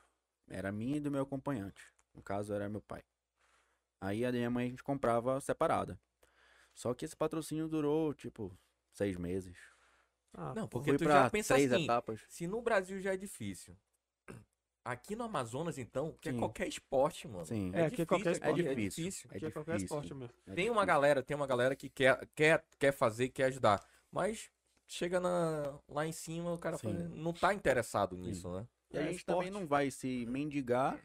D: Era minha e do meu acompanhante. No caso, era meu pai. Aí a minha mãe a gente comprava separada. Só que esse patrocínio durou, tipo, seis meses.
B: Ah,
A: Não,
D: Fui
A: porque tu
D: pra
A: já pensa
D: três
A: assim,
D: etapas.
A: se no Brasil já é difícil, aqui no Amazonas, então, que
D: Sim.
A: é qualquer esporte, mano.
D: Sim.
B: É, aqui qualquer
D: É
B: esporte.
A: aqui
D: difícil. É
B: Aqui é qualquer
D: difícil.
B: esporte mesmo.
D: É
A: Tem uma
D: difícil.
A: galera, tem uma galera que quer, quer, quer fazer, quer ajudar. Mas chega na, lá em cima, o cara
D: Sim.
A: fala, não tá interessado nisso, né?
D: E a
B: É
D: gente
B: esporte.
D: também não vai se mendigar.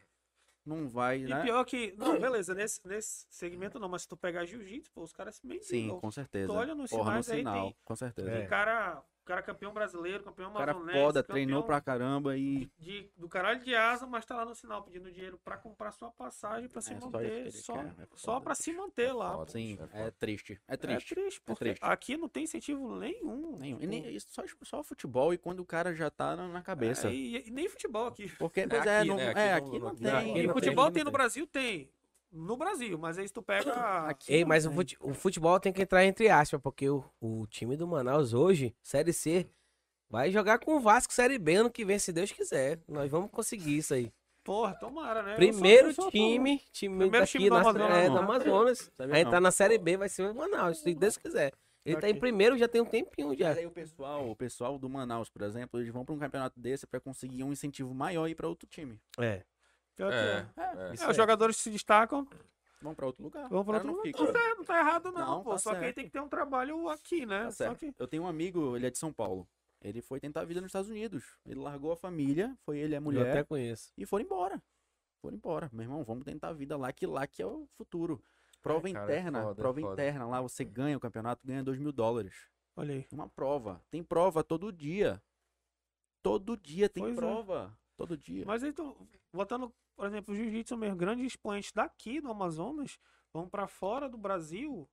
D: Não vai,
B: E
D: né?
B: pior que. Não, beleza, nesse, nesse segmento não, mas se tu pegar jiu-jitsu, pô, os caras se mendigam.
D: Sim, com certeza.
B: olha nos
D: Porra, no
B: sinais aí,
D: sinal,
B: tem- É.
D: com certeza.
B: Tem cara, cara campeão brasileiro, campeão
D: O cara é
B: amazonense,
D: foda, treinou
B: campeão
D: pra caramba e
B: de- do caralho de asa, mas tá lá no sinal pedindo dinheiro pra comprar sua passagem pra se
D: É, só isso que
B: manter.
D: ele
B: Só,
D: quer, [laughs] é
B: só
D: foda,
B: pra se manter lá.
A: foda.
B: pô.
D: Sim,
A: Poxa,
D: é triste. É triste.
B: É triste, porque
D: triste.
B: aqui não tem incentivo nenhum.
D: Nenhum. E
B: tipo,
D: nem- isso só, só futebol e quando o cara já tá na, na cabeça.
B: é, e, e nem futebol aqui.
D: Porque, pois é,
A: aqui,
D: não,
A: né? Aqui
D: é,
A: não-
D: aqui não,
A: não-
D: tem.
A: aqui
B: E
E: não
B: futebol
E: tem,
B: tem no
E: não tem.
B: Brasil? Tem. No Brasil, mas aí se tu
D: [coughs]
B: pega.
E: Ei, mas o, fute- o futebol tem que entrar entre aspas, porque o, o time do Manaus hoje, Série C, vai jogar com o Vasco Série B ano que vem, se Deus quiser. Nós vamos conseguir isso aí.
B: Porra, tomara, né? Eu sou-
E: Primeiro
B: eu sou a favor.
E: time, time
B: Primeiro
E: daqui
B: time do
E: na-
B: Amazonas,
E: é,
B: não.
E: do Amazonas. Vai
D: não.
E: entrar na Série B, vai ser o Manaus, se Deus quiser. Ele tá em
B: Ok.
E: primeiro já tem um tempinho já.
D: Mas aí o pessoal, o pessoal do Manaus, por exemplo, eles vão pra um campeonato desse pra conseguir um incentivo maior e ir pra outro time.
E: É.
B: Pior que
A: É,
B: é.
A: é.
B: É,
D: Isso
B: os
D: aí.
B: jogadores se destacam,
D: Vão pra outro lugar.
B: vão pra
D: O
B: outro
D: cara não
B: lugar.
D: fica.
B: Não, tá- não tá errado, não,
D: Não,
B: pô.
D: tá
B: só que aí
D: certo.
B: tem que ter um trabalho aqui, né?
D: Tá
B: só
D: certo.
B: que.
D: Eu tenho um amigo, ele é de São Paulo. Ele foi tentar a vida nos Estados Unidos. Ele largou a família, foi ele e a
E: Eu até
D: mulher,
E: conheço.
D: e foram embora. Foram embora. Meu irmão, vamos tentar a vida lá, que lá que é o futuro. Prova
A: Ai, cara, é
D: interna,
A: foda, é
D: prova
A: foda.
D: interna lá, você ganha o campeonato, ganha dois mil dólares.
B: Olha aí.
D: Uma prova. Tem prova todo dia. Todo dia tem
B: Pois é.
D: prova. Todo dia.
B: Mas então, botando, por exemplo, o jiu-jitsu mesmo, grandes expoentes daqui do Amazonas vão pra fora do Brasil,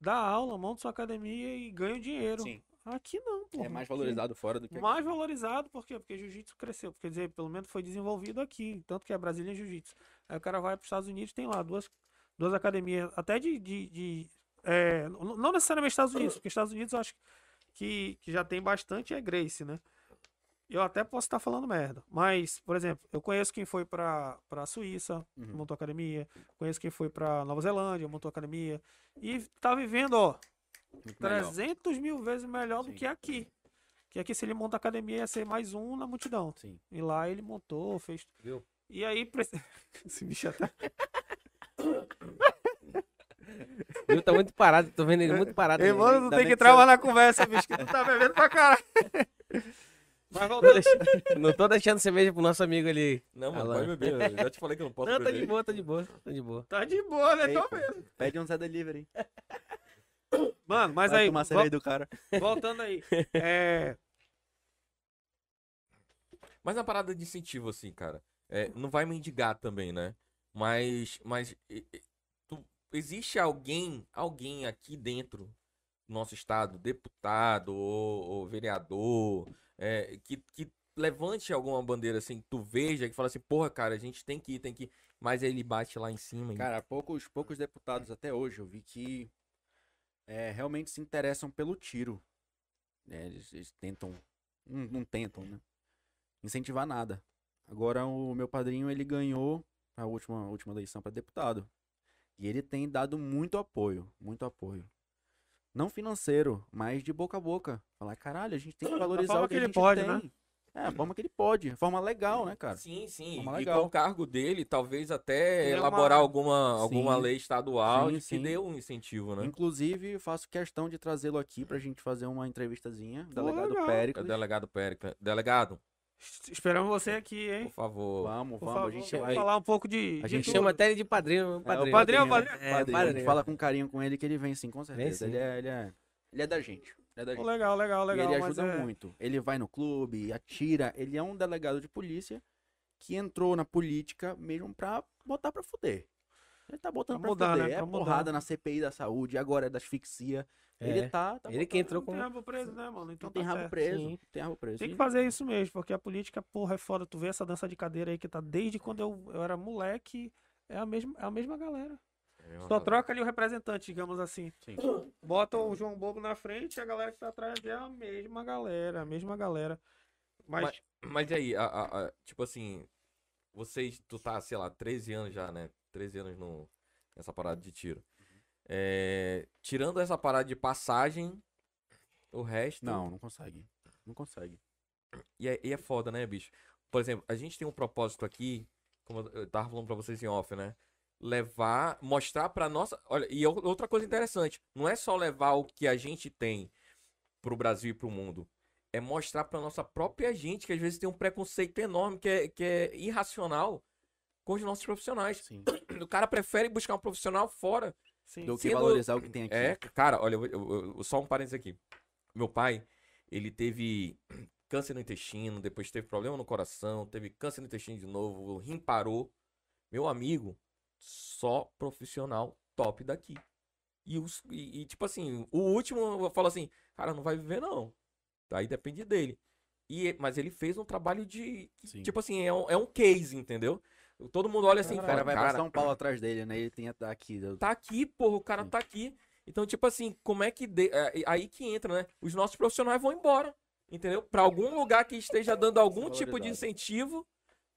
B: dá aula, montam sua academia e ganham dinheiro.
D: Sim.
B: Aqui não, pô.
D: É mais valorizado fora do que aqui.
B: Mais valorizado, por quê? Porque jiu-jitsu cresceu. Quer dizer, pelo menos foi desenvolvido aqui. Tanto que é Brasília Jiu-Jitsu. Aí o cara vai para os Estados Unidos, tem lá duas, duas academias, até de. de, de, é, n- não necessariamente Estados Unidos, porque Estados Unidos eu acho que, que já tem bastante, é Grace, né? Eu até posso estar falando merda. Mas, por exemplo, eu conheço quem foi para a Suíça,
D: Uhum.
B: montou academia. Conheço quem foi para Nova Zelândia, montou academia. E tá vivendo, ó,
D: Muito melhor.
B: 300 mil vezes melhor do
D: Sim.
B: que aqui. Que aqui, se ele monta a academia, ia ser mais um na multidão.
D: Sim.
B: E lá ele montou, fez.
C: Viu?
B: E aí. [laughs] pre- Esse bicho até.
E: Ele tá muito parado, tô vendo ele muito parado.
B: Ei,
E: né?
B: mano, não
D: ainda
B: tem
D: bem
B: que
D: que
B: entrar
D: você-
B: mais na conversa, bicho, que tu tá bebendo pra caralho. Mas
E: Tô
B: voltando.
E: deixando- [laughs] Não tô deixando cerveja pro nosso amigo ali.
A: Não, mano,
E: Alan.
A: pode beber. Eu já te falei que eu não posso
E: Não, tá de
A: beber.
E: boa, tá de boa, tá de boa.
B: Tá de boa, né?
D: Ei,
B: Tô
D: pô,
B: vendo.
D: Pede um Zé Delivery.
B: Mano, mas
D: Vai
B: aí.
D: tomar a
B: vo-
D: cerveja do cara.
B: Voltando aí. É.
A: Mas na parada de incentivo, assim, cara. é, não vai mendigar também, né? Mas. Mas. e- e- tu- existe alguém, alguém aqui dentro do nosso estado, deputado ou, ou vereador, é, que, que levante alguma bandeira assim, que tu veja que fala assim, porra, cara, a gente tem que ir, tem que ir. Mas aí ele bate lá em cima. e-
D: Cara, poucos, poucos deputados até hoje eu vi que é, realmente se interessam pelo tiro. né? eles, eles tentam. Não, não tentam, né? Incentivar nada. Agora o meu padrinho ele ganhou a última, última eleição para deputado. E ele tem dado muito apoio, muito apoio. Não financeiro, mas de boca a boca. Falar, caralho, a gente tem que valorizar
B: forma
D: o
B: que
D: que, a
B: ele
D: gente
B: pode,
D: tem.
B: né?
D: É, a forma que ele pode. Forma legal, né, cara?
A: Sim, sim.
D: Forma
A: E
D: legal.
A: com o cargo dele, talvez até
B: Ele é uma-
A: elaborar alguma,
D: Sim.
A: alguma lei estadual
D: Sim,
A: de que
D: sim.
A: dê um incentivo, né?
D: Inclusive, faço questão de trazê-lo aqui pra gente fazer uma entrevistazinha.
B: Pô,
D: Delegado
B: legal.
A: É o
D: Péricles.
A: delegado Périca. Delegado,
B: es- Esperamos você aqui,
A: por
B: hein?
A: favor.
D: Vamos,
B: Por
D: vamos.
B: favor,
D: a gente
B: vamos
D: vai.
B: falar um pouco de.
D: a
B: de
E: A
D: gente
E: gente
B: tudo.
E: chama até ele de padrinho, meu
D: É,
E: padrinho.
D: o
B: padrinho, né?
D: padrinho,
E: É,
D: padrinho. A gente
E: padrinho.
D: fala com carinho com ele que ele vem sim, com
E: sim.
D: certeza. ele, é, ele, é, ele é da gente. Ele é da
B: Pô,
D: gente.
B: Legal, legal,
D: E
B: legal.
D: ele
B: mas
D: ajuda
B: é-
D: muito. Ele vai no clube, atira. Ele é um delegado de polícia que entrou na política mesmo pra botar pra fuder. Ele tá botando
B: Pra
D: pra,
B: mudar,
D: fuder.
B: né?
D: É
B: Pra mudar.
D: porrada na CPI da saúde, agora é da asfixia.
E: É.
D: Ele tá. tá
E: Ele que
D: botando-
E: entrou
B: Não
E: com.
B: tem rabo preso, né, mano? Então
D: Não tem
B: tá
D: rabo
B: certo.
D: preso.
E: Sim.
D: Não tem rabo preso.
B: Tem que
D: E-
B: fazer isso mesmo, porque a política, porra, é foda. Tu vê essa dança de cadeira aí que tá desde quando eu, eu era moleque, é a mesma, é a mesma galera. Só troca ali o representante, digamos assim.
D: Sim.
B: Bota o João Bobo na frente e a galera que tá atrás é a mesma galera, a mesma galera. Mas,
A: Mas- Mas e aí, a- a- a- tipo assim, vocês, tu tá, sei lá, 13 anos já, né? 13 anos no, nessa parada de tiro. É, tirando essa parada de passagem, o resto.
D: Não, não consegue. Não consegue.
A: E é, e é foda, né, bicho? Por exemplo, a gente tem um propósito aqui, como eu tava falando pra vocês em off, né? Levar, mostrar pra nossa. Olha, e ou- outra coisa interessante, não é só levar o que a gente tem pro Brasil e pro mundo. É mostrar pra nossa própria gente, que às vezes tem um preconceito enorme, que é, que é irracional com os nossos profissionais.
D: Sim.
A: O cara prefere buscar um profissional fora
B: sim,
D: Do que
A: Sendo-
D: valorizar o que tem aqui.
A: é, cara, olha, eu, eu- eu- só um parênteses aqui. Meu pai, ele teve [clears throat] câncer no intestino, depois teve problema no coração, teve câncer no intestino de novo, o rim parou. Meu amigo, só profissional top daqui. E, os- e- e, tipo assim, o último eu falo assim, cara, não vai viver não. Aí depende dele. E, mas ele fez um trabalho de.
D: Sim.
A: Tipo assim, é um, é um case, entendeu? Todo mundo
B: É
A: olha assim,
D: o cara
A: fala,
D: vai um
A: cara,
D: pra São Paulo atrás dele, né? Ele tem a- aqui. eu-
A: tá aqui, porra, o cara
D: Sim.
A: tá aqui. Então, tipo assim, como é que. de- é, Aí que entra, né? Os nossos profissionais vão embora. Entendeu? Pra algum lugar que esteja dando algum tipo de
D: Valorizado.
A: incentivo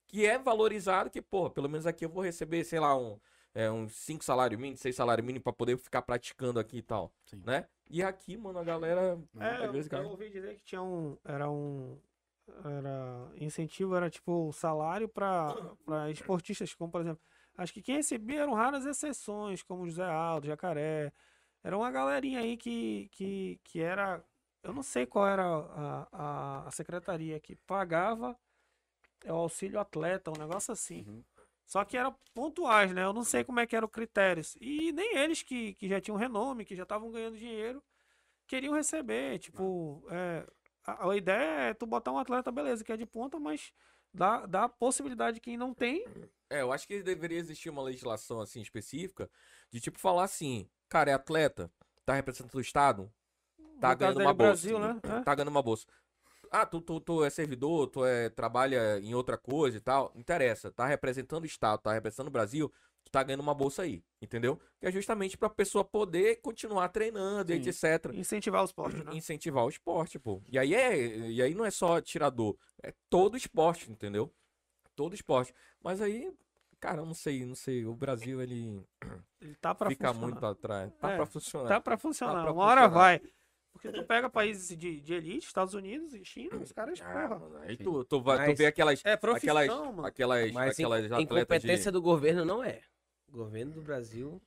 A: que é valorizado, que, porra, pelo menos aqui eu vou receber, sei lá, um, é, uns 5 salários mínimos, 6 salários mínimos pra poder ficar praticando aqui e tal.
D: Sim.
A: Né? E aqui, mano, a galera.
B: É,
A: às vezes,
B: eu,
A: cara.
B: eu ouvi dizer que tinha um. Era um. era incentivo era tipo o salário para esportistas, como por exemplo, acho que quem recebia eram raras exceções, como José Aldo, Jacaré. Era uma galerinha aí que, que, que era. Eu não sei qual era a, a, a secretaria que pagava é o auxílio atleta, um negócio assim. Só que eram pontuais, né? Eu não sei como é que eram os critérios. E nem eles que, que já tinham renome, que já estavam ganhando dinheiro, queriam receber. Tipo, é, a, a ideia é tu botar um atleta, beleza, que é de ponta, mas dá, dá a possibilidade de quem não tem.
A: É, eu acho que deveria existir uma legislação assim específica de tipo falar assim, cara, é atleta, tá representando o estado, tá
B: no caso
A: ganhando
B: dele,
A: uma bolsa.
B: Brasil, né? É.
A: Tá ganhando uma bolsa. Ah, tu, tu, tu é servidor, tu é, trabalha em outra coisa e tal. Não interessa. Tá representando o Estado, tá representando o Brasil, tu tá ganhando uma bolsa aí, entendeu? Que é justamente pra pessoa poder continuar treinando, e
D: Sim.
A: etc.
B: é, Incentivar o esporte, né?
A: incentivar o esporte, pô. E aí é, e aí não é só tirador, é todo esporte, entendeu? Todo esporte. Mas aí, cara, eu não sei, não sei, o Brasil ele
B: Ele tá pra
A: fica
B: funcionar.
A: muito atrás. Tá
B: É,
A: pra funcionar.
B: Tá pra funcionar.
A: Tá pra
B: Uma hora
A: funcionar.
B: vai. Porque tu pega países de, de elite, Estados Unidos e China, os caras,
A: Ah,
B: porra.
A: mano, aí tu, tu, vai, tu
E: Mas-
A: vê aquelas
B: É profissão,
A: aquelas
B: mano.
A: aquelas
E: Mas em,
A: aquelas
E: em
A: atletas de
E: competência do governo não é. O governo do Brasil.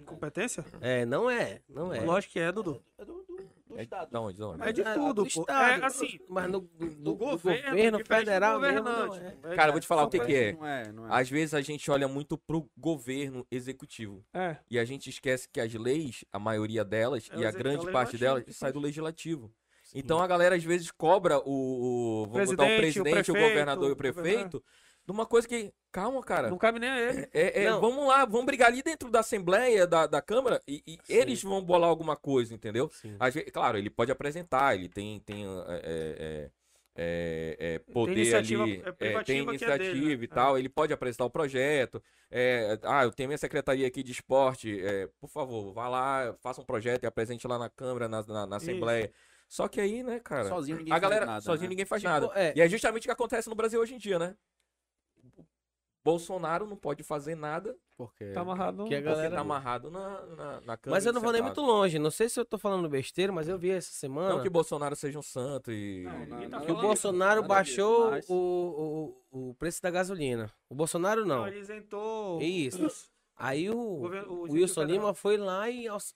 B: Incompetência?
E: É, não é. Não é.
B: Lógico que é, Dudu.
D: É do, do- do
A: é,
D: Estado.
A: da onde, da onde?
B: É de
E: Ah,
B: tudo,
E: do
B: pô.
E: Estado,
B: É assim,
E: Mas no, do, do
B: governo,
E: governo,
B: diferente do
E: federal mesmo não
B: governante.
E: é.
A: Cara, eu vou te falar o que que é.
D: Não é, não é.
A: Às vezes a gente olha muito pro governo executivo
B: É.
A: e a gente esquece que as leis, a maioria delas
B: É o
A: e a
B: exe- é o
A: grande parte
B: legislativo
A: delas
B: que
A: sai do legislativo. Então a galera às vezes cobra o, o vamos botar o
B: Presidente, o
A: presidente, o,
B: prefeito,
A: governador e
B: o
A: o
B: governador.
A: prefeito de uma coisa que calma, cara.
B: Não cabe nem a ele.
A: É, é,
E: Não.
A: vamos lá, vamos brigar ali dentro da Assembleia, da, da Câmara, e, e eles vão bolar alguma coisa, entendeu?
E: Sim.
A: Às ve- claro, ele pode apresentar, ele tem, tem é, é, é, é, poder
B: iniciativa
A: ali,
B: é,
A: é,
B: privativa
A: tem
B: que é
A: iniciativa
B: dele, né?
A: e tal, ele pode apresentar o projeto. é, ah, eu tenho minha secretaria aqui de esporte, é, por favor, vá lá, faça um projeto e apresente lá na Câmara, na, na- na
B: Isso.
A: Assembleia. Só que aí, né, cara,
D: Sozinho ninguém
A: a
D: faz
A: galera,
D: nada,
A: sozinho
D: né?
A: ninguém faz nada.
E: é.
A: E é justamente o que acontece no Brasil hoje em dia, né? Bolsonaro não pode fazer nada
E: Porque...
B: Tá amarrado.
E: Que a
A: porque
E: galera-
A: tá amarrado na, na, na câmera.
E: Mas eu não vou nem muito né?
A: sentado.
E: longe. Não sei se eu tô falando besteira, mas eu vi essa
A: Não
E: semana
A: que Bolsonaro seja um santo e.
D: Não, não,
B: Ninguém tá
D: não.
E: que o
B: falando
E: Bolsonaro
D: nada disso,
E: baixou
D: mas-
E: o, o, o preço da gasolina. O Bolsonaro não. É
B: Ele isentou.
E: Isso. Aí o,
B: Governo- o
E: o
B: Executivo
E: Wilson
B: Federal.
E: Lima foi lá e aus-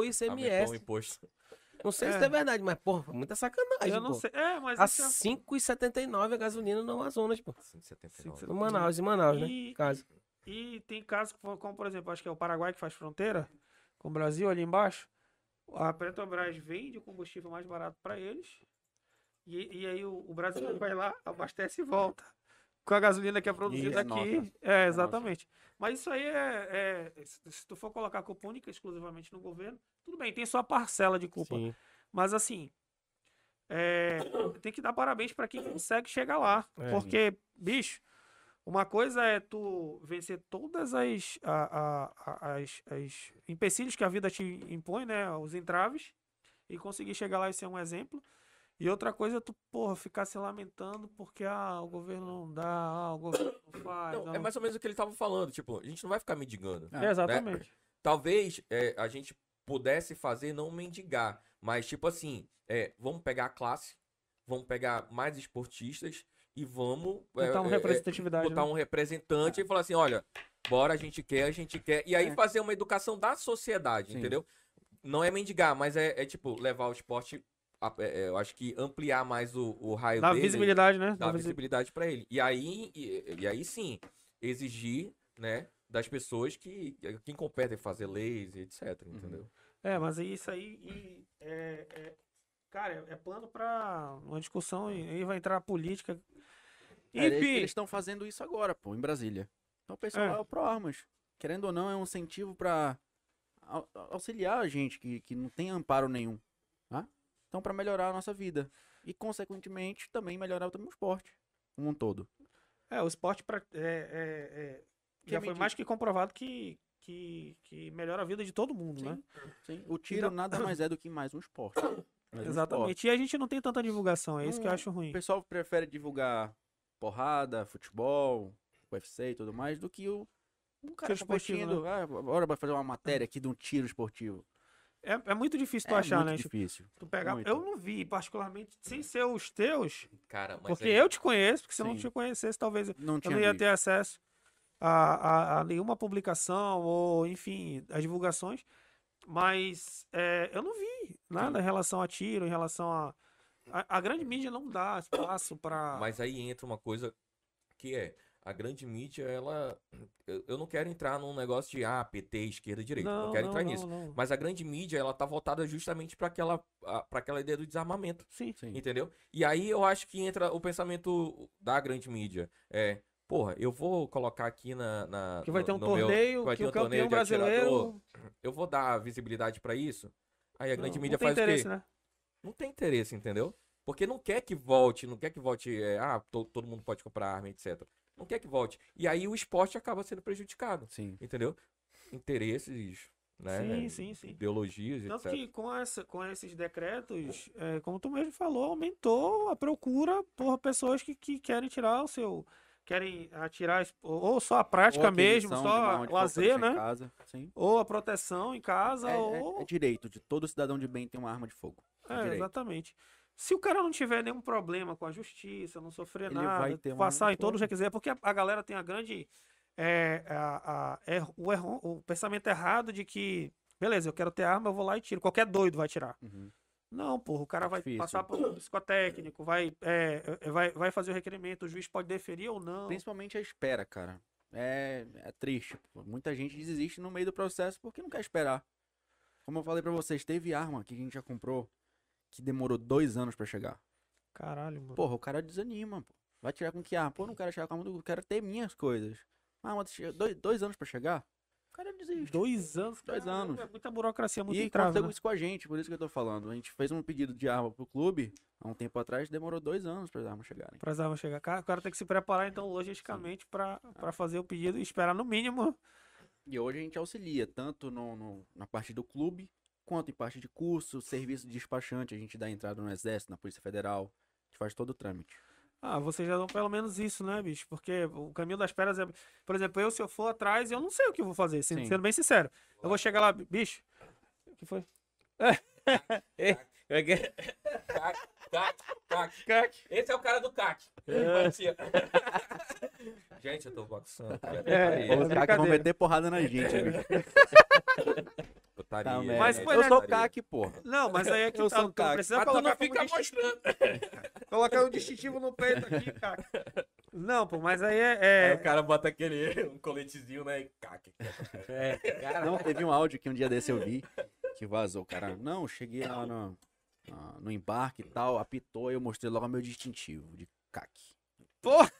A: Aumentou
E: o
A: o
E: ICMS.
A: imposto.
E: [laughs] Não sei se
B: É.
E: isso é verdade, mas, porra, muita sacanagem,
B: Eu não
E: pô.
B: sei. É, mas
E: A
B: isso é-
E: 5,79 a gasolina no Amazonas, pô.
B: é
A: 179.
E: No Manaus, em Manaus, né?
B: E-
E: Caso.
B: um E tem casos como, como, por exemplo, acho que é o Paraguai que faz fronteira com o Brasil ali embaixo. A Petrobras vende o combustível mais barato para eles. E, e aí o, o brasileiro vai lá, abastece e volta. Com a gasolina que é produzida
D: é nossa.
B: aqui. É, exatamente. Mas isso aí é, é- se- Se tu for colocar a culpa única e exclusivamente no governo, tudo bem, tem sua parcela de culpa.
E: Sim.
B: Mas assim, é, tem que dar parabéns pra quem consegue chegar lá.
E: É.
B: Porque, bicho, uma coisa é tu vencer todas as, a, a- a- as, as empecilhos que a vida te impõe, né? Os entraves, e conseguir chegar lá e ser um exemplo. E outra coisa é tu, porra, ficar se lamentando porque ah, o governo não dá, ah, o governo não faz.
A: Não,
B: ah,
A: é
B: não-
A: mais ou menos o que ele tava falando. Tipo, a gente não vai ficar mendigando.
D: Ah,
B: É, Exatamente.
A: Talvez é, a gente pudesse fazer não mendigar. Mas, tipo assim, é, vamos pegar a classe, vamos pegar mais esportistas e vamos. é,
B: Então,
A: é, é,
B: representatividade.
A: botar
B: né?
A: um representante e falar assim, olha, bora, a gente quer, a gente quer. E aí
D: É.
A: fazer uma educação da sociedade,
D: Sim.
A: entendeu? Não é mendigar, mas é, é, tipo, levar o esporte, a- é, é, eu acho que ampliar mais o, o raio
B: Dar
A: dele,
B: visibilidade, né?
A: dar
B: Dar visi-
A: visibilidade pra ele. E aí, e, e aí sim, exigir, né, das pessoas que, que competem fazer leis e etc, entendeu?
B: É, mas aí isso aí. e, é, é, cara, é plano pra uma discussão e aí vai entrar a política.
D: Cara, É, eles-
B: Enfim,
D: Eles estão fazendo isso agora, pô, em Brasília. Então o pessoal
B: É.
D: lá é o pró-armas. Querendo ou não, é um incentivo pra au- auxiliar a gente que, que não tem amparo nenhum. Tá? Então, pra melhorar a nossa vida. E, consequentemente, também melhorar também o esporte como um todo.
B: é, o esporte pra, é, é, é,
D: Que
B: já foi
D: medida?
B: mais que comprovado que, que, que melhora a vida de todo mundo, né?
D: Sim, O tiro
B: Então-
D: nada mais é do que mais um esporte.
B: [coughs]
D: Mais um esporte.
B: Exatamente. E a gente não tem tanta divulgação, é isso que eu
D: Não-
B: acho ruim.
D: O pessoal prefere divulgar porrada, futebol, UFC e tudo mais, do que o um cara
B: Tiro esportivo, né?
D: competindo. Ah, bora fazer uma matéria aqui de um tiro esportivo.
B: É, é muito difícil tu
D: é
B: achar,
D: muito
B: né? Tipo,
D: difícil.
B: tu pegar.
D: muito.
B: Eu não vi, particularmente, sem ser os teus,
A: Cara, mas
B: porque
A: aí-
B: eu te conheço, porque se eu não
D: Sim.
B: te conhecesse, talvez eu
D: Não tinha
B: não ia
D: visto.
B: ter acesso a, a- a nenhuma publicação ou, enfim, as divulgações. Mas é, eu não vi nada em relação a tiro, em relação a. A, a grande mídia não dá espaço pra.
A: Mas aí entra uma coisa que é a grande mídia, ela. Eu, eu não quero entrar num negócio de ah, PT, esquerda, direita. Não, quero entrar nisso.
B: não.
A: Mas a grande mídia, ela tá voltada justamente para aquela, para aquela ideia do desarmamento.
B: Sim.
A: Entendeu? E aí eu acho que entra o pensamento da grande mídia. É, porra, eu vou colocar aqui na. na-
B: Que vai
A: no-
B: ter um
A: no meu-
B: torneio,
A: vai
B: que
A: ter
B: o
A: um torneio
B: campeão
A: de atirador.
B: brasileiro.
A: Eu vou dar visibilidade pra isso. Aí a grande
B: não,
A: mídia
B: não tem
A: faz
B: interesse,
A: o quê?
B: né?
A: Não tem interesse, entendeu? Porque não quer que volte, não quer que volte. é, ah, to- todo mundo pode comprar arma, etc. Não quer que volte. E aí o esporte acaba sendo prejudicado,
D: Sim.
A: entendeu? Interesses, né?
B: Sim, sim, sim.
A: Ideologias,
B: Tanto
A: etc.
B: que com, essa, com esses decretos, é, como tu mesmo falou, aumentou a procura por pessoas que, que querem tirar o seu. Querem atirar, es- ou ou só a prática
D: Ou
B: mesmo,
D: aquisição de
B: só
D: mão de
B: lazer,
D: fogo pra deixar em
B: né?
D: casa, sim.
B: Ou a proteção em casa,
D: É,
B: ou.
D: é- é direito de todo cidadão de bem ter uma arma de fogo.
B: É,
D: direito.
B: exatamente. Se o cara não tiver nenhum problema com a justiça, não sofrer
D: Ele
B: nada,
D: vai ter um uma
B: passar em
D: arma
B: todos os requisitos, é porque a, a galera tem a grande. é, a- a- é- o, erro- o pensamento errado de que, beleza, eu quero ter arma, eu vou lá e tiro. Qualquer doido vai tirar.
D: Uhum.
B: Não, porra, o cara
D: É
B: vai
D: difícil.
B: passar por um psicotécnico, vai, é, é, vai, vai fazer o requerimento, o juiz pode deferir ou não.
D: Principalmente a espera, cara. É, é triste. pô. Muita gente desiste no meio do processo porque não quer esperar. Como eu falei pra vocês, teve arma aqui que a gente já comprou que demorou dois anos pra chegar.
B: Caralho, mano.
D: Porra, o cara desanima, pô. Vai tirar com que arma? Pô, não quero tirar com a arma do... Eu quero ter minhas coisas. Ah, mas che- dois, dois anos pra chegar? O cara desiste.
B: dois anos,
D: dois
B: caralho,
D: anos.
B: É muita burocracia, muito
D: e
B: entrave,
D: aconteceu
B: né?
D: isso com a gente, por isso que eu tô falando. A gente fez um pedido de arma pro clube há um tempo atrás, demorou dois anos para as armas chegarem.
B: Pra as armas chegar. Cara, O cara tem que se preparar, então, logisticamente, pra, pra fazer o pedido e esperar no mínimo.
D: E hoje a gente auxilia, tanto no, no- na parte do clube, quanto em parte de curso, serviço de despachante, a gente dá entrada no Exército, na Polícia Federal, a gente faz todo o trâmite.
B: Ah, vocês já dão pelo menos isso, né, bicho? Porque o caminho das pedras é. Por exemplo, eu, se eu for atrás, eu não sei o que eu vou fazer, sendo,
D: Sim.
B: sendo bem sincero. Eu vou chegar lá, bicho. O que foi?
E: É que-
A: Cac, cac, cac. Esse é o cara do CAC. Batia. [laughs] Gente, eu tô boxando. cara.
B: É,
A: Putaria,
D: Os caras que vão
B: brincadeira.
D: meter porrada na gente, bicho.
A: putaria,
D: Tá, merda.
B: Mas,
A: né?
B: pois
D: eu
B: é,
D: sou CAC, porra.
B: Não, mas aí é que
D: Eu
B: tá,
A: Então,
D: sou um
B: tu não
D: caco.
B: precisa
A: Mas tu
B: colocar
A: não
B: como
A: fica
B: distintivo.
A: mostrando.
B: Colocar um distintivo no peito aqui, cara. Não, pô, mas aí é.
A: Aí
B: é-
A: o cara bota aquele um coletezinho, né? e CAC.
D: Não, teve um áudio que um dia desse eu vi, que vazou, cara. Não, cheguei lá no, na- no embarque e tal, apitou, eu mostrei logo meu distintivo de CAC.
B: Porra!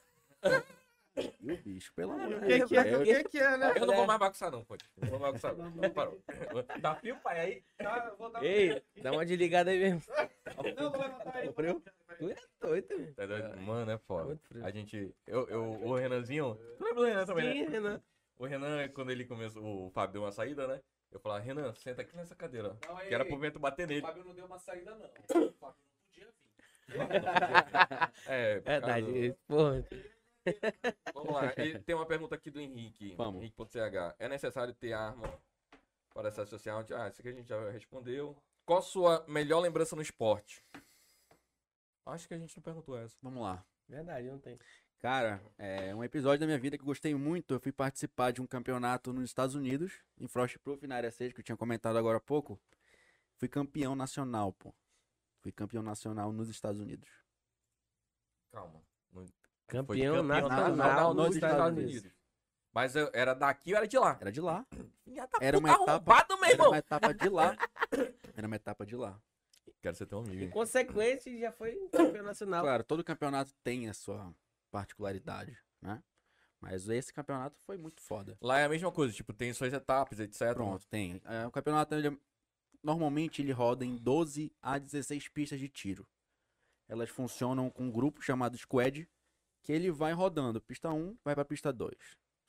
D: Meu bicho, pelo
B: O
D: amor de
B: que,
D: Deus.
B: que é, o que,
D: velho.
B: que é, né?
A: Eu não vou mais bagunçar, não, pode. Não vou mais bagunçar. Não, não parou. Tá frio, pai? Aí.
B: Tá, eu vou dar
E: Ei, dá uma desligada aí mesmo.
B: Não, vou levantar aí.
E: Frio? Tu é doido, meu.
A: Tá doido? Mano, é foda.
E: Muito frio.
A: A gente. Eu, eu, o Renanzinho. Tu lembra do Renan também, né?
E: Sim, Renan.
A: O Renan, quando ele começou. O Fábio deu uma saída, né? Eu falava, Renan, senta aqui nessa cadeira. ó, Que era pro vento bater nele.
F: Fábio não deu uma saída,
B: [coughs]
F: não. O Fábio não podia vir.
A: É, por causa do-
E: Verdade. Porra.
A: Vamos lá,
D: [laughs]
A: e tem uma pergunta aqui do Henrique.
D: Vamos.
A: Henrique.ch. É necessário ter arma para se associar? ao- Ah, isso aqui a gente já respondeu. Qual sua melhor lembrança no esporte? Acho que a gente não perguntou essa.
D: Vamos lá.
E: Verdade, não tem.
D: Cara, é um episódio da minha vida que eu gostei muito. Eu fui participar de um campeonato nos Estados Unidos, em Frostproof, na área 6, que eu tinha comentado agora há pouco. Fui campeão nacional, pô. Fui campeão nacional nos Estados Unidos.
A: Calma. Foi
E: Campeão, nacional,
D: nos
E: dos
D: Estados
E: Estados
D: Unidos.
E: Unidos.
A: Mas eu- era daqui ou era de lá?
D: Era de lá.
A: Filha da
D: Era uma
A: puta
D: etapa-
A: arrombada, meu
D: Era
A: irmão.
D: uma etapa de lá. Era uma etapa de lá.
A: Quero ser teu amigo. hein?
E: Consequente, já foi um campeão nacional.
D: Claro, todo campeonato tem a sua particularidade, né? Mas esse campeonato foi muito foda.
A: Lá é a mesma coisa, tipo, tem suas etapas, etc.
D: Pronto, tem. É, o campeonato, ele, normalmente, ele roda em 12 a 16 pistas de tiro. Elas funcionam com um grupo chamado Squad, que ele vai rodando. Pista 1 vai pra pista 2.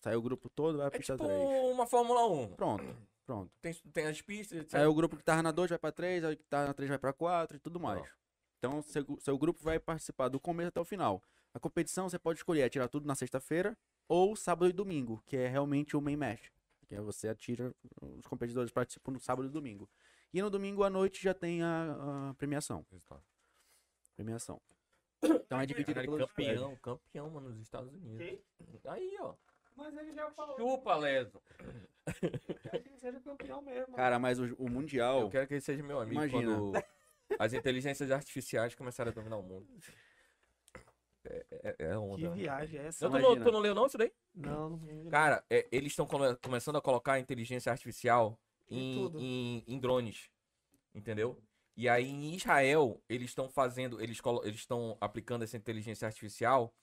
D: Sai o grupo todo, vai pra
A: É
D: pista
A: tipo
D: 3.
A: uma Fórmula 1.
D: Pronto, pronto.
A: Tem, tem as pistas, etc.
D: Aí É o grupo que tava na 2 vai pra 3, aí o que tava na 3 vai pra 4 e tudo mais. Então, seu, gru- seu grupo vai participar do começo até o final. A competição você pode escolher atirar tudo na sexta-feira ou sábado e domingo, que é realmente o main match. Que é você atira, os competidores participam no sábado e domingo. E no domingo à noite já tem a, a premiação.
A: Resultado.
D: Premiação. Então é dividido
A: Caralho,
D: pelos prédios.
A: campeão, campeão, mano, nos Estados Unidos. Aí, ó.
B: Mas ele já falou
A: Chupa, Leso.
B: que ele seja campeão mesmo. né?
D: Cara, mas o, o Mundial.
A: Eu quero que ele seja meu amigo
D: Oh, Imagina.
A: quando as inteligências artificiais começarem a dominar o mundo. É, é, é onda.
B: que
A: né?
B: viagem é essa?
A: Não, tu, não,
D: imagina.
A: tu não leu não isso daí?
B: Não, não. não-
A: Cara, é, eles estão come- começando a colocar a inteligência artificial
B: Em
A: em,
B: tudo.
A: em- em drones. Entendeu? E aí em Israel, eles estão fazendo, eles colo- eles estão aplicando essa inteligência artificial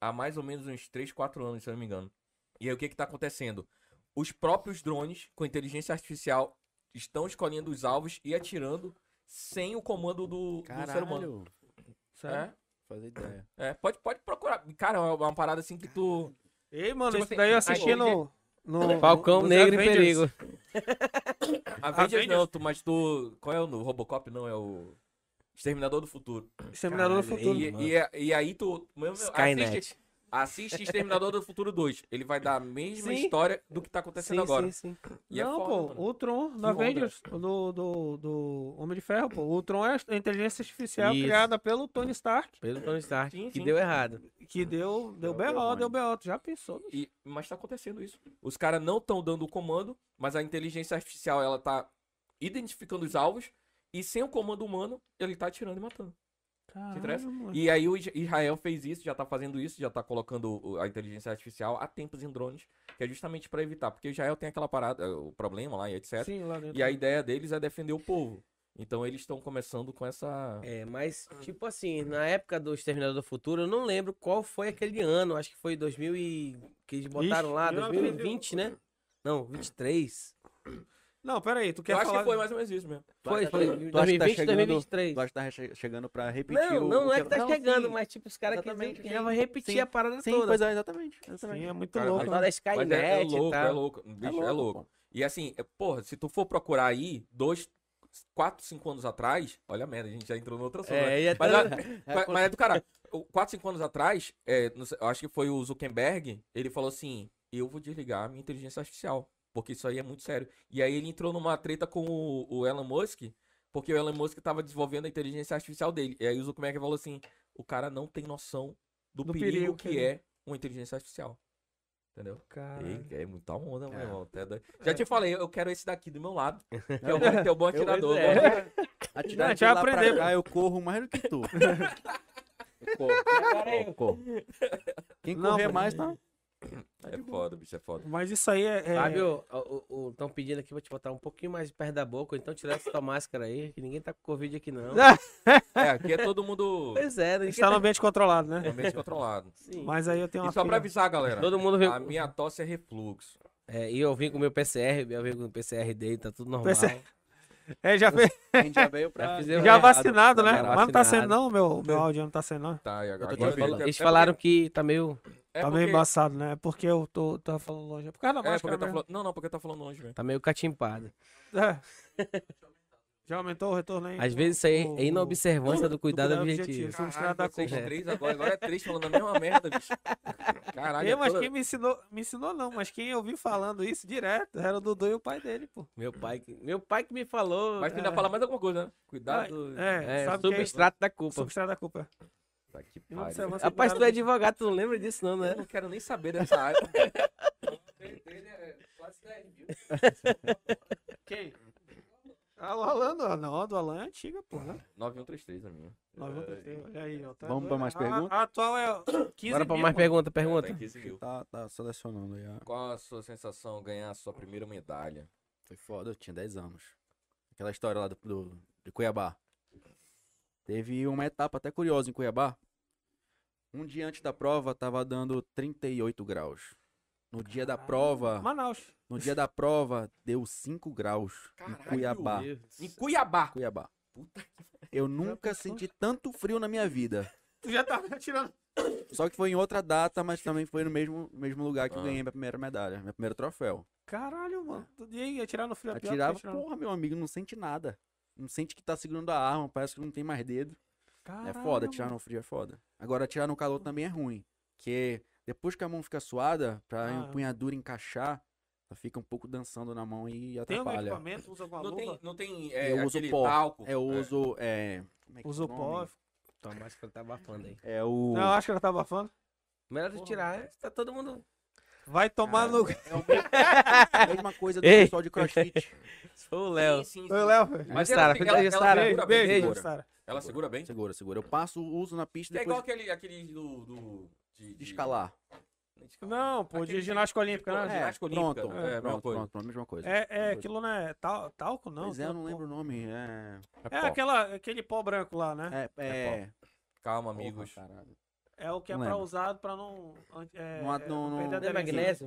A: há mais ou menos uns 3, 4 anos, se eu não me engano. E aí o que que tá acontecendo? Os próprios drones com inteligência artificial estão escolhendo os alvos e atirando sem o comando do, do ser humano.
D: Caralho.
B: tá.
A: É,
D: Fazer ideia.
A: é, pode, pode procurar. Cara, é uma- uma parada assim que tu.
B: Ei, mano,
A: Tipo
B: isso
A: assim,
B: daí eu
A: a
B: assisti
A: gente-
B: no. no
E: Falcão
B: nos
E: Negro
B: Avengers.
E: em Perigo.
A: Avengers não, tu, mas tu. Qual é o no- Robocop? Não, é o. Exterminador do Futuro.
B: Exterminador do
E: Caralho,
B: Futuro.
A: E, e, é- e aí tu. meu- meu,
E: Skynet.
A: Assiste, assiste Exterminador do Futuro 2. Ele vai dar a mesma
B: Sim.
A: história do que tá acontecendo
E: Sim,
A: agora.
E: sim, sim.
A: E é
B: não,
A: foda,
B: pô,
A: mano.
B: o Tron
A: Que
B: no
A: onda.
B: Avengers, do, do, do Homem de Ferro, pô. O Tron é a inteligência artificial
E: Isso.
B: criada pelo Tony Stark,
E: Pelo Tony Stark,
A: Sim,
E: que
A: sim.
E: deu errado.
B: que deu, deu
D: Deu
B: B.O., deu
D: demônio.
B: B.O., tu já pensou? bicho?
A: E- mas tá acontecendo isso. Os caras não estão dando o comando, mas a inteligência artificial ela tá identificando os alvos. E sem o comando humano, ele tá atirando e matando. interessa?
B: Caralho, mano.
E: Uhum.
A: E aí o Is- Israel fez isso, já tá fazendo isso, já tá colocando o- a inteligência artificial há tempos em drones, que é justamente pra evitar, porque Israel tem aquela parada, o problema lá e etc.
B: Sim, lá dentro.
A: E a ideia deles é defender o povo. Então eles estão começando com essa.
E: É, mas, tipo assim, na época do Exterminador do Futuro, eu não lembro qual foi aquele ano. Acho que foi 2000 e... que eles botaram
B: Ixi,
E: lá,
B: eu
E: 2020, né? Não, 23.
B: Não, peraí, tu quer
A: Eu acho
B: falar...
A: que foi mais ou menos isso mesmo. é
E: Foi,
D: tá-
E: foi.
D: tu acha que tá
E: 2020,
D: chegando-
E: 2023.
D: Tu acha que tá che- chegando pra repetir
E: Não,
D: o-
E: não,
D: o
E: não é que tá chegando,
D: sim.
E: mas tipo, os caras querem
D: Exatamente,
E: que
D: sim.
E: vai repetir
D: Sim.
E: a parada
D: Sim,
E: toda.
D: pois é, exatamente. exatamente.
B: Sim, é muito
A: Cara,
E: A
B: louco.
A: mas-
E: tal da Skynet
A: Mas é, é
E: e
A: louco,
E: tal. Tá
A: é louco. Bicho, é louco.
D: pô.
A: E assim, é, porra, se tu for procurar aí, dois, quatro, cinco anos atrás, olha a merda, a gente já entrou no outro assunto. né?
E: É, e até...
A: Mas, a-
D: É,
A: mas,
D: quando-
A: mas é do caralho. O- Quatro, cinco anos atrás, é, não sei, eu acho que foi o Zuckerberg, ele falou assim: eu vou desligar a minha inteligência artificial, porque isso aí é muito sério. E aí ele entrou numa treta com o, o Elon Musk, porque o Elon Musk tava desenvolvendo a inteligência artificial dele. E aí o Zuckerberg falou assim: o cara não tem noção do,
B: Do
A: perigo,
B: perigo
A: que
B: que ele-
A: é uma inteligência artificial. Entendeu?
B: Caralho.
A: Eita, é muita onda, meu
D: É.
A: irmão. até doido. Já te falei, eu quero esse daqui do meu lado. Que é
D: Eu-
A: o bom, que é o bom atirador.
E: é.
A: mano.
D: Atirar
B: Não,
D: de
B: já
D: lá
B: aprendeu.
D: pra cá, eu corro mais do que tu. [laughs] Eu corro. Eu corro. Quem
B: Não,
D: correr
B: mas-
D: mais, tá?
A: É foda, bicho, é foda.
B: Mas isso aí é... é-
E: Fábio, estão pedindo aqui pra te botar um pouquinho mais perto da boca, ou então tirar essa tua máscara aí, que ninguém tá com Covid aqui não.
A: É, aqui é todo
E: [laughs]
A: mundo.
E: Pois é, ninguém
B: né? Está
E: tá...
B: no ambiente controlado, né?
A: Ambiente controlado.
E: Sim.
B: Mas aí eu tenho uma
A: É, E só pra
B: filha-
A: avisar, galera.
E: Todo mundo veio...
A: A minha tosse é refluxo.
E: É, e eu vim com o meu PCR, eu vim com o PCR dele, tá tudo normal.
B: PCR. É, já, fez-
D: A gente já veio pra...
E: Já fizemos-
B: Ah, já
E: errado,
B: vacinado, né?
E: já
B: Mas não tá sendo
E: é vacinado.
B: não, meu, meu áudio não tá sendo não.
A: Tá, e agora.
D: tô
A: agora
D: tranquilo.
A: eu tô-
E: Eles
A: é
E: falaram que tá meio...
A: porque- é
B: tá meio
A: porque-
B: embaçado, né? É porque eu tô, tô falando longe. É por causa da
A: É,
B: máscara
A: porque tá
B: mesmo.
A: falando. Não, não, porque tá falando longe, velho.
E: Tá meio catimpado.
B: É. Já aumentou o retorno aí?
E: Às vezes isso aí é inobservância do cuidado é
B: cuidado
E: objetivo.
B: objetivo. Somos criados da
A: vocês
B: culpa.
A: três agora, agora é três falando a
B: [laughs]
A: mesma merda, bicho. Caralho,
B: Ei,
A: é
B: mas
A: toda-
B: quem me ensinou, me ensinou não, mas quem eu vi falando isso direto era o Dudu e o pai dele, pô.
E: Meu pai, que- meu pai que me falou
A: mas tu ainda fala mais alguma coisa, né? Cuidado.
B: É,
E: é,
B: sabe o que é?
E: substrato da culpa.
B: Substrato da culpa.
A: Tá que pariu.
B: Inobservância do
E: Rapaz, tu
B: cuidado
E: é advogado, tu não lembra disso não, né?
A: Eu não quero nem saber dessa
B: [laughs]
A: área.
B: Quem? Ah, o Alan, ó, não, a do Alan é antiga, pô, né?
A: 9133, a minha.
B: Nós vamos ter- olha aí, ó, tá
D: É. Vamos
B: doido.
D: pra mais
B: A-
D: perguntas?
B: A, atual é 15
E: Bora pra
B: mil,
E: mais
B: mano.
E: pergunta, pergunta.
A: Tá em 15 mil.
D: Tá, tá selecionando aí. ah.
A: Qual a sua sensação ganhar a sua primeira medalha?
D: Foi foda, eu tinha 10 anos. Aquela história lá do, do- de Cuiabá. Teve uma etapa até curiosa em Cuiabá. Um dia antes da prova tava dando 38 graus. No dia da prova,
B: Manaus.
D: no dia da prova deu 5 graus
A: Caralho!
D: em Cuiabá.
E: Então,
A: Em Cuiabá.
D: Cuiabá.
A: Puta
D: Eu nunca senti tanto frio na minha vida.
B: Tu já tava tirando.
D: Só que foi em outra data, mas também foi no mesmo, mesmo lugar que
A: Ah.
D: eu ganhei minha primeira medalha, meu primeiro troféu.
B: Caralho, mano. Tu e aí, ia tirar no frio é pior do que
D: Atirava,
B: atirar no-
D: porra, meu amigo, não sente nada. Não sente que tá segurando a arma, parece que não tem mais dedo.
B: Caralho,
D: é foda,
B: mano.
D: atirar no frio é foda. Agora, atirar no calor também é ruim. Porque depois que a mão fica suada, pra
B: Ah.
D: empunhadura encaixar, Só fica um pouco dançando na mão e
B: Tem algum
D: atrapalha.
B: equipamento? Usa alguma
A: Não
B: luva?
A: tem, não tem é,
D: Eu uso
A: aquele
D: pó.
A: talco.
D: É, eu uso. É. como é que é o
B: Usa o pó.
D: nome?
E: Tomás que tá abafando aí.
D: É o.
B: Não, acho que ela tá abafando.
E: Melhor tu tirar, tá todo mundo.
B: Vai tomar
D: [laughs]
B: no.
D: a mesma coisa do
E: Ei.
D: pessoal de crossfit.
E: Foi o
A: Sim,
E: Léo.
A: sim, sim.
B: Oi, Léo.
A: Mas ela,
E: Jussara, foi
A: ela,
E: da
A: ela
E: Jussara.
A: segura
B: Beijo,
A: bem.
B: beijo,
A: segura.
B: Sara.
A: Ela segura bem?
D: Segura, segura. Eu passo, uso na pista e
A: É igual
D: depois
A: aquele, aquele do, do- de,
D: de escalar.
B: Não, pô,
A: Aquele
B: de ginástica olímpica,
A: Pô,
B: né?
A: é, ginástica olímpica,
D: pronto,
A: né? É, a mesma
D: pronto,
A: coisa.
D: pronto, pronto, mesma coisa.
B: É, é
D: Mesma coisa.
B: aquilo, né? Tal, talco, não?
D: Pois
B: Tem
D: é, eu
B: um
D: não
B: pó.
D: lembro o nome. É.
B: É
D: pó.
B: aquela, aquele pó branco lá, né?
D: É, é,
A: Calma,
D: Porra,
A: amigos.
D: caralho.
B: É, o que é
D: Não
B: pra
D: lembro.
B: usar pra não. É,
D: Não há-
B: é,
D: não- não-
B: perder a
E: Cadê
B: aderência.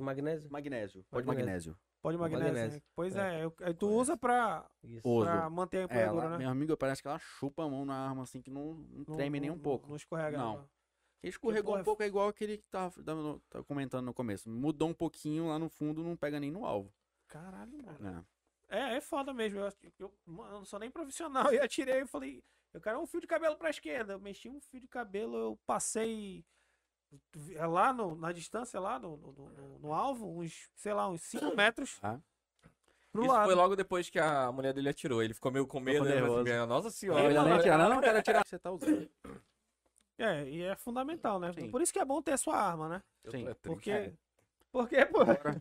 E: magnésio? Magnésio?
D: Magnésio. Pode
E: Magnésio.
D: magnésio.
B: Pó de magnésio.
E: Magnésio.
B: né? Pois é, eu- aí tu usa pra,
E: Isso.
D: Uso.
B: pra manter a
D: É,
B: empunhadura,
D: ela-
B: né?
D: Meu amigo, parece que ela chupa a mão na arma assim que não, não
B: Não-
D: treme nem
B: não-
D: um
B: não-
D: pouco.
B: Não escorrega,
D: Não. Ele escorregou
B: porra
D: um
B: é-
D: pouco, é igual aquele que tava, dando- tava comentando no começo. Mudou um pouquinho lá no fundo, não pega nem no alvo.
B: Caralho, mano.
D: né?
B: É, é foda mesmo. Eu, acho que eu- mano, eu não sou nem profissional. [laughs] Eu atirei e falei, eu quero um fio de cabelo pra esquerda. Eu mexi um fio de cabelo, eu passei é lá no- na distância, lá no, no- no- no- no alvo, uns, sei lá, uns 5 metros
D: Ah.
B: pro
A: Isso
B: lado.
A: foi logo depois que a mulher dele atirou. Ele ficou meio com medo.
D: Ficou
A: né? Mas,
D: nervoso.
A: assim, Nossa
D: Não,
A: senhora.
D: ele nem atira, né, não, não quero atirar. Você tá usando.
B: É, e é fundamental, né?
D: Sim.
B: Por isso que é bom ter sua arma, né?
D: Sim.
B: Porque.
D: É.
B: Porque, pô.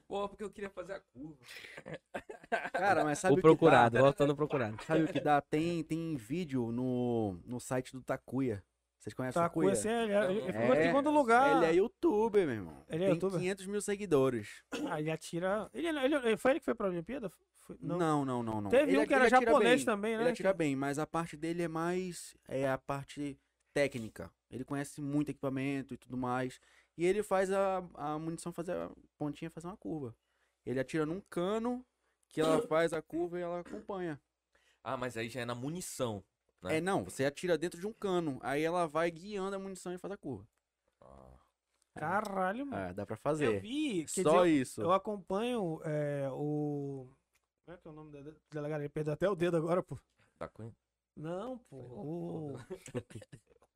A: Pô, porque eu queria fazer a curva.
D: Cara, mas sabe
E: O
D: o,
E: procurado, né?
D: que dá?
E: voltando ao procurado.
D: Sabe o que dá? Tem, tem vídeo no, no site do Takuya. Vocês conhecem
B: Tá
D: o Takuya?
B: conhecendo, ele, ele
A: É.
B: ficou em segundo lugar.
D: Ele é youtuber, meu irmão.
B: Ele é
D: tem
B: youtuber?
D: 500 mil seguidores.
B: Ah, ele atira. Ele, ele- ele- foi ele que foi pra Olimpíada? Foi-
D: Não, não, não, não.
B: Teve
D: Ele- é
B: um que era
D: ele atira
B: japonês
D: bem.
B: também, né?
D: Ele atira bem, mas a parte dele é mais é a parte técnica. Ele conhece muito equipamento e tudo mais. E ele faz a, a munição fazer a pontinha fazer uma curva. Ele atira num cano que
B: [coughs]
D: ela faz a curva e ela acompanha.
A: Ah, mas aí já é na munição. Né?
D: É, não, você atira dentro de um cano, aí ela vai guiando a munição e faz a curva.
A: Ah,
B: Caralho, mano.
D: Ah, dá pra
B: Eu
D: fazer.
B: vi, quer
D: Só
B: dizer,
D: isso.
B: eu acompanho é, o. Como é que é o nome da da delegada? Ele perdeu até o dedo agora, pô.
A: Tá com-
B: Não, pô. O...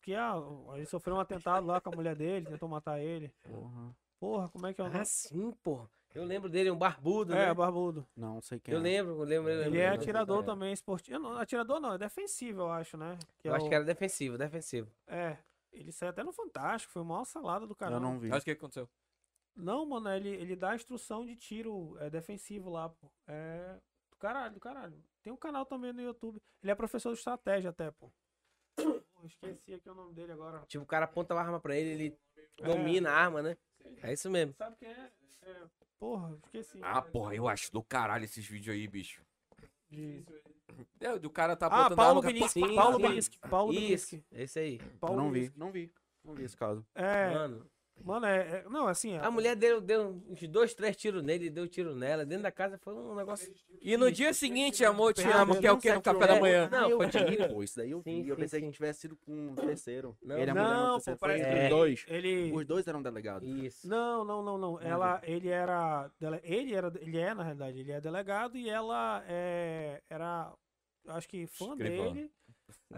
B: que ah, ele sofreu um atentado lá com a mulher dele, tentou matar ele.
D: Porra.
B: Porra, como é que é o nome?
E: Ah, sim, pô. Eu lembro dele, um barbudo,
B: é,
E: né?
B: barbudo.
D: Não sei quem
E: Eu lembro, eu lembro. eu lembro,
B: Ele é
E: eu lembro.
B: atirador
A: é.
B: também, esportivo. Não, atirador não, é defensivo, eu acho, né? é
E: Eu acho
B: o-
E: que era defensivo, defensivo.
B: É. Ele saiu até no Fantástico, foi uma maior salada do canal.
D: Eu não vi.
A: Mas o que aconteceu?
B: Não, mano, ele, ele dá a instrução de tiro é, defensivo lá, pô. É. Do caralho, do caralho. Tem um canal também no YouTube. Ele é professor de estratégia até, pô. Porra, esqueci aqui o nome dele agora.
E: Tipo, o cara aponta a arma pra ele, ele
B: É.
E: domina a arma, né? É isso mesmo.
B: Sabe quem é? É, Porra, esqueci.
A: Ah, porra, eu acho do caralho esses vídeos aí, bicho.
B: De-
A: É, do cara tá
B: Ah,
A: apontando a
B: Paulo
A: arma com a-
B: Bilinski.
E: Sim,
B: Paulo
E: sim.
B: Bilinski. Paulo
E: Isso,
B: Bilinski.
E: esse aí.
D: Eu
B: Paulo
D: não vi.
B: Bilinski.
D: Não vi. Não vi esse caso.
B: É,
E: Mano.
B: mano, é, é- Não, assim. é-
E: A mulher deu, deu uns dois, três tiros nele, deu tiro nela. Dentro da casa foi um negócio.
A: E no dia seguinte, amor, te
B: Ah,
A: amo, que é o que no café da manhã?
E: Não,
D: eu
E: foi
D: vi, pô, isso daí eu
E: Sim,
D: vi. Eu
E: sim,
D: pensei
E: sim.
D: que tivesse sido com o terceiro.
E: Não,
D: Ele é mulher,
B: Não,
D: não,
B: pô,
D: o terceiro foi
B: parece
D: entre
E: que
D: os
E: ele-
D: dois.
B: Ele.
D: Os dois eram delegados.
E: Isso.
B: Não, não, não, não.
D: é
B: Ela, ele era, dele- ele era, ele é na realidade, ele é delegado e ela é, era, acho que fã
A: Escrivã.
B: dele.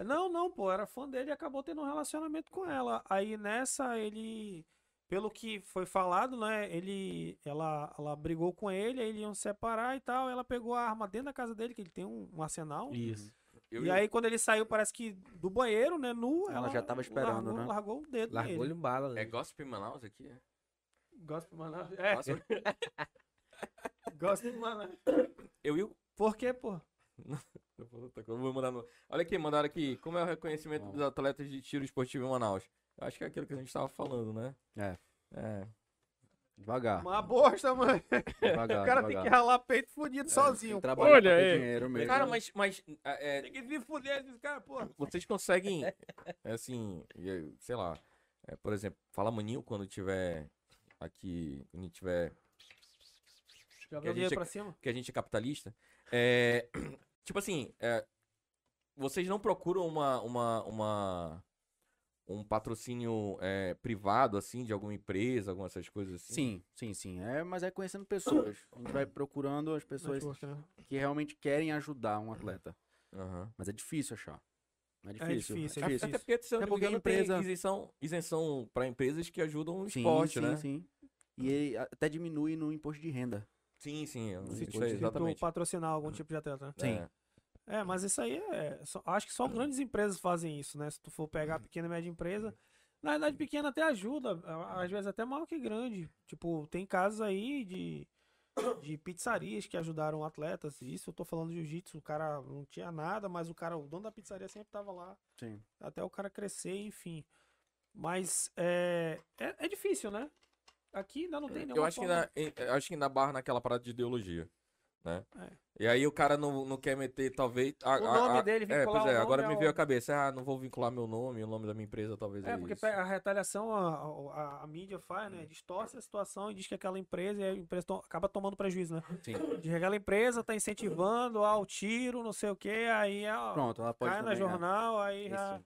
B: Não, não, pô, era fã dele e acabou tendo um relacionamento com ela. Aí nessa ele, pelo que foi falado, né? Ele, ela, ela brigou com ele, aí eles iam se separar e tal. Ela pegou a arma dentro da casa dele, que ele tem um, um arsenal.
E: Isso.
A: Eu-
B: E aí quando ele saiu, parece que do banheiro, né? Nu,
D: Ela já tava esperando,
B: largou,
D: né?
B: Largou o dedo nele.
E: Largou-lhe um bala.
A: É
E: né?
A: gossip em Manaus aqui? é?
B: Gosto de Manaus. É,
A: Nossa,
B: gosto de Manaus.
A: eu e o
B: Por quê, pô?
A: Eu vou- eu vou mandar no- Olha aqui, mandaram aqui. Como é o reconhecimento dos atletas de tiro esportivo em Manaus? Eu acho que é aquilo que a gente tava falando, né?
D: É.
A: É.
D: Devagar.
B: Uma bosta, mano.
D: Tá devagar É,
B: o cara tem que ralar peito fudido sozinho.
D: Trabalha
B: Olha
D: pra ter
B: aí.
D: dinheiro mesmo.
A: Cara, mas, mas ah, é,
B: Tem que vir fuder esses caras, pô.
A: vocês conseguem, assim, e aí, sei lá, é, por exemplo, fala maninho quando tiver aqui, quando tiver,
B: Joga
A: a
B: o dedo
A: gente-
B: pra cima.
A: que a gente é capitalista. É, [clears throat] tipo assim, é, vocês não procuram uma, uma, uma- um patrocínio é, privado, assim, de alguma empresa, alguma dessas coisas assim?
D: Sim, sim, sim. É, mas é conhecendo pessoas. A gente vai procurando as pessoas
B: né?
D: que realmente querem ajudar um atleta.
A: Aham.
D: Mas é difícil achar. É difícil.
B: difícil, é
A: Até porque, se eu não
D: Até
A: me
D: porque
A: engano,
D: empresa-
A: tem isenção,
B: É um
A: isenção para empresas que ajudam o
D: Sim,
A: esporte,
D: sim,
A: né?
D: sim. E ele até diminui no imposto de renda.
A: Sim, sim. eu-
B: Se
A: isso
B: tu,
A: aí,
B: se tu
A: exatamente.
B: patrocinar algum tipo de atleta, né?
D: Sim.
A: É.
B: É, mas isso aí é. só- acho que só grandes empresas fazem isso, né? Se tu for
D: Uhum.
B: pegar pequena e média empresa. Na verdade, pequena até ajuda, a- às vezes até maior que grande. Tipo, tem casos aí de, de pizzarias que ajudaram atletas. Isso eu tô falando de jiu-jitsu, o cara não tinha nada, mas o cara, o dono da pizzaria sempre tava lá.
D: Sim.
B: Até o cara crescer, enfim. Mas é, é, é difícil, né? Aqui ainda não
D: É,
B: tem nenhuma
A: É, Eu acho que,
B: forma-
A: ainda, em- eu acho que ainda barra naquela parada de ideologia, né?
B: É.
A: E aí o cara não, não quer meter, talvez... A,
B: O
A: a-
B: nome
A: a-
B: dele,
A: É,
B: vincular
A: pois
B: o
A: é,
B: nome
A: agora
B: ao-
A: me veio a cabeça. Ah, não vou vincular meu nome, o nome da minha empresa, talvez
B: É,
A: é
B: porque
A: isso.
B: pe- a retaliação, a, a, a mídia faz,
D: Hum.
B: né? Distorce a situação e diz que aquela empresa, e a empresa to- acaba tomando prejuízo, né?
A: Sim.
B: Diz que aquela empresa tá incentivando ao tiro, não sei o quê, aí ó,
D: Pronto, ela pode
B: cai
D: também,
B: no
D: né?
B: jornal, aí já.
D: Isso.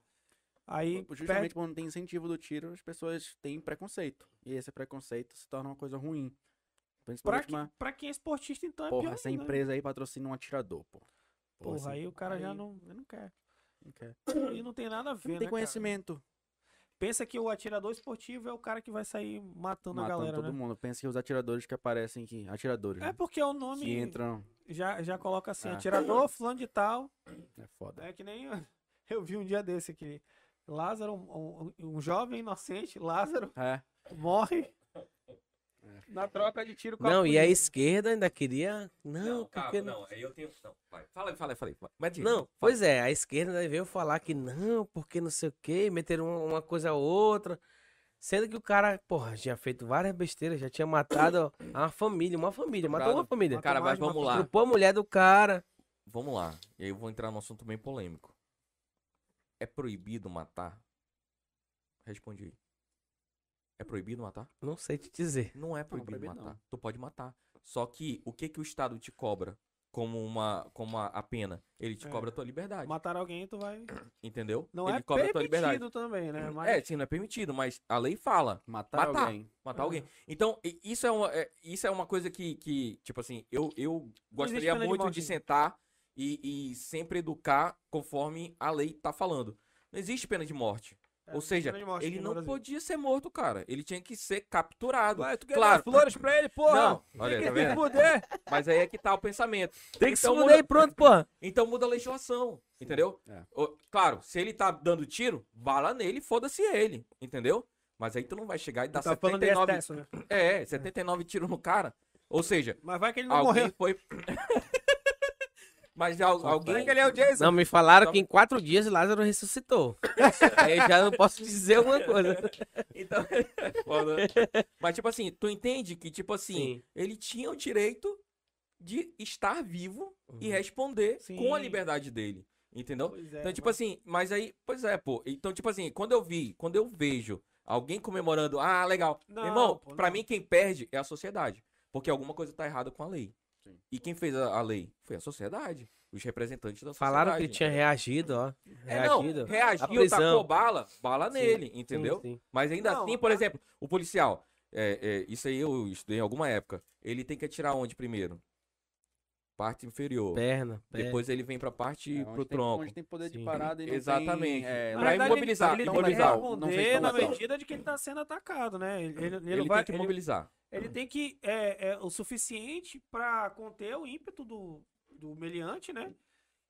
B: Aí
D: Justamente
B: perde-
D: quando tem incentivo do tiro, as pessoas têm preconceito. E esse preconceito se torna uma coisa ruim.
B: Pra,
D: Principalmente
B: que-
D: uma...
B: pra quem é esportista, então é
D: Porra,
B: pior
D: essa
B: ainda, né?
D: empresa aí patrocina um atirador, pô.
B: Porra,
D: assim,
B: aí o cara já
D: aí
B: não, não quer.
D: não quer.
B: E não tem nada a ver,
D: Não
B: né,
D: tem
B: cara?
D: conhecimento.
B: Pensa que o atirador esportivo é o cara que vai sair matando,
D: Matando
B: a galera, né?
D: todo mundo. Pensa que os atiradores que aparecem aqui. Atiradores,
B: É
D: né?
B: porque o
D: Que
B: nome
D: entram.
B: já, já coloca assim,
D: Ah.
B: atirador, fulano de tal,
D: É foda.
B: É que nem [laughs] eu- eu vi um dia desse aqui. Lázaro, um, um- um jovem inocente, Lázaro,
D: É.
B: morre
A: É.
B: na troca de tiro com a
E: Não, e a
B: polícia.
E: esquerda ainda queria. Não,
A: Não, calma,
E: porque.
A: não, aí eu tenho... Não, vai. Fala aí, fala aí, fala aí. Mas diga,
E: Não,
A: fala.
E: pois é, a esquerda ainda veio falar que não, porque não sei o quê, meteram uma- uma coisa a outra. Sendo que o cara, porra, tinha feito várias besteiras, já tinha matado uma família, uma família, matou uma
A: Estuprado.
E: família.
A: é, Cara, mas
B: mais de uma
A: vamos lá.
E: Estrupou a mulher do cara.
A: Vamos lá. E aí eu vou entrar num assunto bem polêmico. É proibido matar? Responde aí. É proibido matar?
E: Não sei te dizer.
A: Não é proibido,
D: proibido não.
A: matar. Tu pode matar. Só que o que que o Estado te cobra como uma como a, a pena? Ele te
B: É.
A: cobra a tua liberdade,
B: Matar alguém, tu vai.
A: entendeu?
B: Não
A: Ele
B: é
A: cobra a tua liberdade.
B: permitido também, né? Mas
A: É, sim, não é permitido, mas a lei fala
D: Matar,
A: Matar.
D: alguém.
B: É.
A: matar alguém. Então e- isso é uma é- isso é uma coisa que que tipo assim eu eu gostaria
B: pena de
A: muito
B: morte.
A: de sentar e, e sempre educar conforme a lei tá falando. Não existe pena de morte.
B: é,
A: Ou seja,
B: pena de morte
A: ele
B: aqui no
A: não
B: Brasil.
A: podia ser morto, cara. Ele tinha que ser capturado.
F: Ué, tu quer
A: Claro.
F: dar flores pra ele, porra?
A: Não, olha,
F: Tem
A: tá
F: que se
A: vendo?
F: fuder.
A: Mas aí é que tá o pensamento.
E: Tem que se
A: Então
E: mudar
A: muda-
E: e pronto, porra.
A: Então muda a legislação, entendeu?
D: é.
A: Ô, Claro, se ele tá dando tiro, bala nele, foda-se ele, entendeu? Mas aí tu não vai chegar e dar
B: Tá falando de
A: 79,
B: excesso, né?
A: é, 79 tiros no cara. Ou seja,
B: Mas vai que ele não
A: alguém
B: morreu.
A: foi [laughs] Mas al- alguém
F: Ele é o Jason.
A: [laughs]
E: Não, me falaram que em quatro dias Lázaro ressuscitou. Aí eu já não posso dizer alguma coisa.
A: é então é foda.
B: [laughs]
A: Mas tipo assim, tu entende que tipo assim, ele tinha o direito de estar vivo e responder
B: Uhum. Sim.
A: com a liberdade dele, entendeu?
B: Pois é,
A: Então, tipo
B: mas-
A: assim, mas aí, pois é, pô. Então, tipo assim, quando eu vi, quando eu vejo alguém comemorando, ah, legal.
B: Não,
A: Irmão,
B: pô,
A: pra
B: não.
A: mim quem perde é a sociedade. Porque alguma coisa tá errada com a lei.
D: Sim.
A: E quem fez a, a lei? Foi a sociedade. Os representantes da sociedade.
E: Falaram que ele tinha reagido, ó.
A: É, não,
E: Reagido.
A: reagiu,
E: A prisão.
A: tacou bala, bala
E: Sim,
A: nele, entendeu?
E: Sim, sim.
A: Mas ainda
B: Não,
A: assim, por exemplo, o policial, é, é, isso aí eu estudei em alguma época. Ele tem que atirar onde primeiro? Parte inferior.
E: Perna, perna.
A: Depois ele vem pra parte
D: É, onde
A: pro
D: tem-
A: tronco.
D: Onde tem poder de
E: Sim.
D: parada e não
A: Exatamente.
D: Tem, é,
A: Na
B: Na
A: pra
B: verdade, ele-
A: imobilizar,
B: ele,
A: imobilizar.
B: tem que
D: Não sei se
B: responder
D: tá
B: na
D: matando.
B: medida de que ele tá sendo atacado, né? Ele, ele, ele
A: Ele
B: vai,
A: tem que
B: ele-
A: mobilizar.
B: Ele tem que. É, é o suficiente para conter o ímpeto do, do meliante, né?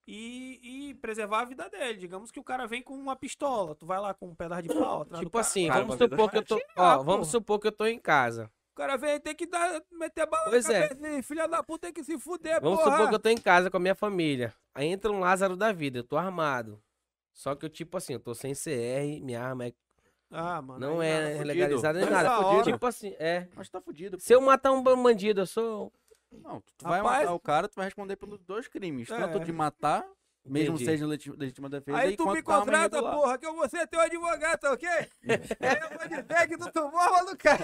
B: E, e preservar a vida dele. Digamos que o cara vem com uma pistola, tu vai lá com um pedaço de pau atrás do
E: Tipo
B: cara.
E: assim,
A: Cara,
E: vamos
A: pra ver-
E: supor que eu tô.
B: tirar,
E: Ó, vamos
B: porra.
E: supor que eu tô em casa.
F: O cara vem, tem que dar, meter bala
E: Pois
F: na
E: é.
F: cabeça dele. Filha da puta, tem que se fuder,
E: Vamos
F: porra.
E: supor que eu tô em casa com a minha família. Aí entra um Lázaro da vida, eu tô armado. Só que eu, tipo assim, eu tô sem CR, minha arma é-
B: Ah, mano.
E: não
B: aí Tá
E: é
D: fudido.
E: legalizada nem
D: Nessa
E: nada.
D: hora-
E: Tipo assim, é.
D: Mas tá fudido. pô.
E: Se eu matar um bandido, eu sou.
D: Não, tu vai
F: Rapaz-
D: matar o cara, tu vai responder pelos dois crimes.
B: É.
D: Tanto de matar, mesmo
E: Entendi.
D: seja legítima, legítima defesa,
F: Aí
D: e
F: tu
D: quanto
F: me
D: tá uma
F: contrata,
D: irregular.
F: porra, que eu vou ser teu advogado, tá ok? Aí eu vou dizer que tu tomou a do cara.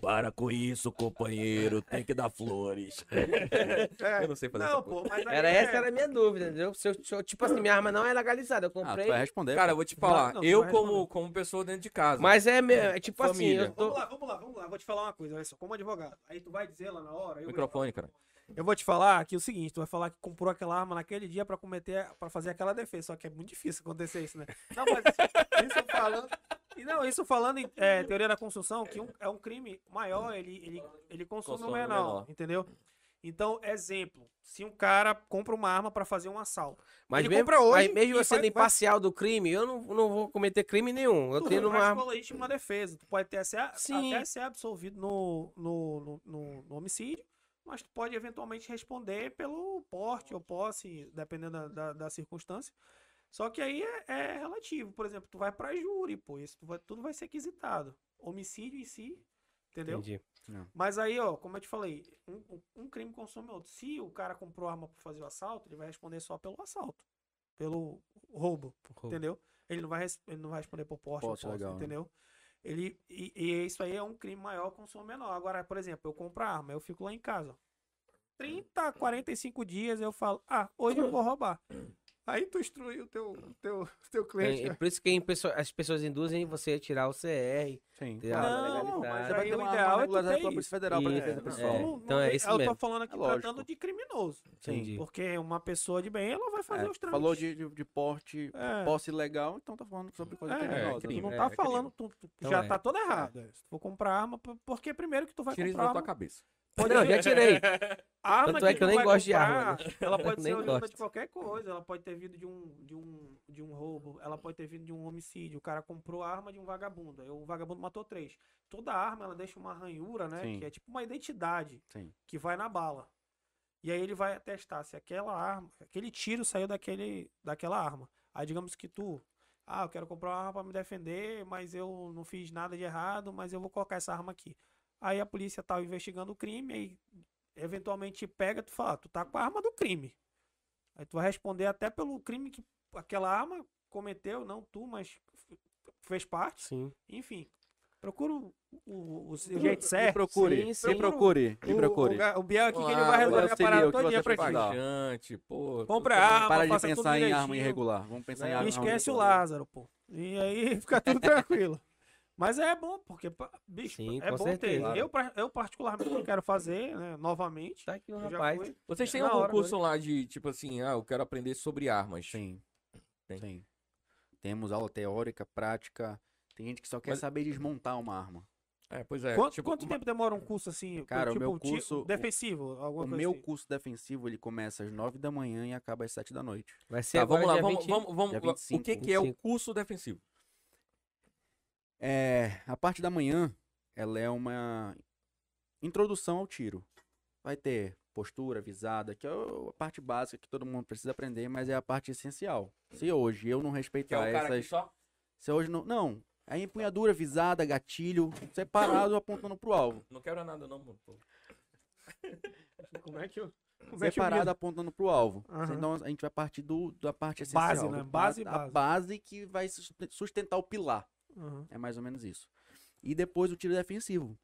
A: Para com isso, companheiro. Tem que dar flores.
B: É.
A: Eu não sei fazer
B: Não,
A: essa
B: pô, mas aí
E: Era
B: é-
E: essa era a minha dúvida, entendeu? Se eu, se eu- tipo assim, minha arma não é legalizada, eu
D: Ah, tu
E: comprei.
D: vai responder.
A: Cara, eu
D: pô.
A: vou te falar.
B: Não, não,
A: eu,
B: vai
A: como,
B: responder.
A: como pessoa dentro de casa.
E: Mas é, me- é tipo
A: Família.
E: assim, eu
B: Vamos
E: tô.
B: lá, vamos lá, vamos lá. Vou te falar uma coisa, olha só, como advogado. Aí tu vai dizer lá na hora. eu vou te
A: Microfone, cara.
B: Eu vou te falar aqui o seguinte, tu vai falar que comprou aquela arma naquele dia pra cometer, para fazer aquela defesa, só que é muito difícil acontecer isso, né? Não, mas isso, isso eu falando, E não, isso falando em é, teoria da construção, que um- é um crime maior, ele, ele, ele consome,
A: Consome
B: o menor,
A: menor.
B: entendeu? Então, exemplo, se um cara compra uma arma pra fazer um assalto,
E: Mas
B: Ele
E: mesmo,
B: compra hoje
E: mas mesmo
B: e
E: eu sendo
B: vai- vai-
E: imparcial do crime, eu não, não vou cometer crime nenhum. Eu
B: tu
E: tenho
B: vai
E: uma arma.
B: colar uma defesa, tu pode até ser,
E: Sim.
B: até ser absolvido no, no, no, no- no homicídio, mas tu pode eventualmente responder pelo porte ou posse, dependendo da, da, da circunstância. Só que aí é, é relativo, por exemplo, tu vai pra júri, pô, isso tu vai- tudo vai ser quesitado. Homicídio em si, entendeu?
E: Entendi.
B: Mas aí, ó, como eu te falei, um, um- um crime consome outro. Se o cara comprou arma pra fazer o assalto, ele vai responder só pelo assalto, pelo roubo, entendeu? Ele não vai, res- ele não vai responder por porte,
D: Porte,
B: ou posse,
D: legal, né?
B: entendeu? Ele, e, e isso aí é um crime maior, consome menor. Agora, por exemplo, eu compro a arma, eu fico lá em casa. ó. 30, 45 dias eu falo, ah, hoje eu vou roubar. Aí tu instrui o teu, teu, teu cliente.
E: É, é por isso que em pessoa- as pessoas induzem você a tirar o CR.
D: Sim.
E: ter a
B: Não,
E: legalidade.
B: mas
D: Você vai
B: aí
D: ter
B: o
D: uma
B: ideal é
D: arma
B: tu
D: regulamentada
B: ter
D: pela
B: isso.
D: Polícia Federal pra
E: Isso,
D: defesa
E: é.
D: pessoal.
E: É. então é
B: tem-
E: isso
B: eu
E: mesmo.
B: tô falando aqui
D: É lógico.
B: tratando de criminoso.
E: Entendi.
B: Porque uma pessoa de bem, ela vai fazer
D: É,
B: os trâmites.
D: Falou de, de, de porte,
B: É.
D: posse ilegal, então tá falando sobre coisa
B: É,
D: criminosa.
A: crime.
B: Tu não
A: É,
B: tá
A: crime.
B: falando, tu, tu
E: Então
B: já
E: é.
B: tá todo errado. Se tu for comprar arma, p- porque primeiro que tu vai
A: Tira isso
B: comprar um
A: da
B: arma,
A: tua cabeça.
E: Não,
B: [laughs]
E: já tirei.
B: a arma
E: Tanto é que eu
B: tu
E: nem
B: vai
E: gosto de
B: comprar,
E: arma, né?
B: Ela
E: [laughs] Eu
B: pode ser
E: nem
B: oriunda de
E: gosto.
B: qualquer coisa, ela pode ter vindo de um, de, um, de um roubo, ela pode ter vindo de um homicídio. O cara comprou a arma de um vagabundo, aí o vagabundo matou três. Toda arma, ela deixa uma ranhura, né?
D: Sim.
B: Que é tipo uma identidade
D: Sim.
B: que vai na bala. E aí ele vai testar se aquela arma, aquele tiro saiu daquele, daquela arma. Aí digamos que tu, ah, eu quero comprar uma arma pra me defender, mas eu não fiz nada de errado, mas eu vou colocar essa arma aqui. Aí a polícia tá investigando o crime, aí eventualmente pega, tu fala, "Ah, tu tá com a arma do crime. Aí tu vai responder até pelo crime que aquela arma cometeu, não tu, mas f- fez parte.
E: Sim.
B: Enfim, procura o, o, o jeito certo.
D: procure,
E: Sim,
D: Me
E: sim.
D: procure, me
B: né? O-
D: procure.
B: O, ga- o Biel aqui que ele
A: Olá,
B: vai
D: Ah, eu
B: resolver a
D: auxilio, o
B: parada
D: que
B: todinha
D: você
B: pra ti.
D: precisar.
A: Viajante, pô.
B: Compra
A: tudo-
B: a arma,
D: Para de
B: faça tudo
D: pensar em arma
B: direitinho.
D: irregular. Vamos pensar em
B: E
D: arma
B: esquece o
D: regular.
B: Lázaro, pô. E aí [laughs] fica
D: [laughs]
B: tudo tranquilo. Mas é bom, porque, pa- bicho,
E: Sim,
B: é
E: com
B: bom
E: certeza.
B: ter. Eu, pra- eu particularmente, não quero fazer, né, novamente.
E: Tá aqui um
B: Eu já
E: rapaz.
B: fui.
A: Vocês têm
B: Na
A: algum
B: hora,
A: curso lá de, tipo assim, ah, eu quero aprender sobre armas.
D: Sim.
A: Tem.
D: Sim. Temos aula teórica, prática. Tem gente que só quer
A: Mas-
D: saber desmontar uma arma.
A: É, pois é.
B: quanto
A: tipo,
B: quanto
A: uma-
B: tempo demora um curso assim?
D: Cara, o
B: tipo,
D: meu
B: ti-
D: curso-
B: defensivo, alguma
D: o
B: coisa
D: meu
B: assim?
D: curso defensivo ele começa às 9 da manhã e acaba às 7 da noite.
E: Vai ser
A: Tá,
E: agora
A: vamos lá,
E: dia
A: vamos,
E: 20.
A: vamos, vamos-
D: dia
A: O que, que é o
E: 25.
A: curso defensivo?
D: É, a parte da manhã, ela é uma introdução ao tiro. Vai ter postura, visada, que é o- a parte básica que todo mundo precisa aprender, mas é a parte essencial. Se hoje eu não
A: Que é
D: respeitar
A: o cara que
D: essas,
A: só.
D: se hoje não, não, é empunhadura, visada, gatilho, separado apontando pro alvo.
A: Não quero nada, não, pô.
B: Como é que eu... Como é que eu
D: Separado apontando pro alvo.
B: Aham.
D: Então a gente vai partir do, da parte essencial.
B: Base, né?
D: do
B: Base,
D: ba- A
B: base.
D: base que vai sus- sustentar o pilar.
B: Uhum.
D: É mais ou menos isso. E depois o tiro defensivo,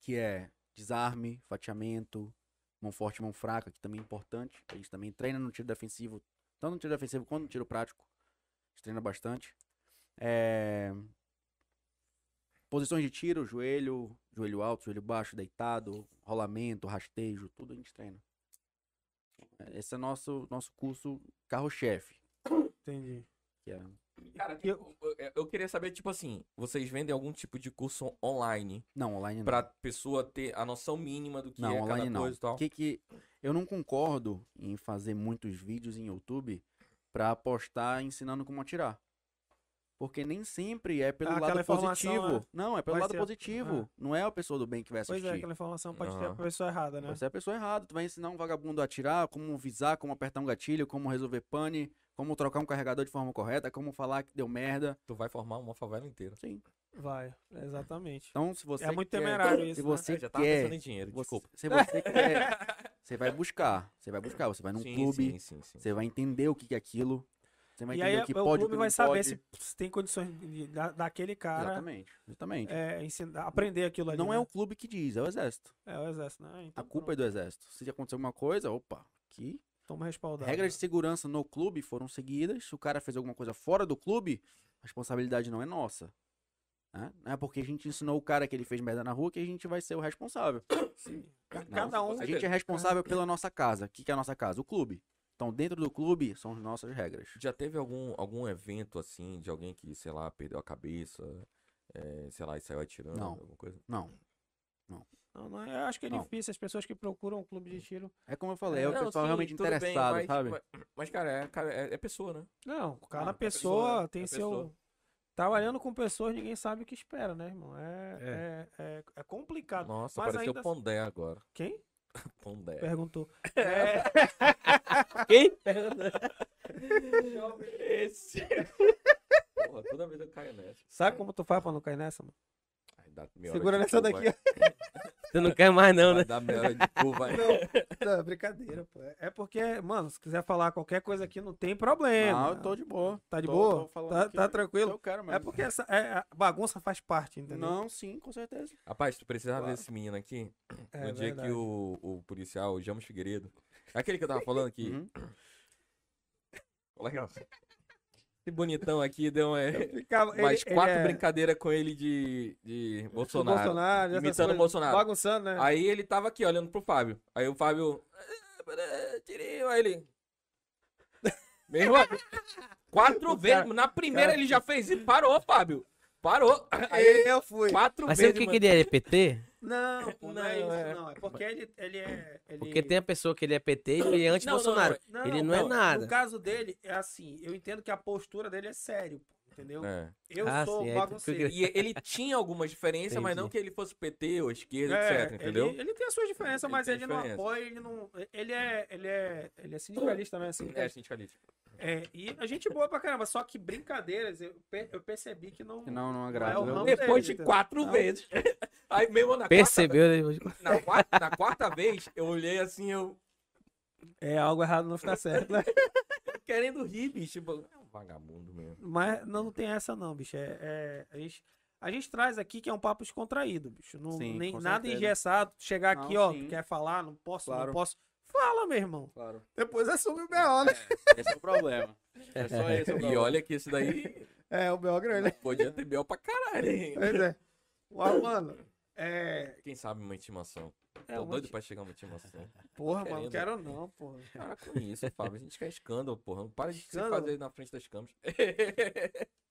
D: que é desarme, fatiamento, mão forte, mão fraca, que também é importante. A gente também treina no tiro defensivo, tanto no tiro defensivo quanto no tiro prático. A gente treina bastante. É, Posições de tiro, joelho, joelho alto, joelho baixo, deitado, rolamento, rastejo, tudo a gente treina. Esse é nosso nosso curso carro-chefe.
B: Entendi.
D: que é-
A: Cara, tem-
B: Eu-
A: eu- eu- eu queria saber, tipo assim, vocês vendem algum tipo de curso online
D: Não, online não.
A: pra pessoa ter a noção mínima do que
D: Não,
A: é cada
D: online não.
A: coisa e tal?
D: Que que eu não concordo em fazer muitos vídeos em YouTube pra postar ensinando como atirar. Porque nem sempre é pelo
B: Ah, aquela
D: lado
B: informação,
D: positivo.
B: né?
D: Não, é pelo
B: Vai
D: lado
B: ser- Ah.
D: positivo. Não é a pessoa do bem que vai
B: Pois
D: assistir.
B: é, aquela informação pode ter a
A: Aham.
B: pessoa errada, né?
D: Você é a pessoa errada. Tu vai ensinar um vagabundo a atirar, como visar, como apertar um gatilho, como resolver pane, como trocar um carregador de forma correta, como falar que deu merda.
A: Tu vai formar uma favela inteira.
B: Vai, exatamente.
D: Então, se você
B: é muito
D: quer- [laughs]
B: temerário isso,
D: se
B: né?
D: você
A: É, já tava
D: quer,
A: pensando em dinheiro,
D: você-
A: desculpa.
D: se você
B: [laughs]
D: quer, você vai buscar. Você vai buscar. Você vai num
A: sim,
D: clube,
A: Sim, sim, sim.
D: Você vai entender o que que é aquilo. Você vai
B: E
D: entender
B: aí é
D: o que
B: o
D: pode e o
B: clube
D: que
B: vai
D: não
B: saber
D: pode.
B: se, se tem condições de- da- daquele cara
D: Exatamente, justamente.
B: é, ensinar, aprender aquilo ali.
D: não
B: né?
D: é o clube que diz, é o exército.
B: É o exército, né?
D: A
B: Então,
D: culpa é do exército. Se acontecer alguma coisa, opa, que
B: pronto, toma respaldado. né?
D: regras de segurança no clube foram seguidas. Se o cara fez alguma coisa fora do clube, a responsabilidade não é nossa. né? Não é porque a gente ensinou o cara que ele fez merda na rua que a gente vai ser o responsável.
B: Cada
D: Não,
B: um.
D: A gente é responsável pela nossa é casa. O que que é a nossa casa? O clube. Então, dentro do clube, são as nossas regras.
A: Já teve algum, algum evento assim de alguém que, sei lá, perdeu a cabeça, é, sei lá, e saiu atirando?
D: Não.
A: Alguma coisa?
D: Não.
B: Não, não, eu acho que é
D: Não.
B: difícil. As pessoas que procuram um clube de tiro.
D: É como eu falei, é o
A: Não,
D: pessoal
A: sim,
D: realmente
A: tudo bem,
D: interessado,
A: mas-
D: sabe?
A: Mas, mas, cara, é, ca- é- é pessoa, né?
B: Não, cada
A: Não, é
B: pessoa,
A: pessoa, né?
B: tem
A: É
B: seu.
A: pessoa.
B: Trabalhando com pessoas, ninguém sabe o que espera, né, irmão? É, é. é- é complicado.
A: Nossa,
B: mas
A: pareceu É.
B: ainda-
A: Pondé agora. [laughs]
B: Quem
A: Pondé. [laughs]
B: perguntou?
A: É,
B: É.
E: Quem?
A: Esse. Porra, toda vez eu caio nessa.
B: Sabe como tu faz pra não cair nessa, mano?
A: Ai, dá meia hora
B: Segura
A: de
B: nessa
A: cu,
B: daqui,
A: vai.
E: Tu não quer mais
A: Vai
E: não, né?
A: dar meia hora de cu, vai.
B: Não, brincadeira, pô. É porque, mano, se quiser falar qualquer coisa aqui, não tem problema.
D: Não, eu tô de boa.
B: Tá de
D: Tô-
B: boa?
D: tô falando
B: Tá-
D: que
B: tá tranquilo?
D: Eu quero,
B: É
D: mesmo.
B: porque essa, é, a bagunça faz parte, entendeu?
D: Não, sim, com certeza.
A: Rapaz, tu precisava
D: Claro.
A: desse menino aqui
B: É
A: no dia
B: verdade.
A: que o, o policial, o James Figueiredo. Aquele que eu tava falando que.
D: Uhum.
A: Legal. Esse bonitão aqui deu é,
B: Ficava,
A: [laughs]
B: ele-
A: mais
B: ele
A: quatro
B: é
A: brincadeiras com ele de, de
B: do
A: Bolsonaro.
B: essas
A: imitando o
B: coisas,
A: Bolsonaro.
B: Bagunçando, né?
A: Aí ele tava aqui olhando pro Fábio. Aí o Fábio. "Ah, Tirinho, aí ele. [laughs] Meu irmão, quatro vezes. Na primeira ele já fez e parou, Fábio. Parou. [laughs] Aí,
B: Aí é eu fui.
A: quatro
E: Mas sabe
A: vezes.
E: o que, que
A: mano.
E: ele é? Ele é PT?
A: [laughs]
B: Não, pô, não é
A: Não,
B: isso,
A: é.
B: não. É porque ele, ele é. Ele...
E: Porque tem a pessoa que ele é PT e ele é anti-Bolsonaro. Ele não é nada.
B: No caso dele, é assim, eu entendo que a postura dele é sério, pô, entendeu?
A: É.
B: Eu
E: Ah,
B: sou
E: sim, é, tu- tu
B: bagunceiro.
A: E ele tinha algumas diferenças, mas
E: Entendi.
A: não que ele fosse PT ou esquerda,
B: É,
A: etc. Entendeu?
B: Ele, ele tem as suas diferenças,
A: Ele
B: mas
A: tem
B: ele não
A: diferença.
B: apoia, ele não. Ele é. Ele é. Ele é sindicalista, né? Sindicalista.
A: É, sindicalista.
B: É, e a gente boa pra caramba, só que brincadeiras, eu, pe- eu percebi que não.
D: Que não, não
B: é
D: agrada.
B: o
D: viu?
B: ramo.
A: Depois de
B: dele,
A: quatro vezes. [laughs] Aí mesmo na
E: Percebeu?
D: é
E: né?
A: quarta, na quarta, na quarta vez, eu olhei assim, eu
B: É, algo errado não está certo, né?
A: querendo rir, bicho. Tipo, é um vagabundo mesmo.
B: Mas não tem essa, não, bicho. É, é- a, gente, a gente traz aqui que é um papo descontraído, bicho. Não,
D: Sim,
B: nem,
D: com
B: nada
D: certeza.
B: engessado. Chegar aqui,
D: Não,
B: ó,
D: sim.
B: tu quer falar, não posso, não
D: Claro.
B: posso. Fala, meu irmão.
D: Claro.
B: Depois assume o B.O., né?
D: Esse [laughs] é o problema. É [laughs] só esse o
A: E
D: problema.
A: olha que esse daí
B: É, o B.O. grande.
A: podia ter B.O. pra caralho, hein?
B: [laughs] Pois é. Uau, mano. É.
A: Quem sabe uma intimação.
B: é
A: Tô
B: um
A: doido
B: monte-
A: pra chegar uma intimação.
B: Porra, mano, não
A: querendo.
B: quero não, porra.
A: Cara, com isso, Fábio. A gente quer escândalo, porra. Não para de se
B: Escândalo?
A: fazer na frente das câmeras.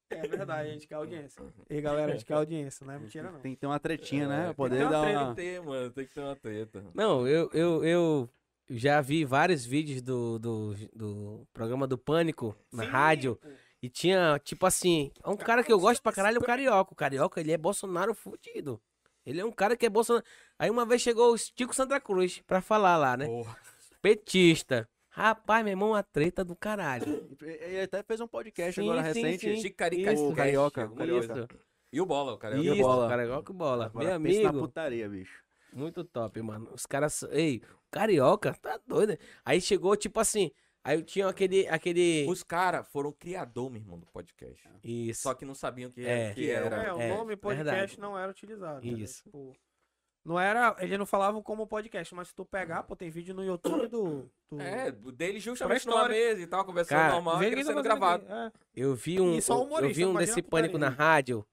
B: É verdade, a gente quer audiência. E galera, a gente quer audiência, não é mentira, não.
D: Tem que ter uma tretinha, né? Pra
A: tem
D: poder
A: que ter uma
D: dar uma.
A: treta aí, mano. Tem que ter uma treta.
E: Não, eu, eu, eu já vi vários vídeos do, do, do programa do Pânico na
B: Sim,
E: rádio.
B: pô.
E: E tinha, tipo assim, um cara que eu gosto pra caralho é o Carioca. O Carioca, ele é Bolsonaro fudido. Ele é um cara que é Bolsonaro. Aí uma vez chegou o Tico Santa Cruz pra falar lá, né?
A: Porra.
E: Petista. Rapaz, meu irmão, a treta do caralho.
D: Ele até fez um podcast
E: Sim,
D: agora
E: sim,
D: recente.
E: sim.
A: Chicarica
D: Isso. Carioca, Carioca.
A: E o bola, o cara.
E: Isso,
D: E bola.
E: Carioca e bola.
D: Agora
E: Meu
D: pensa na
E: amigo,
D: putaria, bicho.
E: muito top, mano. Os caras. são- Ei, Carioca, tá doido. né? Aí chegou, tipo assim. Aí tinha aquele. aquele...
A: Os caras foram criador, meu irmão, do podcast.
E: Isso.
A: Só que não sabiam o que,
E: É.
A: que era.
B: É, o
E: É,
B: nome podcast
E: verdade.
B: não era utilizado. entendeu?
E: Isso.
B: Tipo, não era. Eles não falavam como podcast, mas se tu pegar, pô, tem vídeo no YouTube do. do...
A: É, dele justamente
B: Pra história.
A: numa mesa e tal, conversando
E: Cara,
A: normal,
B: Vê
A: e
B: quem tá
A: sendo
B: fazendo
A: gravado.
B: aqui, é.
E: Eu vi um,
B: E só
E: eu- eu
B: humorista,
E: vi um
B: imagina
E: desse
B: a
E: pânico na
B: putaria.
E: rádio,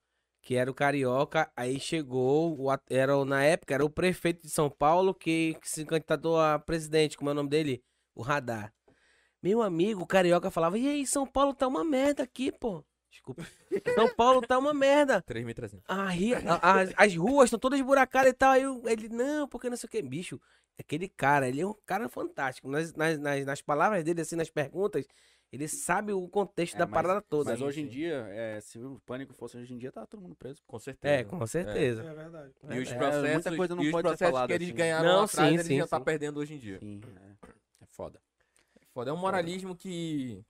E: que era o carioca, aí chegou, o, at- era, o- na época era o prefeito de São Paulo que, que se candidatou a presidente, como é o nome dele? O Radar. Meu amigo, o carioca falava: "E aí, São Paulo tá uma merda aqui, pô".
B: [laughs]
E: Desculpa. São Paulo tá uma merda.
A: 3.300.
E: A ri- a- as- as ruas estão todas buracadas e tal. Aí eu- ele, não, porque não sei o que, bicho. Aquele cara, ele é um cara fantástico. Nas, nas, nas, nas palavras dele, assim, nas perguntas, ele sabe o contexto
D: É,
E: da
D: mas-
E: parada toda.
D: Mas
A: Sim,
D: hoje em
A: sim.
D: dia, é, se o pânico fosse hoje em dia, tá todo mundo preso.
A: Com certeza.
E: É, com certeza.
B: É verdade.
A: E os
D: É,
A: processos,
D: muita coisa não
A: e os
D: pode ser
A: processos
D: falada
A: que eles
D: assim.
A: ganharam
E: Não,
A: lá atrás,
E: sim,
A: eles
E: sim,
A: já tá
E: sim.
A: perdendo hoje em dia.
D: Sim, é. É foda.
A: Foda, é um moralismo que,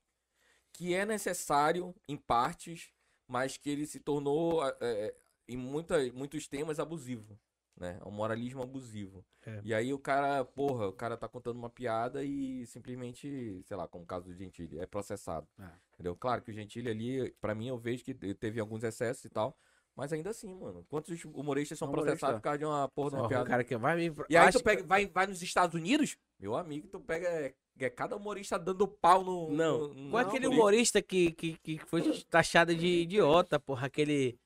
A: que é necessário em partes, mas que ele se tornou, a- é, em muita, muitos temas, abusivo. Né? É um moralismo abusivo.
E: É.
A: E aí o cara, porra, o cara tá contando uma piada e simplesmente, sei lá, como o caso do Gentili, é processado.
D: É.
A: Entendeu? Claro que o Gentili ali, pra mim, eu vejo que te- teve alguns excessos e tal. Mas ainda assim, mano. Quantos humoristas são
D: Humorista.
A: processados por causa de uma porra de uma
E: Porra, É o
A: piada?
E: cara que vai me.
A: E aí
E: acho
A: tu pega, vai, vai nos Estados Unidos, meu amigo, tu pega é, é cada humorista dando pau no.
E: que- Não.
A: no-
E: Com
A: no
E: aquele
A: é humorista.
E: humorista que, que, que foi taxado de idiota, porra. Aquele.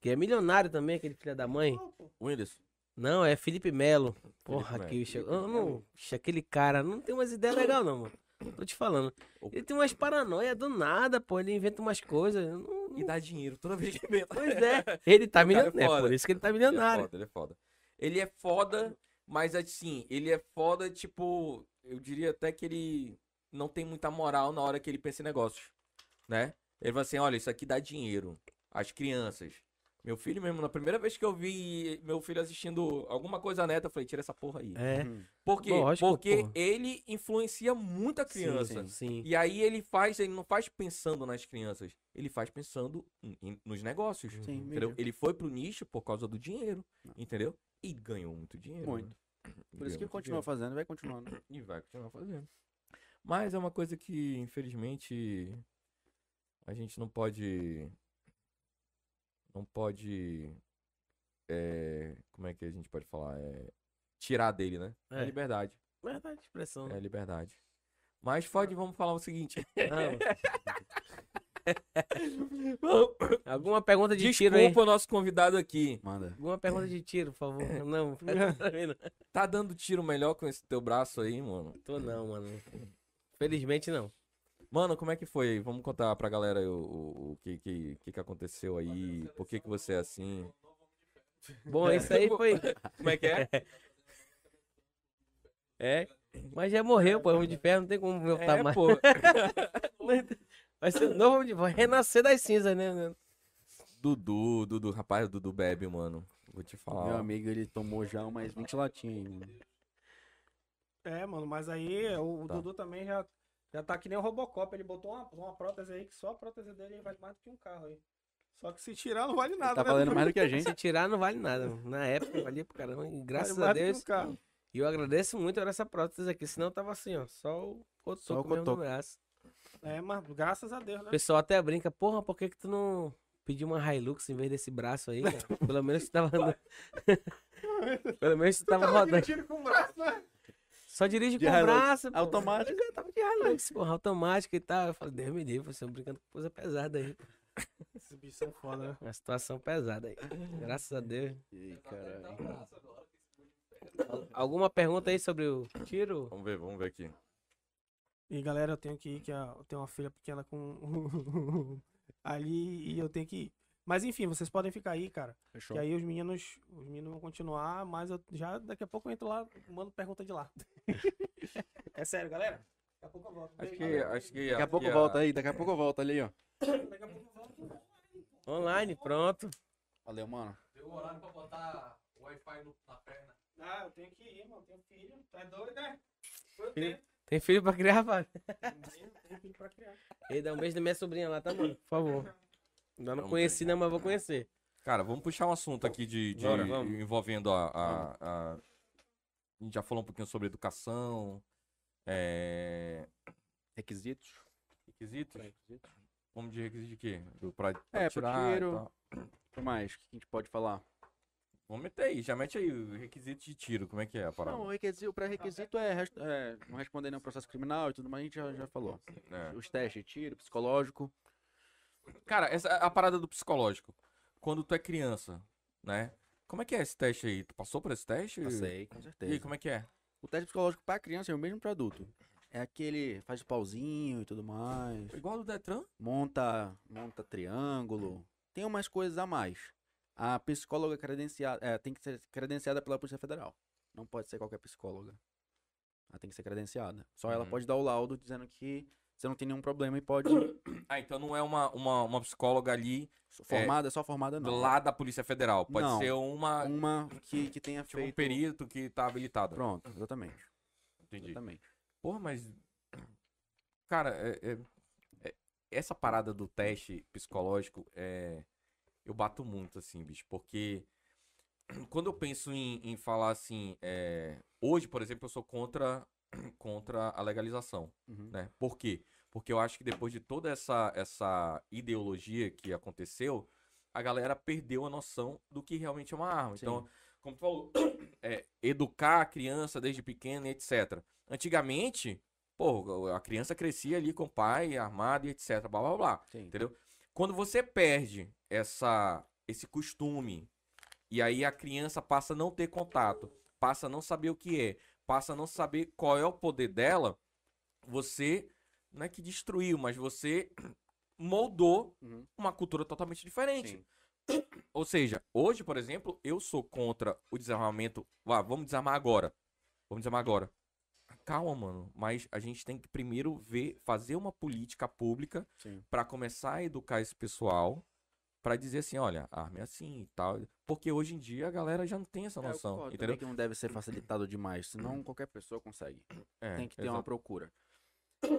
E: Que é milionário também, aquele filho da
B: É,
E: mãe.
A: Whindersson.
E: Não, é Felipe Melo. Porra,
A: Melo,
E: que chegou. Não, Ixi, aquele cara não tem umas ideias legais, não, mano. Tô te falando. Ele tem umas paranoias do nada, pô. Ele inventa umas coisas. eu não-
A: E dá dinheiro toda vez que inventa. [laughs]
E: Pois é. Ele tá
A: cara é
E: milionário. É
A: foda.
E: por isso que ele tá
A: Ele é
E: milionário.
A: foda, ele é foda. Ele é foda, mas assim, ele é foda, tipo, eu diria até que ele não tem muita moral na hora que ele pensa em negócios, né? Ele fala assim, olha, isso aqui dá dinheiro às crianças. Meu filho mesmo, na primeira vez que eu vi meu filho assistindo alguma coisa à neta, eu falei, tira essa porra aí.
E: É.
D: Hum.
A: Por quê?
E: Lógico,
A: Porque
E: porra.
A: ele influencia muita criança.
E: É. Sim, sim.
A: E aí ele faz, ele não faz pensando nas crianças, ele faz pensando em- em- nos negócios.
D: Sim,
A: entendeu?
D: mídia.
A: Ele foi pro nicho por causa do dinheiro, entendeu? E ganhou muito dinheiro.
D: Ah. Muito.
A: né?
D: Por isso que
A: Ganhou
D: ele
A: muito
D: continua fazendo, vai continuando.
A: dinheiro. E vai continuar fazendo. Mas é uma coisa que, infelizmente, a gente não pode. Não pode. é, como é que a gente pode falar? É, tirar dele, né? É
E: É.
A: liberdade.
E: Verdade, tá expressão.
A: É liberdade. Mas, Fode, vamos falar o seguinte.
E: Ah, Alguma pergunta de tiro aí.
A: Desculpa o nosso convidado aqui.
D: Manda.
E: Alguma pergunta de tiro, por
A: [laughs]
E: favor. Não, pra mim não.
A: Tá dando tiro melhor com esse teu braço aí, mano?
E: Tô não, mano. Felizmente não.
A: Mano, como é que foi? Vamos contar pra galera o, o, o que, que, que que aconteceu aí, por que que você é assim.
E: Bom, isso aí foi.
A: [laughs] Como é que é?
E: É. Mas já morreu, pô. Homem de ferro, não tem como voltar mais.
A: É, pô.
E: Vai ser um novo homem de ferro. Renascer das cinzas, né?
A: Dudu, Dudu, rapaz, o Dudu bebe, mano. Vou te
D: Meu
A: falar.
D: amigo, ele tomou já umas 20 latinhas aí, mano.
B: É, mano, mas aí o, o
A: Tá.
B: Dudu também já, já tá que nem o Robocop. Ele botou uma, uma prótese aí que só a prótese dele vale mais do que um carro aí. Só que se tirar não vale nada,
D: Ele tá
B: né?
D: valendo mais do que a
E: Se
D: gente.
E: tirar, não vale nada. mano. Na época, valia pro caramba. E graças
B: vale
E: a
B: mais do que
E: Deus.
B: um carro.
E: E eu agradeço muito por essa prótese aqui. Senão eu tava assim, ó. Só o
D: Só o
E: cotoco mesmo no
D: cotoco.
E: braço.
B: É, mas graças a Deus,
E: O
B: né?
E: pessoal até brinca. Porra, por que que tu não pediu uma Hilux em vez desse braço aí,
D: [laughs]
E: cara? Pelo menos tu tava andando. [laughs] Pelo menos tu tava rodando.
B: Tiro com o braço, né?
E: Só dirige
D: De
E: com o
D: Hilux, [laughs]
E: braço, pô.
D: automático.
E: Eu tava de Hilux, [laughs] porra, automática e tal. Eu falei, Deus me livre, vocês estão brincando com coisa pesada aí. pô.
B: Esses bichos são foda, né?
E: Uma situação pesada aí. Graças a Deus.
D: Ih, caralho.
E: Al- Alguma pergunta aí sobre o tiro?
A: Vamos ver, vamos ver aqui.
B: E galera, eu tenho que ir, que a- eu tenho uma filha pequena com. [laughs] ali e eu tenho que ir. Mas enfim, vocês podem ficar aí, cara.
D: Fechou.
B: Que aí os meninos, os meninos vão continuar, mas eu já daqui a pouco eu entro lá, mando pergunta de
E: [laughs]
B: lá. é sério, galera? Daqui a pouco eu volto.
A: Acho
B: Beijo.
A: que,
E: é.
A: acho que
D: Daqui a pouco volta aí, daqui a pouco volta ali, ó.
B: Daqui a pouco eu volto.
E: Online, pronto.
D: Valeu, mano.
B: Ah, eu tenho que ir, mano. Tenho filho. Tá doido, né? Foi o tempo.
E: Tem filho pra criar, rapaz?
B: Tem filho pra criar.
E: Ei, dá um beijo da minha sobrinha lá, tá, mano? um Por favor. Ainda não
A: Vamos
E: conheci, não, mas vou conhecer.
A: Cara, vamos puxar um assunto aqui de, de-
E: Bora, vamos.
A: envolvendo a, a- a- a gente já falou um pouquinho sobre educação, é,
D: Requisitos.
A: requisitos. Vamos de requisito de quê? Do pra, pra
D: É, pro
A: tirar e
D: tiro.
A: tal.
D: O que mais? O que a gente pode falar?
A: Vamos meter aí, já mete aí o requisito de tiro, como é que é a parada?
D: Não, o, requisi- o pré-requisito é, res- é não responder nenhum processo criminal e tudo mais, a gente já, já falou.
A: É.
D: Os testes de tiro, psicológico.
A: Cara, essa, é a parada do psicológico. Quando tu é criança, né? Como é que é esse teste aí? Tu passou por esse teste?
D: Passei, com
A: E aí,
D: certeza.
A: como é que é?
D: O teste psicológico pra criança é o mesmo pra adulto. É aquele, faz o pauzinho e tudo mais,
A: Igual do Detran?
D: monta, monta triângulo,
A: É.
D: tem umas coisas a mais. A psicóloga credenciada, é, tem que ser credenciada pela Polícia Federal. Não pode ser qualquer psicóloga. Ela tem que ser credenciada. Só ela
A: Uhum.
D: pode dar o laudo dizendo que você não tem nenhum problema e
A: [coughs]
D: pode...
A: Ah, então não é uma, uma, uma psicóloga ali
D: Formada, só formada não.
A: É, lá da Polícia Federal. Pode
D: Não.
A: ser uma,
D: Uma que, que tenha
A: tipo, um
D: feito...
A: perito que tá habilitado.
D: Pronto, exatamente.
A: Entendi.
D: Exatamente.
A: Porra, mas. [clears throat] Cara, é- é- é- essa parada do teste psicológico é. Eu bato muito, assim, bicho, porque [clears throat] quando eu penso em, em falar assim. é, Hoje, por exemplo, eu sou contra, [clears throat] contra a legalização,
D: Uhum.
A: né? Por quê? Porque eu acho que depois de toda essa, essa ideologia que aconteceu, a galera perdeu a noção do que realmente é uma arma. Então, como tu falou, [coughs] é, educar a criança desde pequena e etc. Antigamente, pô, a criança crescia ali com o pai, armado e etc. Blá blá blá.
D: Sim.
A: Entendeu? Quando você perde essa, esse costume, e aí a criança passa a não ter contato, passa a não saber o que é, passa a não saber qual é o poder dela, Você não é que destruiu, mas você [clears throat] moldou
D: Uhum.
A: uma cultura totalmente diferente.
D: Sim.
A: Ou seja, hoje, por exemplo, eu sou contra o desarmamento. Ah, vamos desarmar agora. Vamos desarmar agora. Calma, mano. Mas a gente tem que primeiro ver, fazer uma política pública
D: Sim.
A: pra começar a educar esse pessoal pra dizer assim, olha, arme é assim e tal. Porque hoje em dia a galera já não tem essa
D: É, eu
A: noção,
D: concordo também
A: entendeu? Uhum.
D: que não deve ser
A: [coughs]
D: facilitado demais, senão qualquer pessoa consegue.
A: É,
D: Tem que ter
A: exato.
D: uma procura.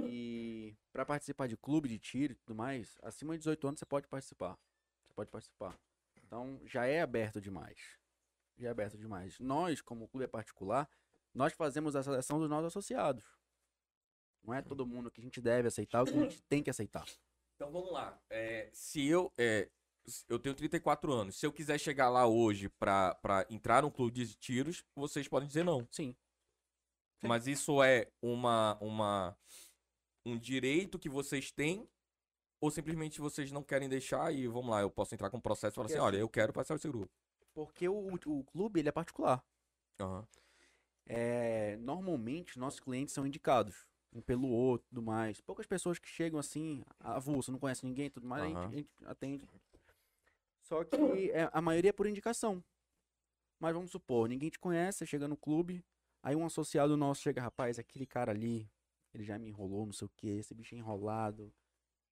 D: E pra participar de clube de tiro e tudo mais, acima de 18 anos você pode participar. Você pode participar. Então já é aberto demais. Já é aberto demais. Nós, como clube é particular, nós fazemos a seleção dos nossos associados. Não é todo mundo que a gente deve aceitar, o que a gente tem que aceitar.
A: Então vamos lá. É, se eu. é, se- eu tenho 34 anos. Se eu quiser chegar lá hoje pra, pra entrar num clube de tiros, vocês podem dizer não.
D: Sim.
A: Mas isso é uma, uma. Um direito que vocês têm. Ou simplesmente vocês não querem deixar e vamos lá, eu posso entrar com um processo e falar assim, olha, eu quero passar esse grupo.
D: Porque o, o clube ele é particular.
A: Aham.
D: É, normalmente nossos clientes são indicados um pelo outro, tudo mais. Poucas pessoas que chegam assim, avulso, não conhece ninguém, tudo mais, a gente-
A: Aham.
D: a, gente, atende. Só que é, a maioria é por indicação. Mas vamos supor, ninguém te conhece, você chega no clube, aí um associado nosso chega, rapaz, aquele cara ali, ele já me enrolou, não sei o que, esse bicho é enrolado,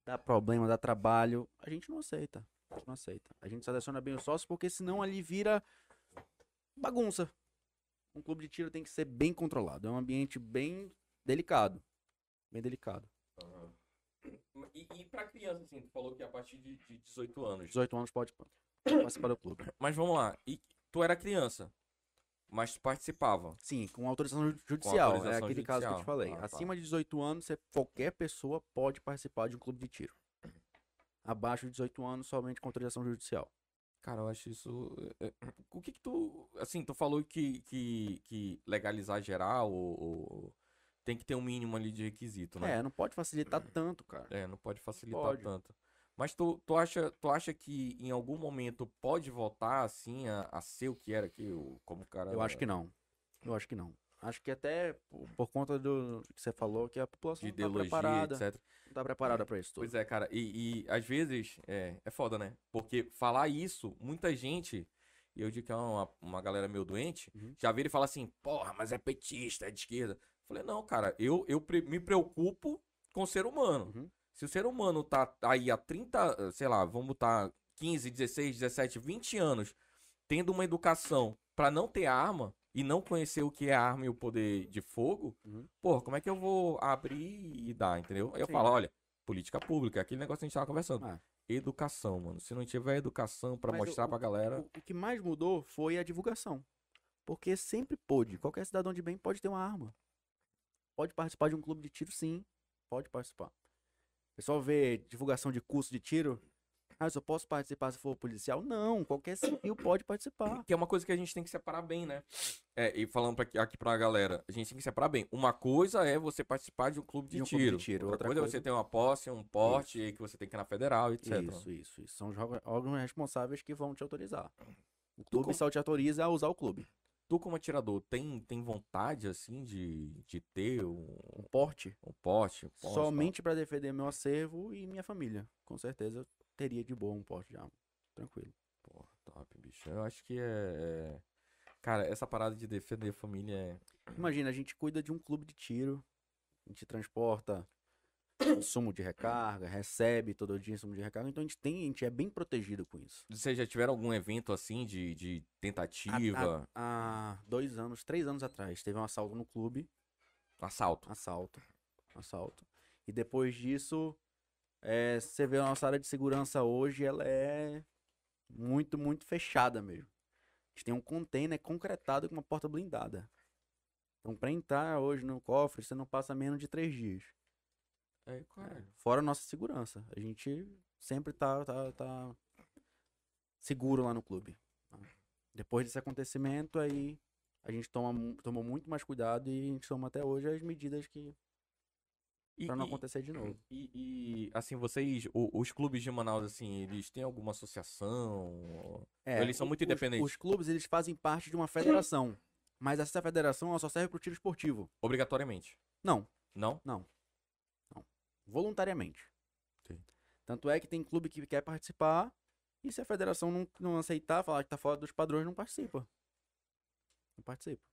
D: dá problema, dá trabalho. A gente não aceita. A gente não aceita. A gente seleciona bem os sócios, porque senão ali vira bagunça um clube de tiro tem que ser bem controlado. É um ambiente bem delicado. Bem delicado.
A: E, e pra criança, assim, tu falou que é a partir de, de 18 anos.
D: 18 anos pode participar do clube.
A: Mas vamos lá, e tu era criança, mas tu participava.
D: Sim, com autorização ju- judicial. é
A: autorização
D: aquele caso que eu
A: judicial.
D: te falei.
A: Ah, tá.
D: Acima de 18 anos, você- qualquer pessoa pode participar de um clube de tiro. Abaixo de 18 anos, somente com autorização judicial.
A: Cara, eu acho isso. é, é, O que que tu. Assim, tu falou que, que, que legalizar geral ou, ou- tem que ter um mínimo ali de requisito, né?
D: É, não pode facilitar tanto, cara.
A: É, não pode facilitar
D: Pode.
A: tanto. Mas tu, tu, acha, tu acha que em algum momento pode voltar assim a, a ser o que era que o como o cara.
D: Eu acho que não. Eu acho que não. Acho que até por, por conta do que você falou, que a
A: De
D: população não tá
A: ideologia,
D: preparada.
A: etc.
D: Não tá preparada pra isso tudo.
A: Pois é, cara. E, e, às vezes é, é foda, né? Porque falar isso, muita gente, e eu digo que é uma, uma galera meio doente,
D: Uhum.
A: já vira e fala assim, porra, mas é petista, é de esquerda. Falei, não, cara, eu, eu pre- me preocupo com o ser humano.
D: Uhum.
A: Se o ser humano tá aí há 30, sei lá, vamos botar 15, 16, 17, 20 anos, tendo uma educação pra não ter arma e não conhecer o que é arma e o poder de fogo,
D: Uhum.
A: porra, como é que eu vou abrir e dar, entendeu? Aí eu
D: Sim.
A: falo, olha, política pública, é aquele negócio que a gente tava conversando.
D: É.
A: Educação, mano. Se não tiver educação pra
D: Mas
A: mostrar
D: o-
A: pra galera.
D: O, o que mais mudou foi a divulgação. Porque sempre pôde. Qualquer cidadão de bem pode ter uma arma. Pode participar de um clube de tiro, sim. Pode participar. O pessoal vê divulgação de curso de tiro. Ah, eu só posso participar se for policial? Não, qualquer civil pode participar.
A: Que é uma coisa que a gente tem que separar bem, né? É, e falando pra, aqui pra galera, a gente tem que separar bem. Uma coisa é você participar de um clube de,
D: De um clube
A: tiro.
D: de tiro,
A: Outra,
D: outra
A: coisa, é
D: coisa-
A: você ter uma posse, um porte que você tem que ir na federal, etc.
D: Isso, é isso, isso. São os órgãos- órgãos responsáveis que vão te autorizar. O clube só te autoriza a usar o clube.
A: Tu, como atirador, tem, tem vontade, assim, de, de ter um,
D: O porte
A: um porte? um porte,
D: Somente pra defender meu acervo e minha família. Com certeza eu teria de boa um porte de arma. Tranquilo.
A: Porra, top, bicho. Eu acho que é. é- Cara, essa parada de defender a família é.
D: Imagina, a gente cuida de um clube de tiro, a gente transporta [coughs] consumo de recarga, recebe todo dia insumo de recarga, então a gente tem, a gente é bem protegido com isso.
A: Vocês já tiveram algum evento assim de, de tentativa?
D: Há dois anos, três anos atrás, teve um assalto no clube,
A: Assalto.
D: assalto, assalto. E depois disso, é, você vê a nossa área de segurança hoje, ela é muito, muito fechada mesmo. A gente tem um container concretado com uma porta blindada. Então, pra entrar hoje no cofre, você não passa menos de três dias.
A: É, cara.
D: Fora a nossa segurança. A gente sempre tá, tá, tá seguro lá no clube. né? Depois desse acontecimento, aí a gente toma, mu- tomou muito mais cuidado e a gente toma até hoje as medidas que
A: E,
D: para não
A: e- Uhum.
D: acontecer de novo.
A: e- e, assim, vocês, o- os clubes de Manaus, assim, eles têm alguma associação?
D: É,
A: Eles são muito
D: os-
A: independentes.
D: Os clubes eles fazem parte de uma federação, mas essa federação ela só serve pro tiro esportivo.
A: Obrigatoriamente.
D: Não,
A: Não?
D: Não. voluntariamente.
A: Sim.
D: Tanto é que tem clube que quer participar e se a federação não, não aceitar, falar que tá fora dos padrões, não participa. Não participa.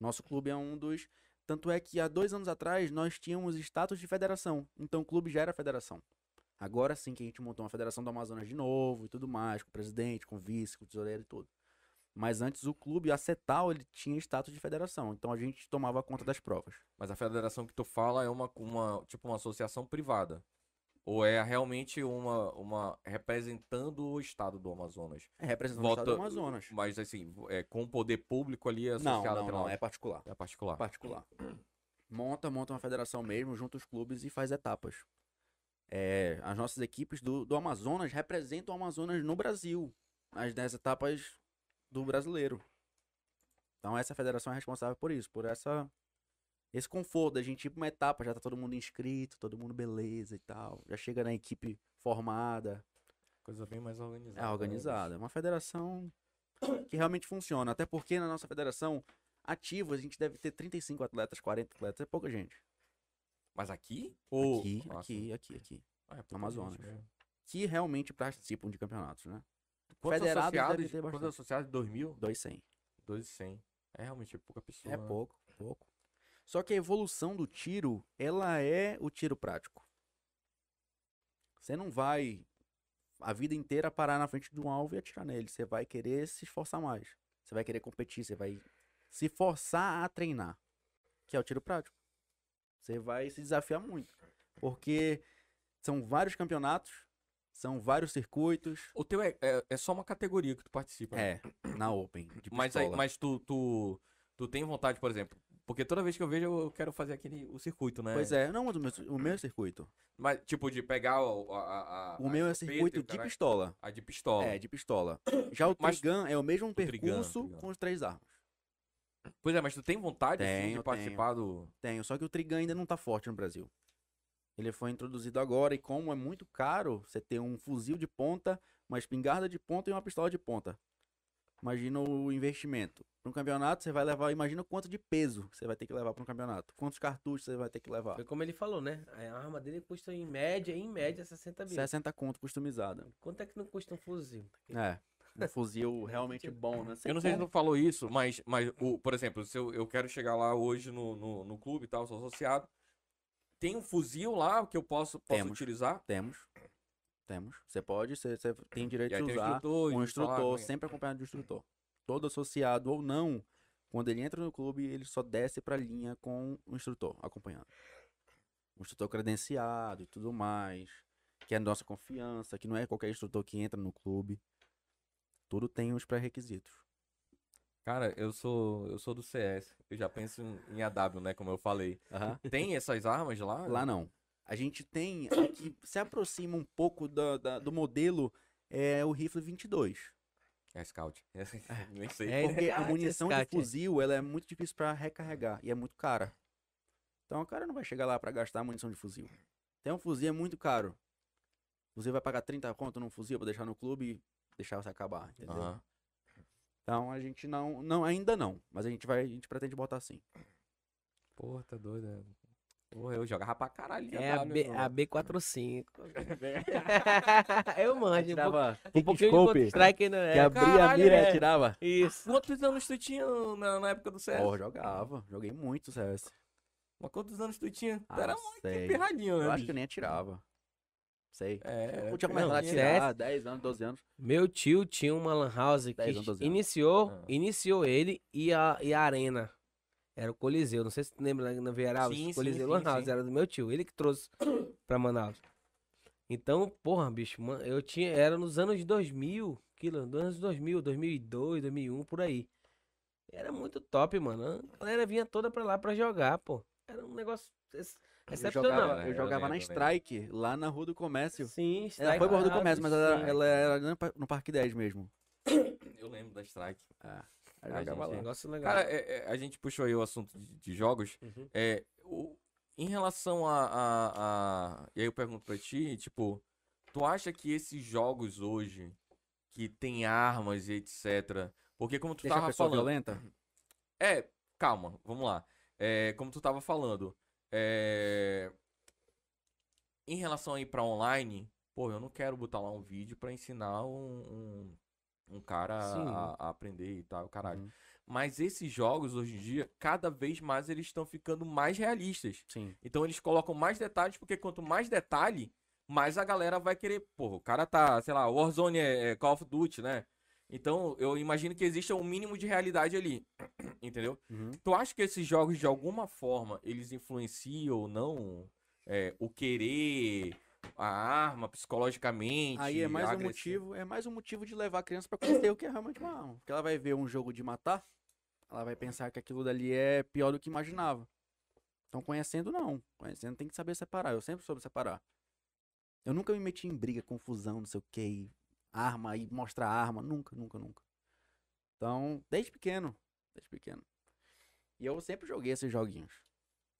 D: Nosso clube é um dos. Tanto é que há dois anos atrás nós tínhamos status de federação. Então o clube já era federação. Agora sim que a gente montou uma federação do Amazonas de novo e tudo mais, com o presidente, com o vice, com o tesoureiro e tudo. Mas antes o clube, a CETAL, ele tinha status de federação. Então a gente tomava conta das provas.
A: Mas a federação que tu fala é uma, uma tipo uma associação privada. Ou é realmente uma, uma representando o estado do Amazonas.
D: É representando o estado do
A: Volta-
D: Amazonas.
A: Mas assim, é, com o poder público ali
D: Não,
A: associado
D: não,
A: àquela-
D: não, é particular.
A: é particular.
D: particular. Monta, monta uma federação mesmo, junta os clubes e faz etapas. É, as nossas equipes do, do Amazonas representam o Amazonas no Brasil. As 10 etapas do brasileiro. Então essa federação é responsável por isso, por essa esse conforto da gente ir pra uma etapa, já tá todo mundo inscrito, todo mundo beleza e tal. Já chega na equipe formada,
A: Coisa bem mais organizada. né?
D: é organizada. É uma federação que realmente funciona. Até porque na nossa federação ativa, a gente deve ter 35 atletas, 40 atletas. É pouca gente.
A: Mas aqui? Ou...
D: Aqui,
A: Ah,
D: aqui,
A: sim.
D: aqui, aqui.
A: Ah, é pouca
D: Amazonas.
A: gente mesmo.
D: Que realmente participam de campeonatos, né?
A: Quantos
D: Federados
A: associados,
D: deve ter
A: quantos
D: bastante.
A: associados? 2 mil?
D: 200.
A: 2.100. É realmente pouca pessoa.
D: É
A: né?
D: pouco, pouco. Só que a evolução do tiro, ela é o tiro prático. Você não vai a vida inteira parar na frente de um alvo e atirar nele. Você vai querer se esforçar mais. Você vai querer competir, você vai se forçar a treinar, que é o tiro prático. Você vai se desafiar muito, porque são vários campeonatos, são vários circuitos.
A: O teu é, é, é só uma categoria que tu participa. né?
D: É, na Open. de
A: Mas, aí,
D: pistola.
A: mas tu, tu, tu tem vontade, por exemplo. Porque toda vez que eu vejo, eu quero fazer aquele o circuito, né?
D: Pois é, não, mas o meu, o meu circuito.
A: Mas, tipo, de pegar o- a. a- a-
D: O
A: a
D: meu é
A: chupeta e
D: circuito
A: Ah, o
D: de
A: caralho.
D: pistola.
A: A de pistola.
D: É,
A: [coughs]
D: de pistola. Já o
A: Mas-
D: Trigun é o mesmo
A: Trigun,
D: percurso
A: Trigun.
D: com os três armas.
A: Pois é, mas tu tem vontade assim, de
D: Tenho,
A: participar do.
D: Tenho, só que o Trigun ainda não tá forte no Brasil. Ele foi introduzido agora e como é muito caro você ter um fuzil de ponta, uma espingarda de ponta e uma pistola de ponta. Imagina o investimento. Para um campeonato você vai levar, imagina quanto de peso você vai ter que levar para um campeonato. Quantos cartuchos você vai ter que levar?
E: Foi como ele falou, né? A arma dele custa em média, em média, 60 mil.
D: 60 conto customizada.
E: Quanto é que não custa um fuzil?
D: É. Um
A: [laughs]
D: fuzil realmente bom, né?
A: Eu não sei se tu falou isso, mas, mas o, por exemplo, se eu, eu quero chegar lá hoje no, no, no clube e tal, sou associado. Tem um fuzil lá que eu posso, posso
D: Temos.
A: utilizar?
D: Temos. Temos. Você pode, você, você tem direito
A: E aí
D: de
A: tem o
D: usar.
A: instrutor,
D: um
A: e falar como
D: instrutor,
A: é que é.
D: sempre acompanhado de um instrutor. Todo associado ou não, quando ele entra no clube, ele só desce pra linha com o instrutor acompanhando. Um instrutor credenciado e tudo mais. Que é a nossa confiança, que não é qualquer instrutor que entra no clube. Tudo tem os pré-requisitos.
A: Cara, eu sou eu sou do CS. Eu já penso em, em AW, né? Como eu falei.
D: [laughs]
A: Tem essas armas lá?
D: Lá não. A gente tem a que se aproxima um pouco da- da- do modelo é o rifle 22.
A: É Scout. [laughs]
D: [laughs]
A: Nem sei.
D: É, porque a
E: verdade,
D: munição de
E: Scout, é.
D: fuzil, ela é muito difícil pra recarregar e é muito cara. Então o cara não vai chegar lá pra gastar munição de fuzil. Tem um fuzil é muito caro. Você vai pagar 30 conto num fuzil pra deixar no clube e deixar você acabar, entendeu?
A: Aham.
D: Então a gente não, não ainda não, mas a gente vai, a gente pretende botar sim.
A: Porra, tá doido. né? Porra, eu jogava pra caralho. de
E: É a,
A: AW,
E: B,
A: mano.
E: a B45. [laughs] eu manjo. Um pouco-
D: Tirava
B: [laughs]
E: um pouquinho de strike não
D: que
E: é.
D: abria a
A: caralho,
D: mira e
A: velho.
D: atirava.
E: Isso.
A: Quantos anos tu tinha na, na época do CS?
D: Porra, jogava, joguei muito CS.
A: Mas quantos anos tu tinha? Tu
D: Ah,
A: era um
D: sei.
A: pirralhinho, né?
D: Eu acho que
A: bicho?
D: eu nem atirava. Sei.
A: É,
D: Eu tinha
A: não,
D: começado a
E: tinha-
D: atirar 10 anos, 12 anos.
E: Meu tio tinha uma lan house que
D: 10 ou 12 anos.
E: iniciou,
A: Ah.
E: iniciou ele e a, e a arena. Era o Coliseu, não sei se tu lembra né, na Vieral,
A: Sim, sim,
E: Coliseu
A: sim,
E: Lan House,
A: sim.
E: era do meu tio, ele que trouxe [coughs] pra Manaus. Então, porra, bicho, man- eu tinha, era nos anos 2000, quilo, nos anos 2000, 2002, 2001, por aí. Era muito top, mano. A galera vinha toda pra lá pra jogar, pô. Era um negócio ex-
D: Eu
E: excepcional.
D: jogava,
A: né?
D: eu
A: Eu
D: jogava
A: lembro,
D: na
A: eu
D: Strike, lá na Rua do Comércio.
E: Sim,
D: Ela
E: strike
D: foi Rua do
E: rápido,
D: Comércio, mas ela,
E: sim.
D: ela era no pa- no Parque 10 mesmo.
A: Eu lembro da Strike.
D: Aí
A: Ah,
D: jogava
A: gente,
D: lá.
E: Negócio legal.
A: Cara, é- é, a gente puxou aí o assunto de, de jogos.
E: Uhum.
A: É, o- em relação a, a- a- E aí eu pergunto pra ti, tipo, tu acha que esses jogos hoje, que tem armas e etc. Porque como tu
D: Deixa a
A: tava
D: pessoa
A: falando.
D: violenta?
A: É, calma, vamos lá. É, como tu tava falando, é, em relação aí pra online, pô, eu não quero botar lá um vídeo pra ensinar um, um, um cara
E: Sim.
A: a, a aprender e tal, caralho. Mas esses jogos hoje em dia, cada vez mais eles estão ficando mais realistas.
D: Sim.
A: Então eles colocam mais detalhes, porque quanto mais detalhe, mais a galera vai querer. Porra, o cara tá, sei lá, Warzone é, é Call of Duty, né? Então eu imagino que exista um mínimo de realidade ali. [clears throat] Entendeu? Tu acha que esses jogos, de alguma forma, eles influenciam ou não é, o querer, a arma psicologicamente?
D: Aí é mais
A: a
D: um
A: agressão?
D: motivo, é mais um motivo de levar a criança pra conhecer o que é realmente uma arma. Porque ela vai ver um jogo de matar, ela vai pensar que aquilo dali é pior do que imaginava. Então conhecendo não, conhecendo tem que saber separar. Eu sempre soube separar. Eu nunca me meti em briga, confusão, não sei o que, e arma e mostrar arma, nunca, nunca, nunca. Então, desde pequeno, desde pequeno. E eu sempre joguei esses joguinhos.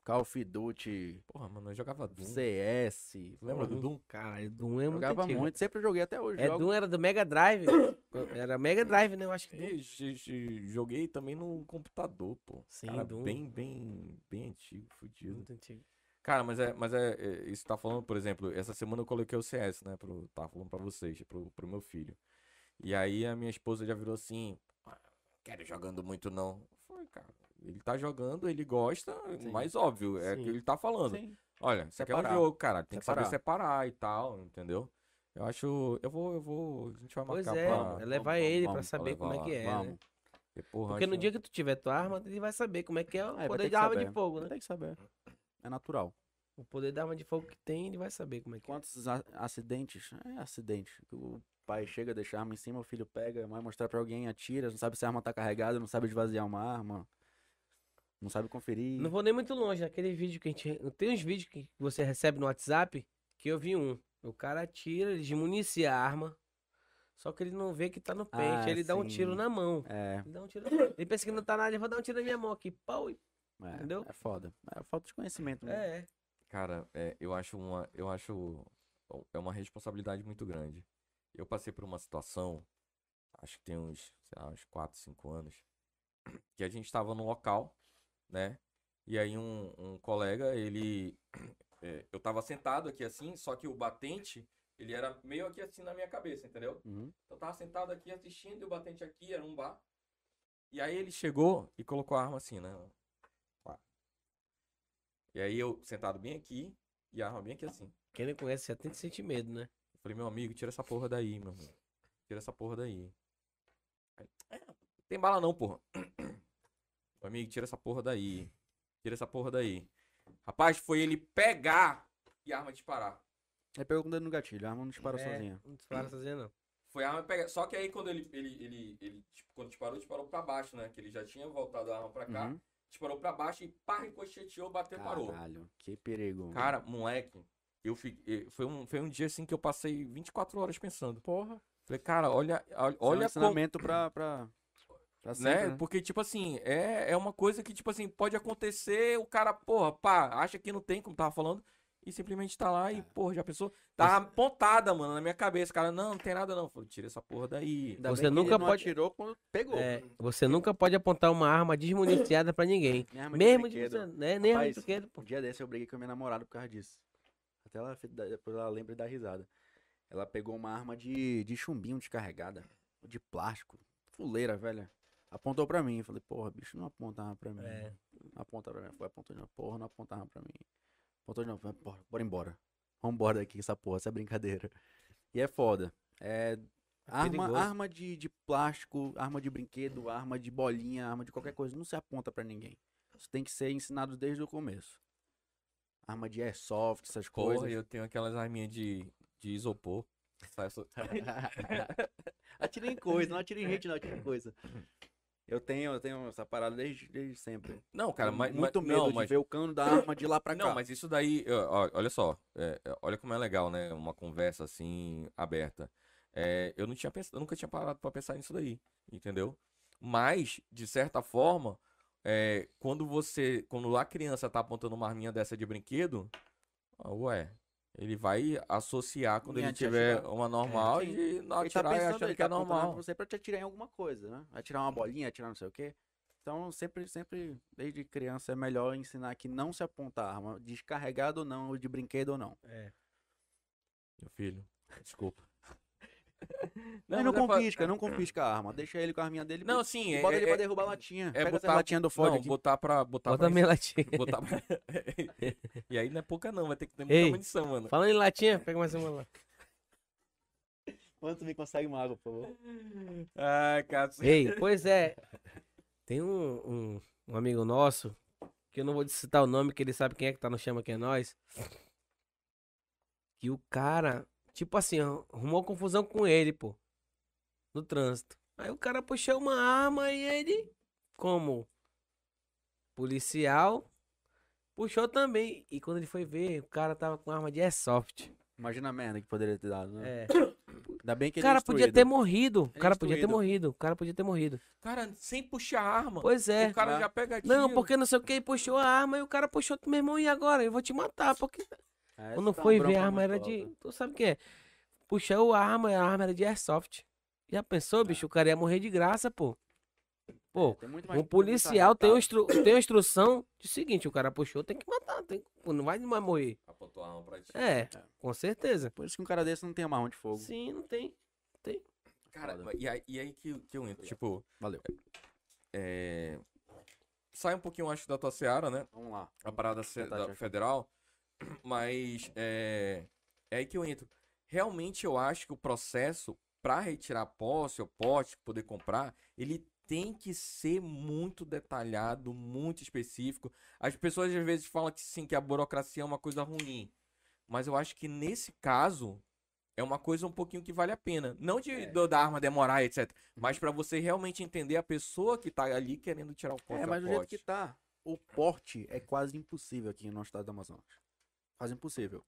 D: Call of Duty,
A: Porra, mano, eu jogava Doom.
D: CS,
A: Hum. Lembra do Doom?
E: Caralho, Uhum. Doom é muito
D: jogava
E: antigo.
D: muito, sempre joguei até hoje.
E: É,
D: jogo.
E: Doom era do Mega Drive. [coughs] Era Mega Drive, né? Eu acho que Doom.
A: E j- j- Joguei também no computador, pô.
E: Sim,
A: Cara,
E: Doom.
A: bem, bem, bem antigo, fudido.
E: Ah, Muito antigo.
A: Cara, mas é, mas é, é, isso que tá falando, por exemplo, essa semana eu coloquei o CS, né, pro, tava falando pra vocês, pro, pro meu filho. E aí a minha esposa já virou assim, "Ah, não quero ir jogando muito não. Eu falei, cara, ele tá jogando, ele gosta, mas óbvio, é o que ele tá falando.
D: Sim.
A: Olha, isso aqui é um
D: Separar.
A: jogo, cara, tem que saber
D: Separar.
A: separar e tal, entendeu? Eu acho, eu vou, eu vou, a gente vai
E: Pois
A: marcar
E: é,
A: pra...
E: é levar
D: vamos,
E: ele
D: vamos,
E: pra
D: vamos
E: saber
A: levar
E: como é
A: lá,
E: que é, né?
D: Vamos.
A: porque, porra,
E: Porque no
A: acho-
E: dia que tu tiver tua arma, ele vai saber como é que é o
D: Ah, vai ter
E: poder
D: que
E: da arma de
D: saber.
E: fogo, né?
D: Tem que saber. É natural.
E: O poder da arma de fogo que tem, ele vai saber como é que é.
D: Quantos a- acidentes? É acidente. que O pai chega, deixa a arma em cima, o filho pega, vai mostrar pra alguém, atira, não sabe se a arma tá carregada, não sabe esvaziar uma arma. Não sabe conferir.
E: Não vou nem muito longe, naquele vídeo que a gente. Tem uns vídeos que você recebe no WhatsApp que eu vi um. O cara atira, ele desmunicia a arma. Só que ele não vê que tá no pente.
D: Ah,
E: ele dá um
D: sim.
E: tiro na mão.
D: É,
E: Ele dá um tiro na mão. Ele pensa que não tá nada, ele vai dar um tiro na minha mão aqui. Pau e.
D: é,
E: Entendeu?
D: é foda. É falta de conhecimento mesmo.
E: É.
A: Cara, é, eu acho uma, eu acho é uma responsabilidade muito grande. Eu passei por uma situação, acho que tem uns, sei lá, uns 4, 5 anos, que a gente estava num local, né? E aí um, um colega, ele é, eu tava sentado aqui assim, só que o batente, ele era meio aqui assim na minha cabeça, entendeu?
D: Uhum.
A: Então, Eu tava sentado aqui assistindo e o batente aqui era um bar. E aí ele chegou e colocou a arma assim, né? Pá. E aí eu sentado bem aqui e a arma bem aqui assim. Eu
E: Quem não conhece já tem que sentir medo, né?
A: falei, meu amigo, tira essa porra daí, meu amigo. Tira essa porra daí. Aí, "É, não tem bala não, porra. [clears throat] Meu amigo, tira essa porra daí. Tira essa porra daí. Rapaz, foi ele pegar e a arma disparar.
D: Aí pegou com o dedo É no gatilho, a arma não dispara
E: É,
D: sozinha.
E: Não dispara sozinha, não.
A: Foi a arma pegar. Só que aí quando ele, ele, ele, ele tipo, quando disparou, disparou pra baixo, né? Que ele já tinha voltado a arma pra cá,
D: Uhum.
A: disparou pra baixo e pá, ricocheteou, bateu, parou.
D: Caralho, que perigo.
A: Cara, moleque, eu fiquei. Foi um, foi um dia assim que eu passei 24 horas pensando.
D: porra.
A: Falei, cara, olha, olha,
D: Isso é um
A: olha como-
D: ensinamento pra, pra, pra sempre,
A: né? Porque, tipo assim, é, é uma coisa que, tipo assim, pode acontecer, o cara, porra, pá, acha que não tem, como tava falando, e simplesmente tá lá
D: É.
A: e, porra, já pensou? Tá apontada, mano, na minha cabeça, cara, não, não tem nada não. Falei, tira essa porra daí.
D: Ainda
E: Você
D: bem que ele
E: nunca
D: não
E: pode-
D: atirou quando pegou.
E: É, você nunca pode apontar uma arma desmuniciada pra ninguém.
D: Minha arma é de
E: Mesmo de
D: brinquedo.
E: você, né? Nem arma de
D: Rapaz,
E: brinquedo, pô.
D: Um dia desse eu briguei com a minha namorada por causa disso. Até ela, fi- da- depois ela lembra e dá risada. Ela pegou uma arma de, de chumbinho descarregada, de plástico, fuleira, velha. Apontou pra mim. Eu falei, porra, bicho, não aponta a arma pra mim.
E: É.
D: Não aponta pra mim. Foi, apontou de novo. Porra, não aponta a arma pra mim. Apontou de novo. Falei, Porra, bora embora. Vambora daqui, essa porra, essa é brincadeira. E é foda. É. Arma,
E: perigoso.
D: arma de, de plástico, arma de brinquedo, arma de bolinha, arma de qualquer coisa, não se aponta pra ninguém. Isso tem que ser ensinado desde o começo. Arma de airsoft, essas
A: Porra,
D: coisas. [laughs]
A: eu tenho aquelas arminhas de, de isopor. Sai so-
D: atira em coisa, não atira em gente, não, atira em coisa. Eu tenho, eu tenho essa parada desde, desde sempre.
A: Não, cara, mas. mas-
D: Muito medo
A: não,
D: de
A: mas,
D: ver o cano da arma de lá pra cá.
A: Não, mas isso daí, ó, ó, olha só. é, é, olha como é legal, né? Uma conversa assim, aberta. É, eu não tinha pensado, eu nunca tinha parado pra pensar nisso daí, entendeu? Mas, de certa forma, é, quando você. Quando a criança tá apontando uma arminha dessa de brinquedo, ó, ué. Ele vai associar quando
D: Em
A: ele
D: atirar.
A: tiver uma normal
D: É, sim.
A: e não
D: ele tá
A: atirar e
D: pensando,
A: achando
D: ele
A: que é
D: tá apontando pra
A: normal.
D: você pra te atirar em alguma coisa, né? Atirar uma bolinha, atirar não sei o quê. Então, sempre, sempre, desde criança, é melhor ensinar que não se aponta a arma, descarregada ou não, ou de brinquedo ou não.
E: É.
A: Meu filho, desculpa.
D: Não, não
A: mas é pra-
D: confisca, não confisca a arma. Deixa ele com a arminha dele.
A: Não,
D: pô,
A: assim, é,
D: bota ele
A: é,
D: pra derrubar a latinha.
A: é
D: Pega essa
A: botar-
D: latinha do
A: não,
D: Ford aqui.
A: botar pra...
D: tá
A: Botar
E: Bota
A: pra...
E: minha latinha.
A: Botar pra... [laughs] e aí não é pouca não, vai ter que ter muita
E: Ei.
A: munição, mano.
E: Falando em latinha, pega mais uma lá.
D: Quanto me consegue uma água, por favor?
A: Ah, cara...
E: Ei, pois é. Tem um, um, um amigo nosso, que eu não vou citar o nome, que ele sabe quem é que tá no Chama Quem é Nós. Que o cara, tipo assim, arrumou confusão com ele, pô. No trânsito. Aí o cara puxou uma arma e ele, como policial, puxou também. E quando ele foi ver, o cara tava com arma de airsoft.
D: Imagina a merda que poderia ter dado, né?
E: É.
D: Ainda bem que
E: O
D: ele é
E: cara podia ter
D: instruído.
E: morrido. O
D: é
E: cara podia ter
D: instruído.
E: morrido. O cara podia ter morrido.
A: Cara, sem puxar a arma,
E: Pois é.
A: o cara
D: né?
A: já pega tiro.
E: Não, porque não sei o que, puxou a arma e o cara puxou, meu irmão, e agora? Eu vou te matar, porque. Quando
D: É, isso dá uma
E: foi ver
D: bronca
E: a arma
D: muito
E: era
D: louca.
E: de. Tu sabe o que é? Puxou a arma, a arma era de airsoft. Já pensou, bicho? O cara ia morrer de graça, pô. Pô,
D: Tem muito mais-
E: um
D: muito mais
E: policial tem, um
D: arretado.
E: instru... tem uma instrução de seguinte: o cara puxou, tem que matar, tem... que- pô, não vai mais morrer.
A: Apontou a arma pra ti.
E: É, com certeza.
D: Por isso que um cara desse não tem amarrão de fogo.
E: Sim, não tem.
A: Cara,
D: Foda.
A: e aí, e aí que, que eu entro, tipo...
D: Valeu.
A: É... Sai um pouquinho, acho, da tua seara, né?
D: Vamos lá.
A: a parada se-
D: tentar
A: da-
D: te ajudar.
A: federal, [clears throat] mas é, é aí que eu entro. Realmente eu acho que o processo para retirar posse ou pote, poder comprar, ele tem que ser muito detalhado, muito específico. As pessoas às vezes falam que sim, que a burocracia é uma coisa ruim, mas eu acho que nesse caso é uma coisa um pouquinho que vale a pena. Não
D: É.
A: de do- da arma demorar, etc.
D: Uhum.
A: Mas para você realmente entender a pessoa que tá ali querendo tirar o posse.
D: É,
A: ou
D: mas do jeito
A: pote.
D: que tá, o porte é quase impossível aqui no estado do Amazonas. Quase impossível.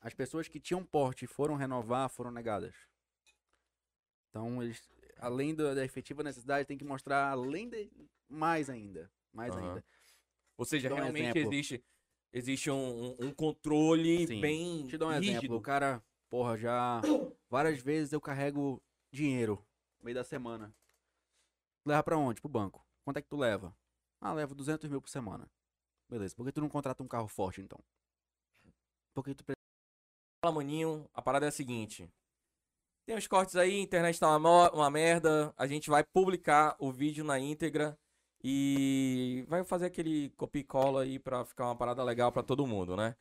D: As pessoas que tinham porte e foram renovar foram negadas. Então, eles, além da, da efetiva necessidade, tem que mostrar além de. Mais ainda. Mais
A: Aham.
D: ainda.
A: Ou seja,
D: Te dou um
A: realmente
D: exemplo.
A: existe, existe um, um- um controle
D: Sim.
A: bem
D: Te dou um
A: rígido.
D: exemplo. O cara, porra, já. [coughs] Várias vezes eu carrego dinheiro no meio da semana. Leva pra onde? Pro banco. Quanto é que tu leva? Ah, levo 200 mil por semana. Beleza. Por que tu não contrata um carro forte, então? Porque tu pre-
A: Fala, maninho, a parada é a seguinte. Tem uns cortes aí, a internet tá uma, mo- uma merda. A gente vai publicar o vídeo na íntegra e vai fazer aquele copia e cola aí pra ficar uma parada legal pra todo mundo, né?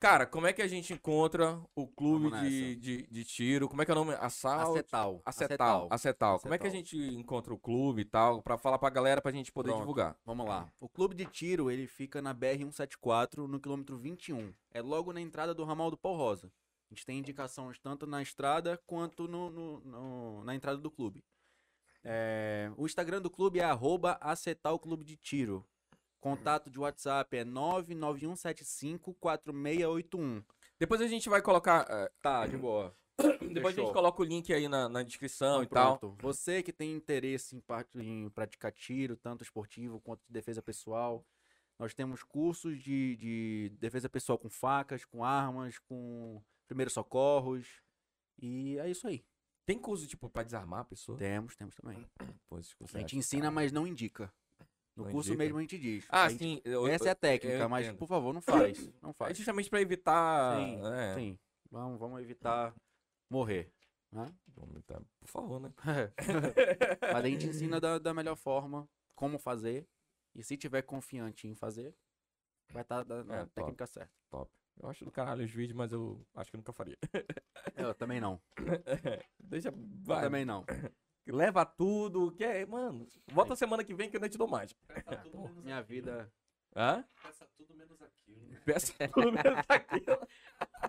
A: Cara, como é que a gente encontra o clube
D: Vamos
A: de,
D: nessa.
A: de, de tiro? Como é que é o nome? Assalto?
D: Acetal.
A: Acetal. Acetal. Como é que a
D: Acetal.
A: gente encontra o clube e tal? Pra falar pra galera pra gente poder
D: Pronto.
A: divulgar.
D: Vamos lá. O clube de tiro, ele fica na BR-174, no quilômetro 21. É logo na entrada do ramal do Paul Rosa. A gente tem indicações tanto na estrada quanto no- no- no- na entrada do clube. É, o Instagram do clube é arroba acetalclube de tiro. Contato de WhatsApp é 991754681.
A: Depois a gente vai colocar. eh,
D: Tá, de boa.
A: [coughs] Depois a
D: Fechou.
A: gente coloca o link aí na, na descrição
D: Então,
A: e tal.
D: pronto. Você que tem interesse em, par- em praticar tiro, tanto esportivo quanto de defesa pessoal, nós temos cursos de, de defesa pessoal com facas, com armas, com primeiros socorros. E é isso aí.
A: Tem curso, tipo, pra desarmar a pessoa?
D: Temos, temos também.
A: Pô, esses cursos
D: A
A: é
D: gente
A: assim,
D: ensina,
A: cara.
D: mas não indica. No
A: Não
D: curso
A: indica?
D: mesmo a gente diz.
A: Ah,
D: A gente-
A: sim. eu-
D: Essa é a técnica,
A: eu
D: mas
A: entendo.
D: por favor,
A: [coughs]
D: não faz. Não
A: É
D: faz.
A: justamente pra evitar.
D: Sim,
A: né?
D: Sim. Vamos, vamos evitar morrer. Né?
A: Vamos evitar, Por favor, né?
D: Mas a gente ensina da, da melhor forma como fazer. E se tiver confiante em fazer, vai estar na
A: É, top.
D: técnica certa.
A: Eu acho do caralho os vídeos, mas eu acho que eu nunca faria. [laughs]
D: É, Eu também não.
A: Deixa.
D: Eu
A: Vai.
D: também não.
A: Leva tudo. Que é, mano. Volta semana que vem que eu nem te dou mais. [laughs]
D: Minha vida,
A: Hã? Peça tudo
D: [laughs]
A: menos aquilo.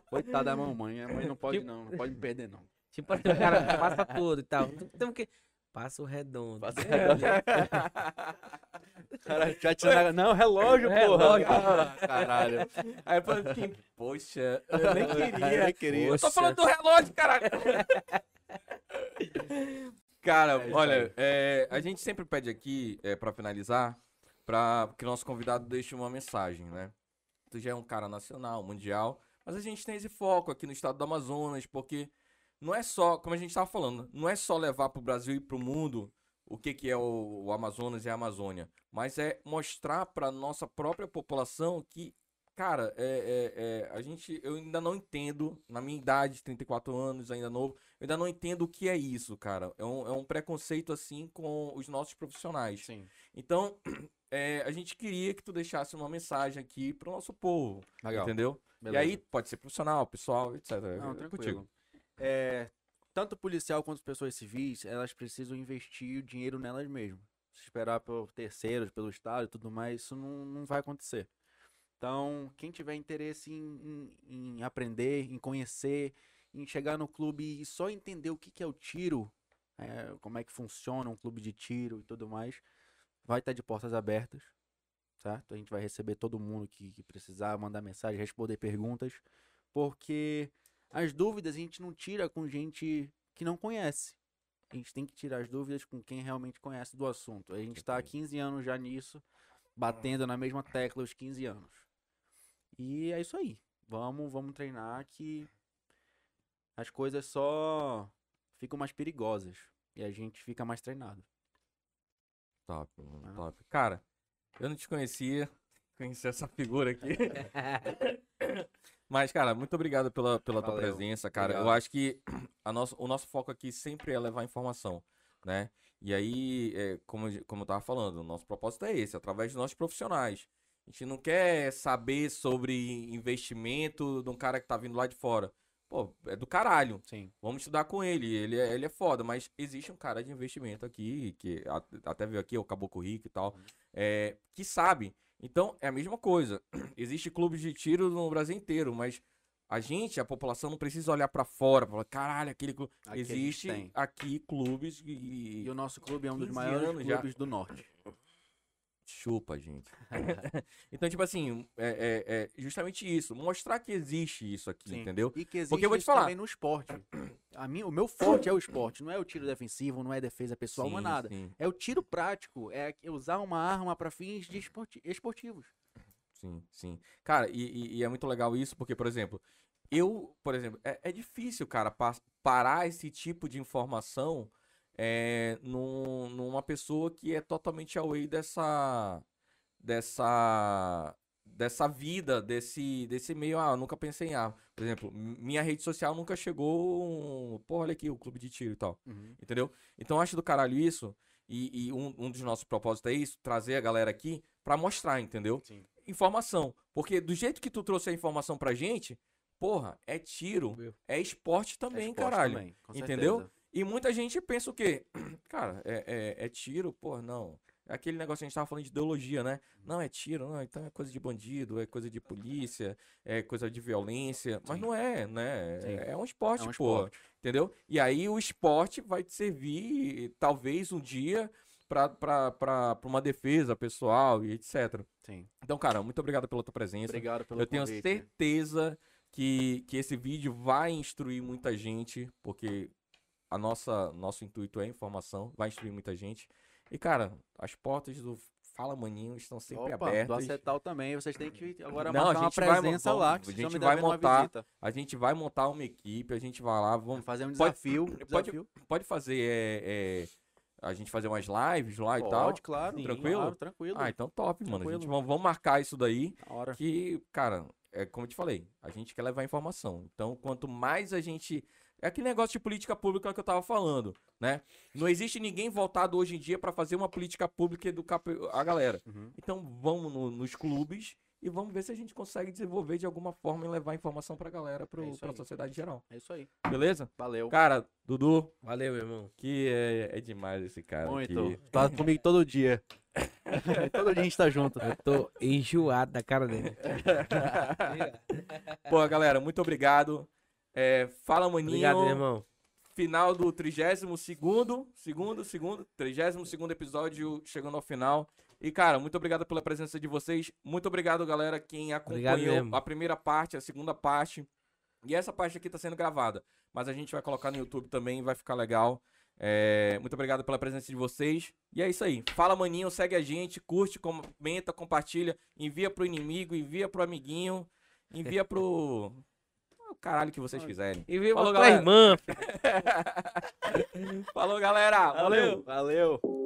D: coitada da mamãe. A mãe não pode não, não pode me perder não.
E: Tipo assim, o cara [laughs] passa tudo e tal. Temos que. um Passa o redondo. Passa o redondo.
D: [laughs] Cara, já tirando... Não, relógio,
E: Relógio.
D: porra. Caralho.
A: Aí eu falei assim, poxa, eu nem
E: [laughs]
A: queria.
E: É.
D: Eu queria.
A: Eu tô falando do relógio, caralho. [laughs] Cara,
D: É isso
A: olha,
D: aí.
A: é, a gente sempre pede aqui, é, pra finalizar, pra que nosso convidado deixe uma mensagem, né? Tu já é um cara nacional, mundial, mas a gente tem esse foco aqui no estado do Amazonas, porque não é só, como a gente tava falando, não é só levar pro Brasil e pro mundo o que, que é o, o Amazonas e a Amazônia, mas é mostrar pra nossa própria população que Cara, é, é- é, a gente, eu ainda não entendo, na minha idade, 34 anos, ainda novo, eu ainda não entendo o que é isso, cara. É um, é um preconceito, assim, com os nossos profissionais.
D: Sim.
A: Então, [clears throat] é, a gente queria que tu deixasse uma mensagem aqui pro nosso povo,
D: Legal.
A: entendeu?
D: beleza.
A: E aí, pode ser profissional, pessoal, etc.
D: Não,
A: É
D: tranquilo.
A: contigo.
D: É, tanto policial quanto pessoas civis, elas precisam investir o dinheiro nelas mesmas. Se esperar por terceiros, pelo Estado e tudo mais, isso não, não vai acontecer. Então, quem tiver interesse em, em- em aprender, em conhecer, em chegar no clube e só entender o que, que é o tiro, é, como é que funciona um clube de tiro e tudo mais, vai estar de portas abertas, certo? A gente vai receber todo mundo que- que precisar, mandar mensagem, responder perguntas, porque as dúvidas a gente não tira com gente que não conhece. A gente tem que tirar as dúvidas com quem realmente conhece do assunto. A gente está há 15 anos já nisso,
A: Ah.
D: batendo na mesma tecla os 15 anos. E é isso aí. Vamos, vamos treinar que as coisas só ficam mais perigosas e a gente fica mais treinado.
A: Top, mano,
D: Ah.
A: top. Cara, eu não te conhecia. [laughs] Conheci essa figura aqui. Mas, cara, muito obrigado pela, pela tua
D: Valeu,
A: presença, cara. Eu
D: obrigado.
A: acho que [clears throat] a nosso, o nosso foco aqui sempre é levar informação, né? E aí, é, como, eu di- como eu tava falando, o nosso propósito é esse, através dos nossos profissionais. A gente não quer saber sobre investimento de um cara que tá vindo lá de fora. Pô, é do caralho.
D: Sim.
A: Vamos estudar com ele. Ele é, ele é foda, mas existe um cara de investimento aqui, que a- até veio aqui, o Caboclo Rico e tal, é, que sabe. Então, é a mesma coisa. [clears throat] Existe clubes de tiro no Brasil inteiro, mas a gente, a população, não precisa olhar pra fora, falar, caralho, aquele clube.
D: Aqui a gente
A: existe
D: tem.
A: aqui clubes e,
D: E o nosso clube é um dos
A: 15
D: maiores
A: anos já.
D: clubes do norte.
A: Chupa,
D: [laughs]
A: gente. [laughs] então, tipo assim, é, é- é justamente isso. Mostrar que existe isso aqui,
D: Sim.
A: entendeu?
D: E que existe
A: Porque eu vou te
D: isso
A: falar.
D: também no esporte. A minha, o meu forte é o esporte, não é o tiro defensivo, não é defesa pessoal, não é
A: Sim,
D: nada.
A: Sim,
D: É o tiro prático, é usar uma arma para fins de esporti- esportivos.
A: Sim, sim. Cara, e, e- e é muito legal isso, porque, por exemplo, eu, por exemplo, é, é difícil, cara, pa- parar esse tipo de informação é, num- numa pessoa que é totalmente away dessa. dessa. dessa vida, desse, desse meio. Ah, eu nunca pensei em arma. Por exemplo, m- minha rede social nunca chegou. Um, Pô, olha aqui, o clube de tiro e tal. Entendeu? Então eu acho do caralho isso. E, e um, um dos nossos propósitos é isso, trazer a galera aqui pra mostrar, entendeu?
D: Sim.
A: Informação. Porque do jeito que tu trouxe a informação pra gente, porra, é tiro,
E: Meu.
A: é esporte também,
D: Esporte
A: caralho.
D: também, com
A: entendeu?
D: certeza.
A: E muita gente pensa o quê? [clears throat] Cara, é, é- é tiro, porra, não. É aquele negócio que a gente tava falando de ideologia, né? Não, é tiro, não, então é coisa de bandido, é coisa de polícia, é coisa de violência. Mas
D: Sim.
A: não é, né?
D: Sim.
A: É, é um esporte,
D: É um
A: porra.
D: esporte.
A: Entendeu? E aí o esporte vai te servir, talvez, um dia pra- pra pra- pra uma defesa pessoal e etc.
D: Sim.
A: Então, cara, muito obrigado pela tua presença.
D: Obrigado pelo
A: Eu tenho
D: convite.
A: certeza que, que esse vídeo vai instruir muita gente, porque a nossa nosso intuito é informação, vai instruir muita gente. E, cara, as portas do Fala Maninho estão sempre
D: Opa, do
A: abertas.
D: Acetal também. Vocês têm que agora
A: Não, a
D: marcar uma
A: gente vai mon-
D: presença
A: vamos-
D: lá.
A: a
D: que vocês
A: gente
D: estão me
A: vai
D: devendo uma
A: montar.
D: visita.
A: A gente vai montar uma equipe, a gente vai lá, vamos,
D: Vamos fazer um
A: Pode-
D: desafio. desafio.
A: pode fazer é, é, a gente fazer umas lives lá e tal.
D: Pode, claro.
A: Sim. Tranquilo?
D: Claro, tranquilo.
A: Ah, então top, mano. A gente
D: Tranquilo.
A: vamos, vamos marcar isso daí.
D: Na hora.
A: Que, cara, é como eu te falei, a gente quer levar informação. Então, quanto mais a gente. É aquele negócio de política pública que eu tava falando, né? Não existe ninguém voltado hoje em dia pra fazer uma política pública e educar pe- a galera.
D: Uhum.
A: Então, vamos no- nos clubes e vamos ver se a gente consegue desenvolver de alguma forma e levar informação pra galera, pro,
D: isso
A: pra
D: aí.
A: sociedade geral.
D: É isso aí.
A: Beleza?
D: Valeu.
A: Cara, Dudu,
E: [laughs] Valeu, meu irmão.
A: que é, é demais esse cara.
D: Muito.
A: aqui.
D: Tá comigo todo [laughs] dia. todo dia a gente tá [laughs] junto.
E: Eu tô enjoado da cara dele.
A: Pô, galera, muito obrigado. É, fala, maninho.
E: Obrigado, meu irmão.
A: final do 32 segundo, segundo, segundo, 32 episódio chegando ao final. E, cara, muito obrigado pela presença de vocês. Muito obrigado, galera, quem
E: Obrigado
A: acompanhou
E: mesmo.
A: a primeira parte, a segunda parte. E essa parte aqui tá sendo gravada. Mas a gente vai colocar no YouTube também, vai ficar legal. É, muito obrigado pela presença de vocês. E é isso aí. Fala, maninho, segue a gente, curte, comenta, compartilha, envia pro inimigo, envia pro amiguinho, envia
E: [laughs]
A: pro. O caralho que vocês quiserem.
E: E veio
A: Falou,
E: pra tua
A: galera.
E: irmã,
A: Falou, galera. Valeu.
D: Valeu.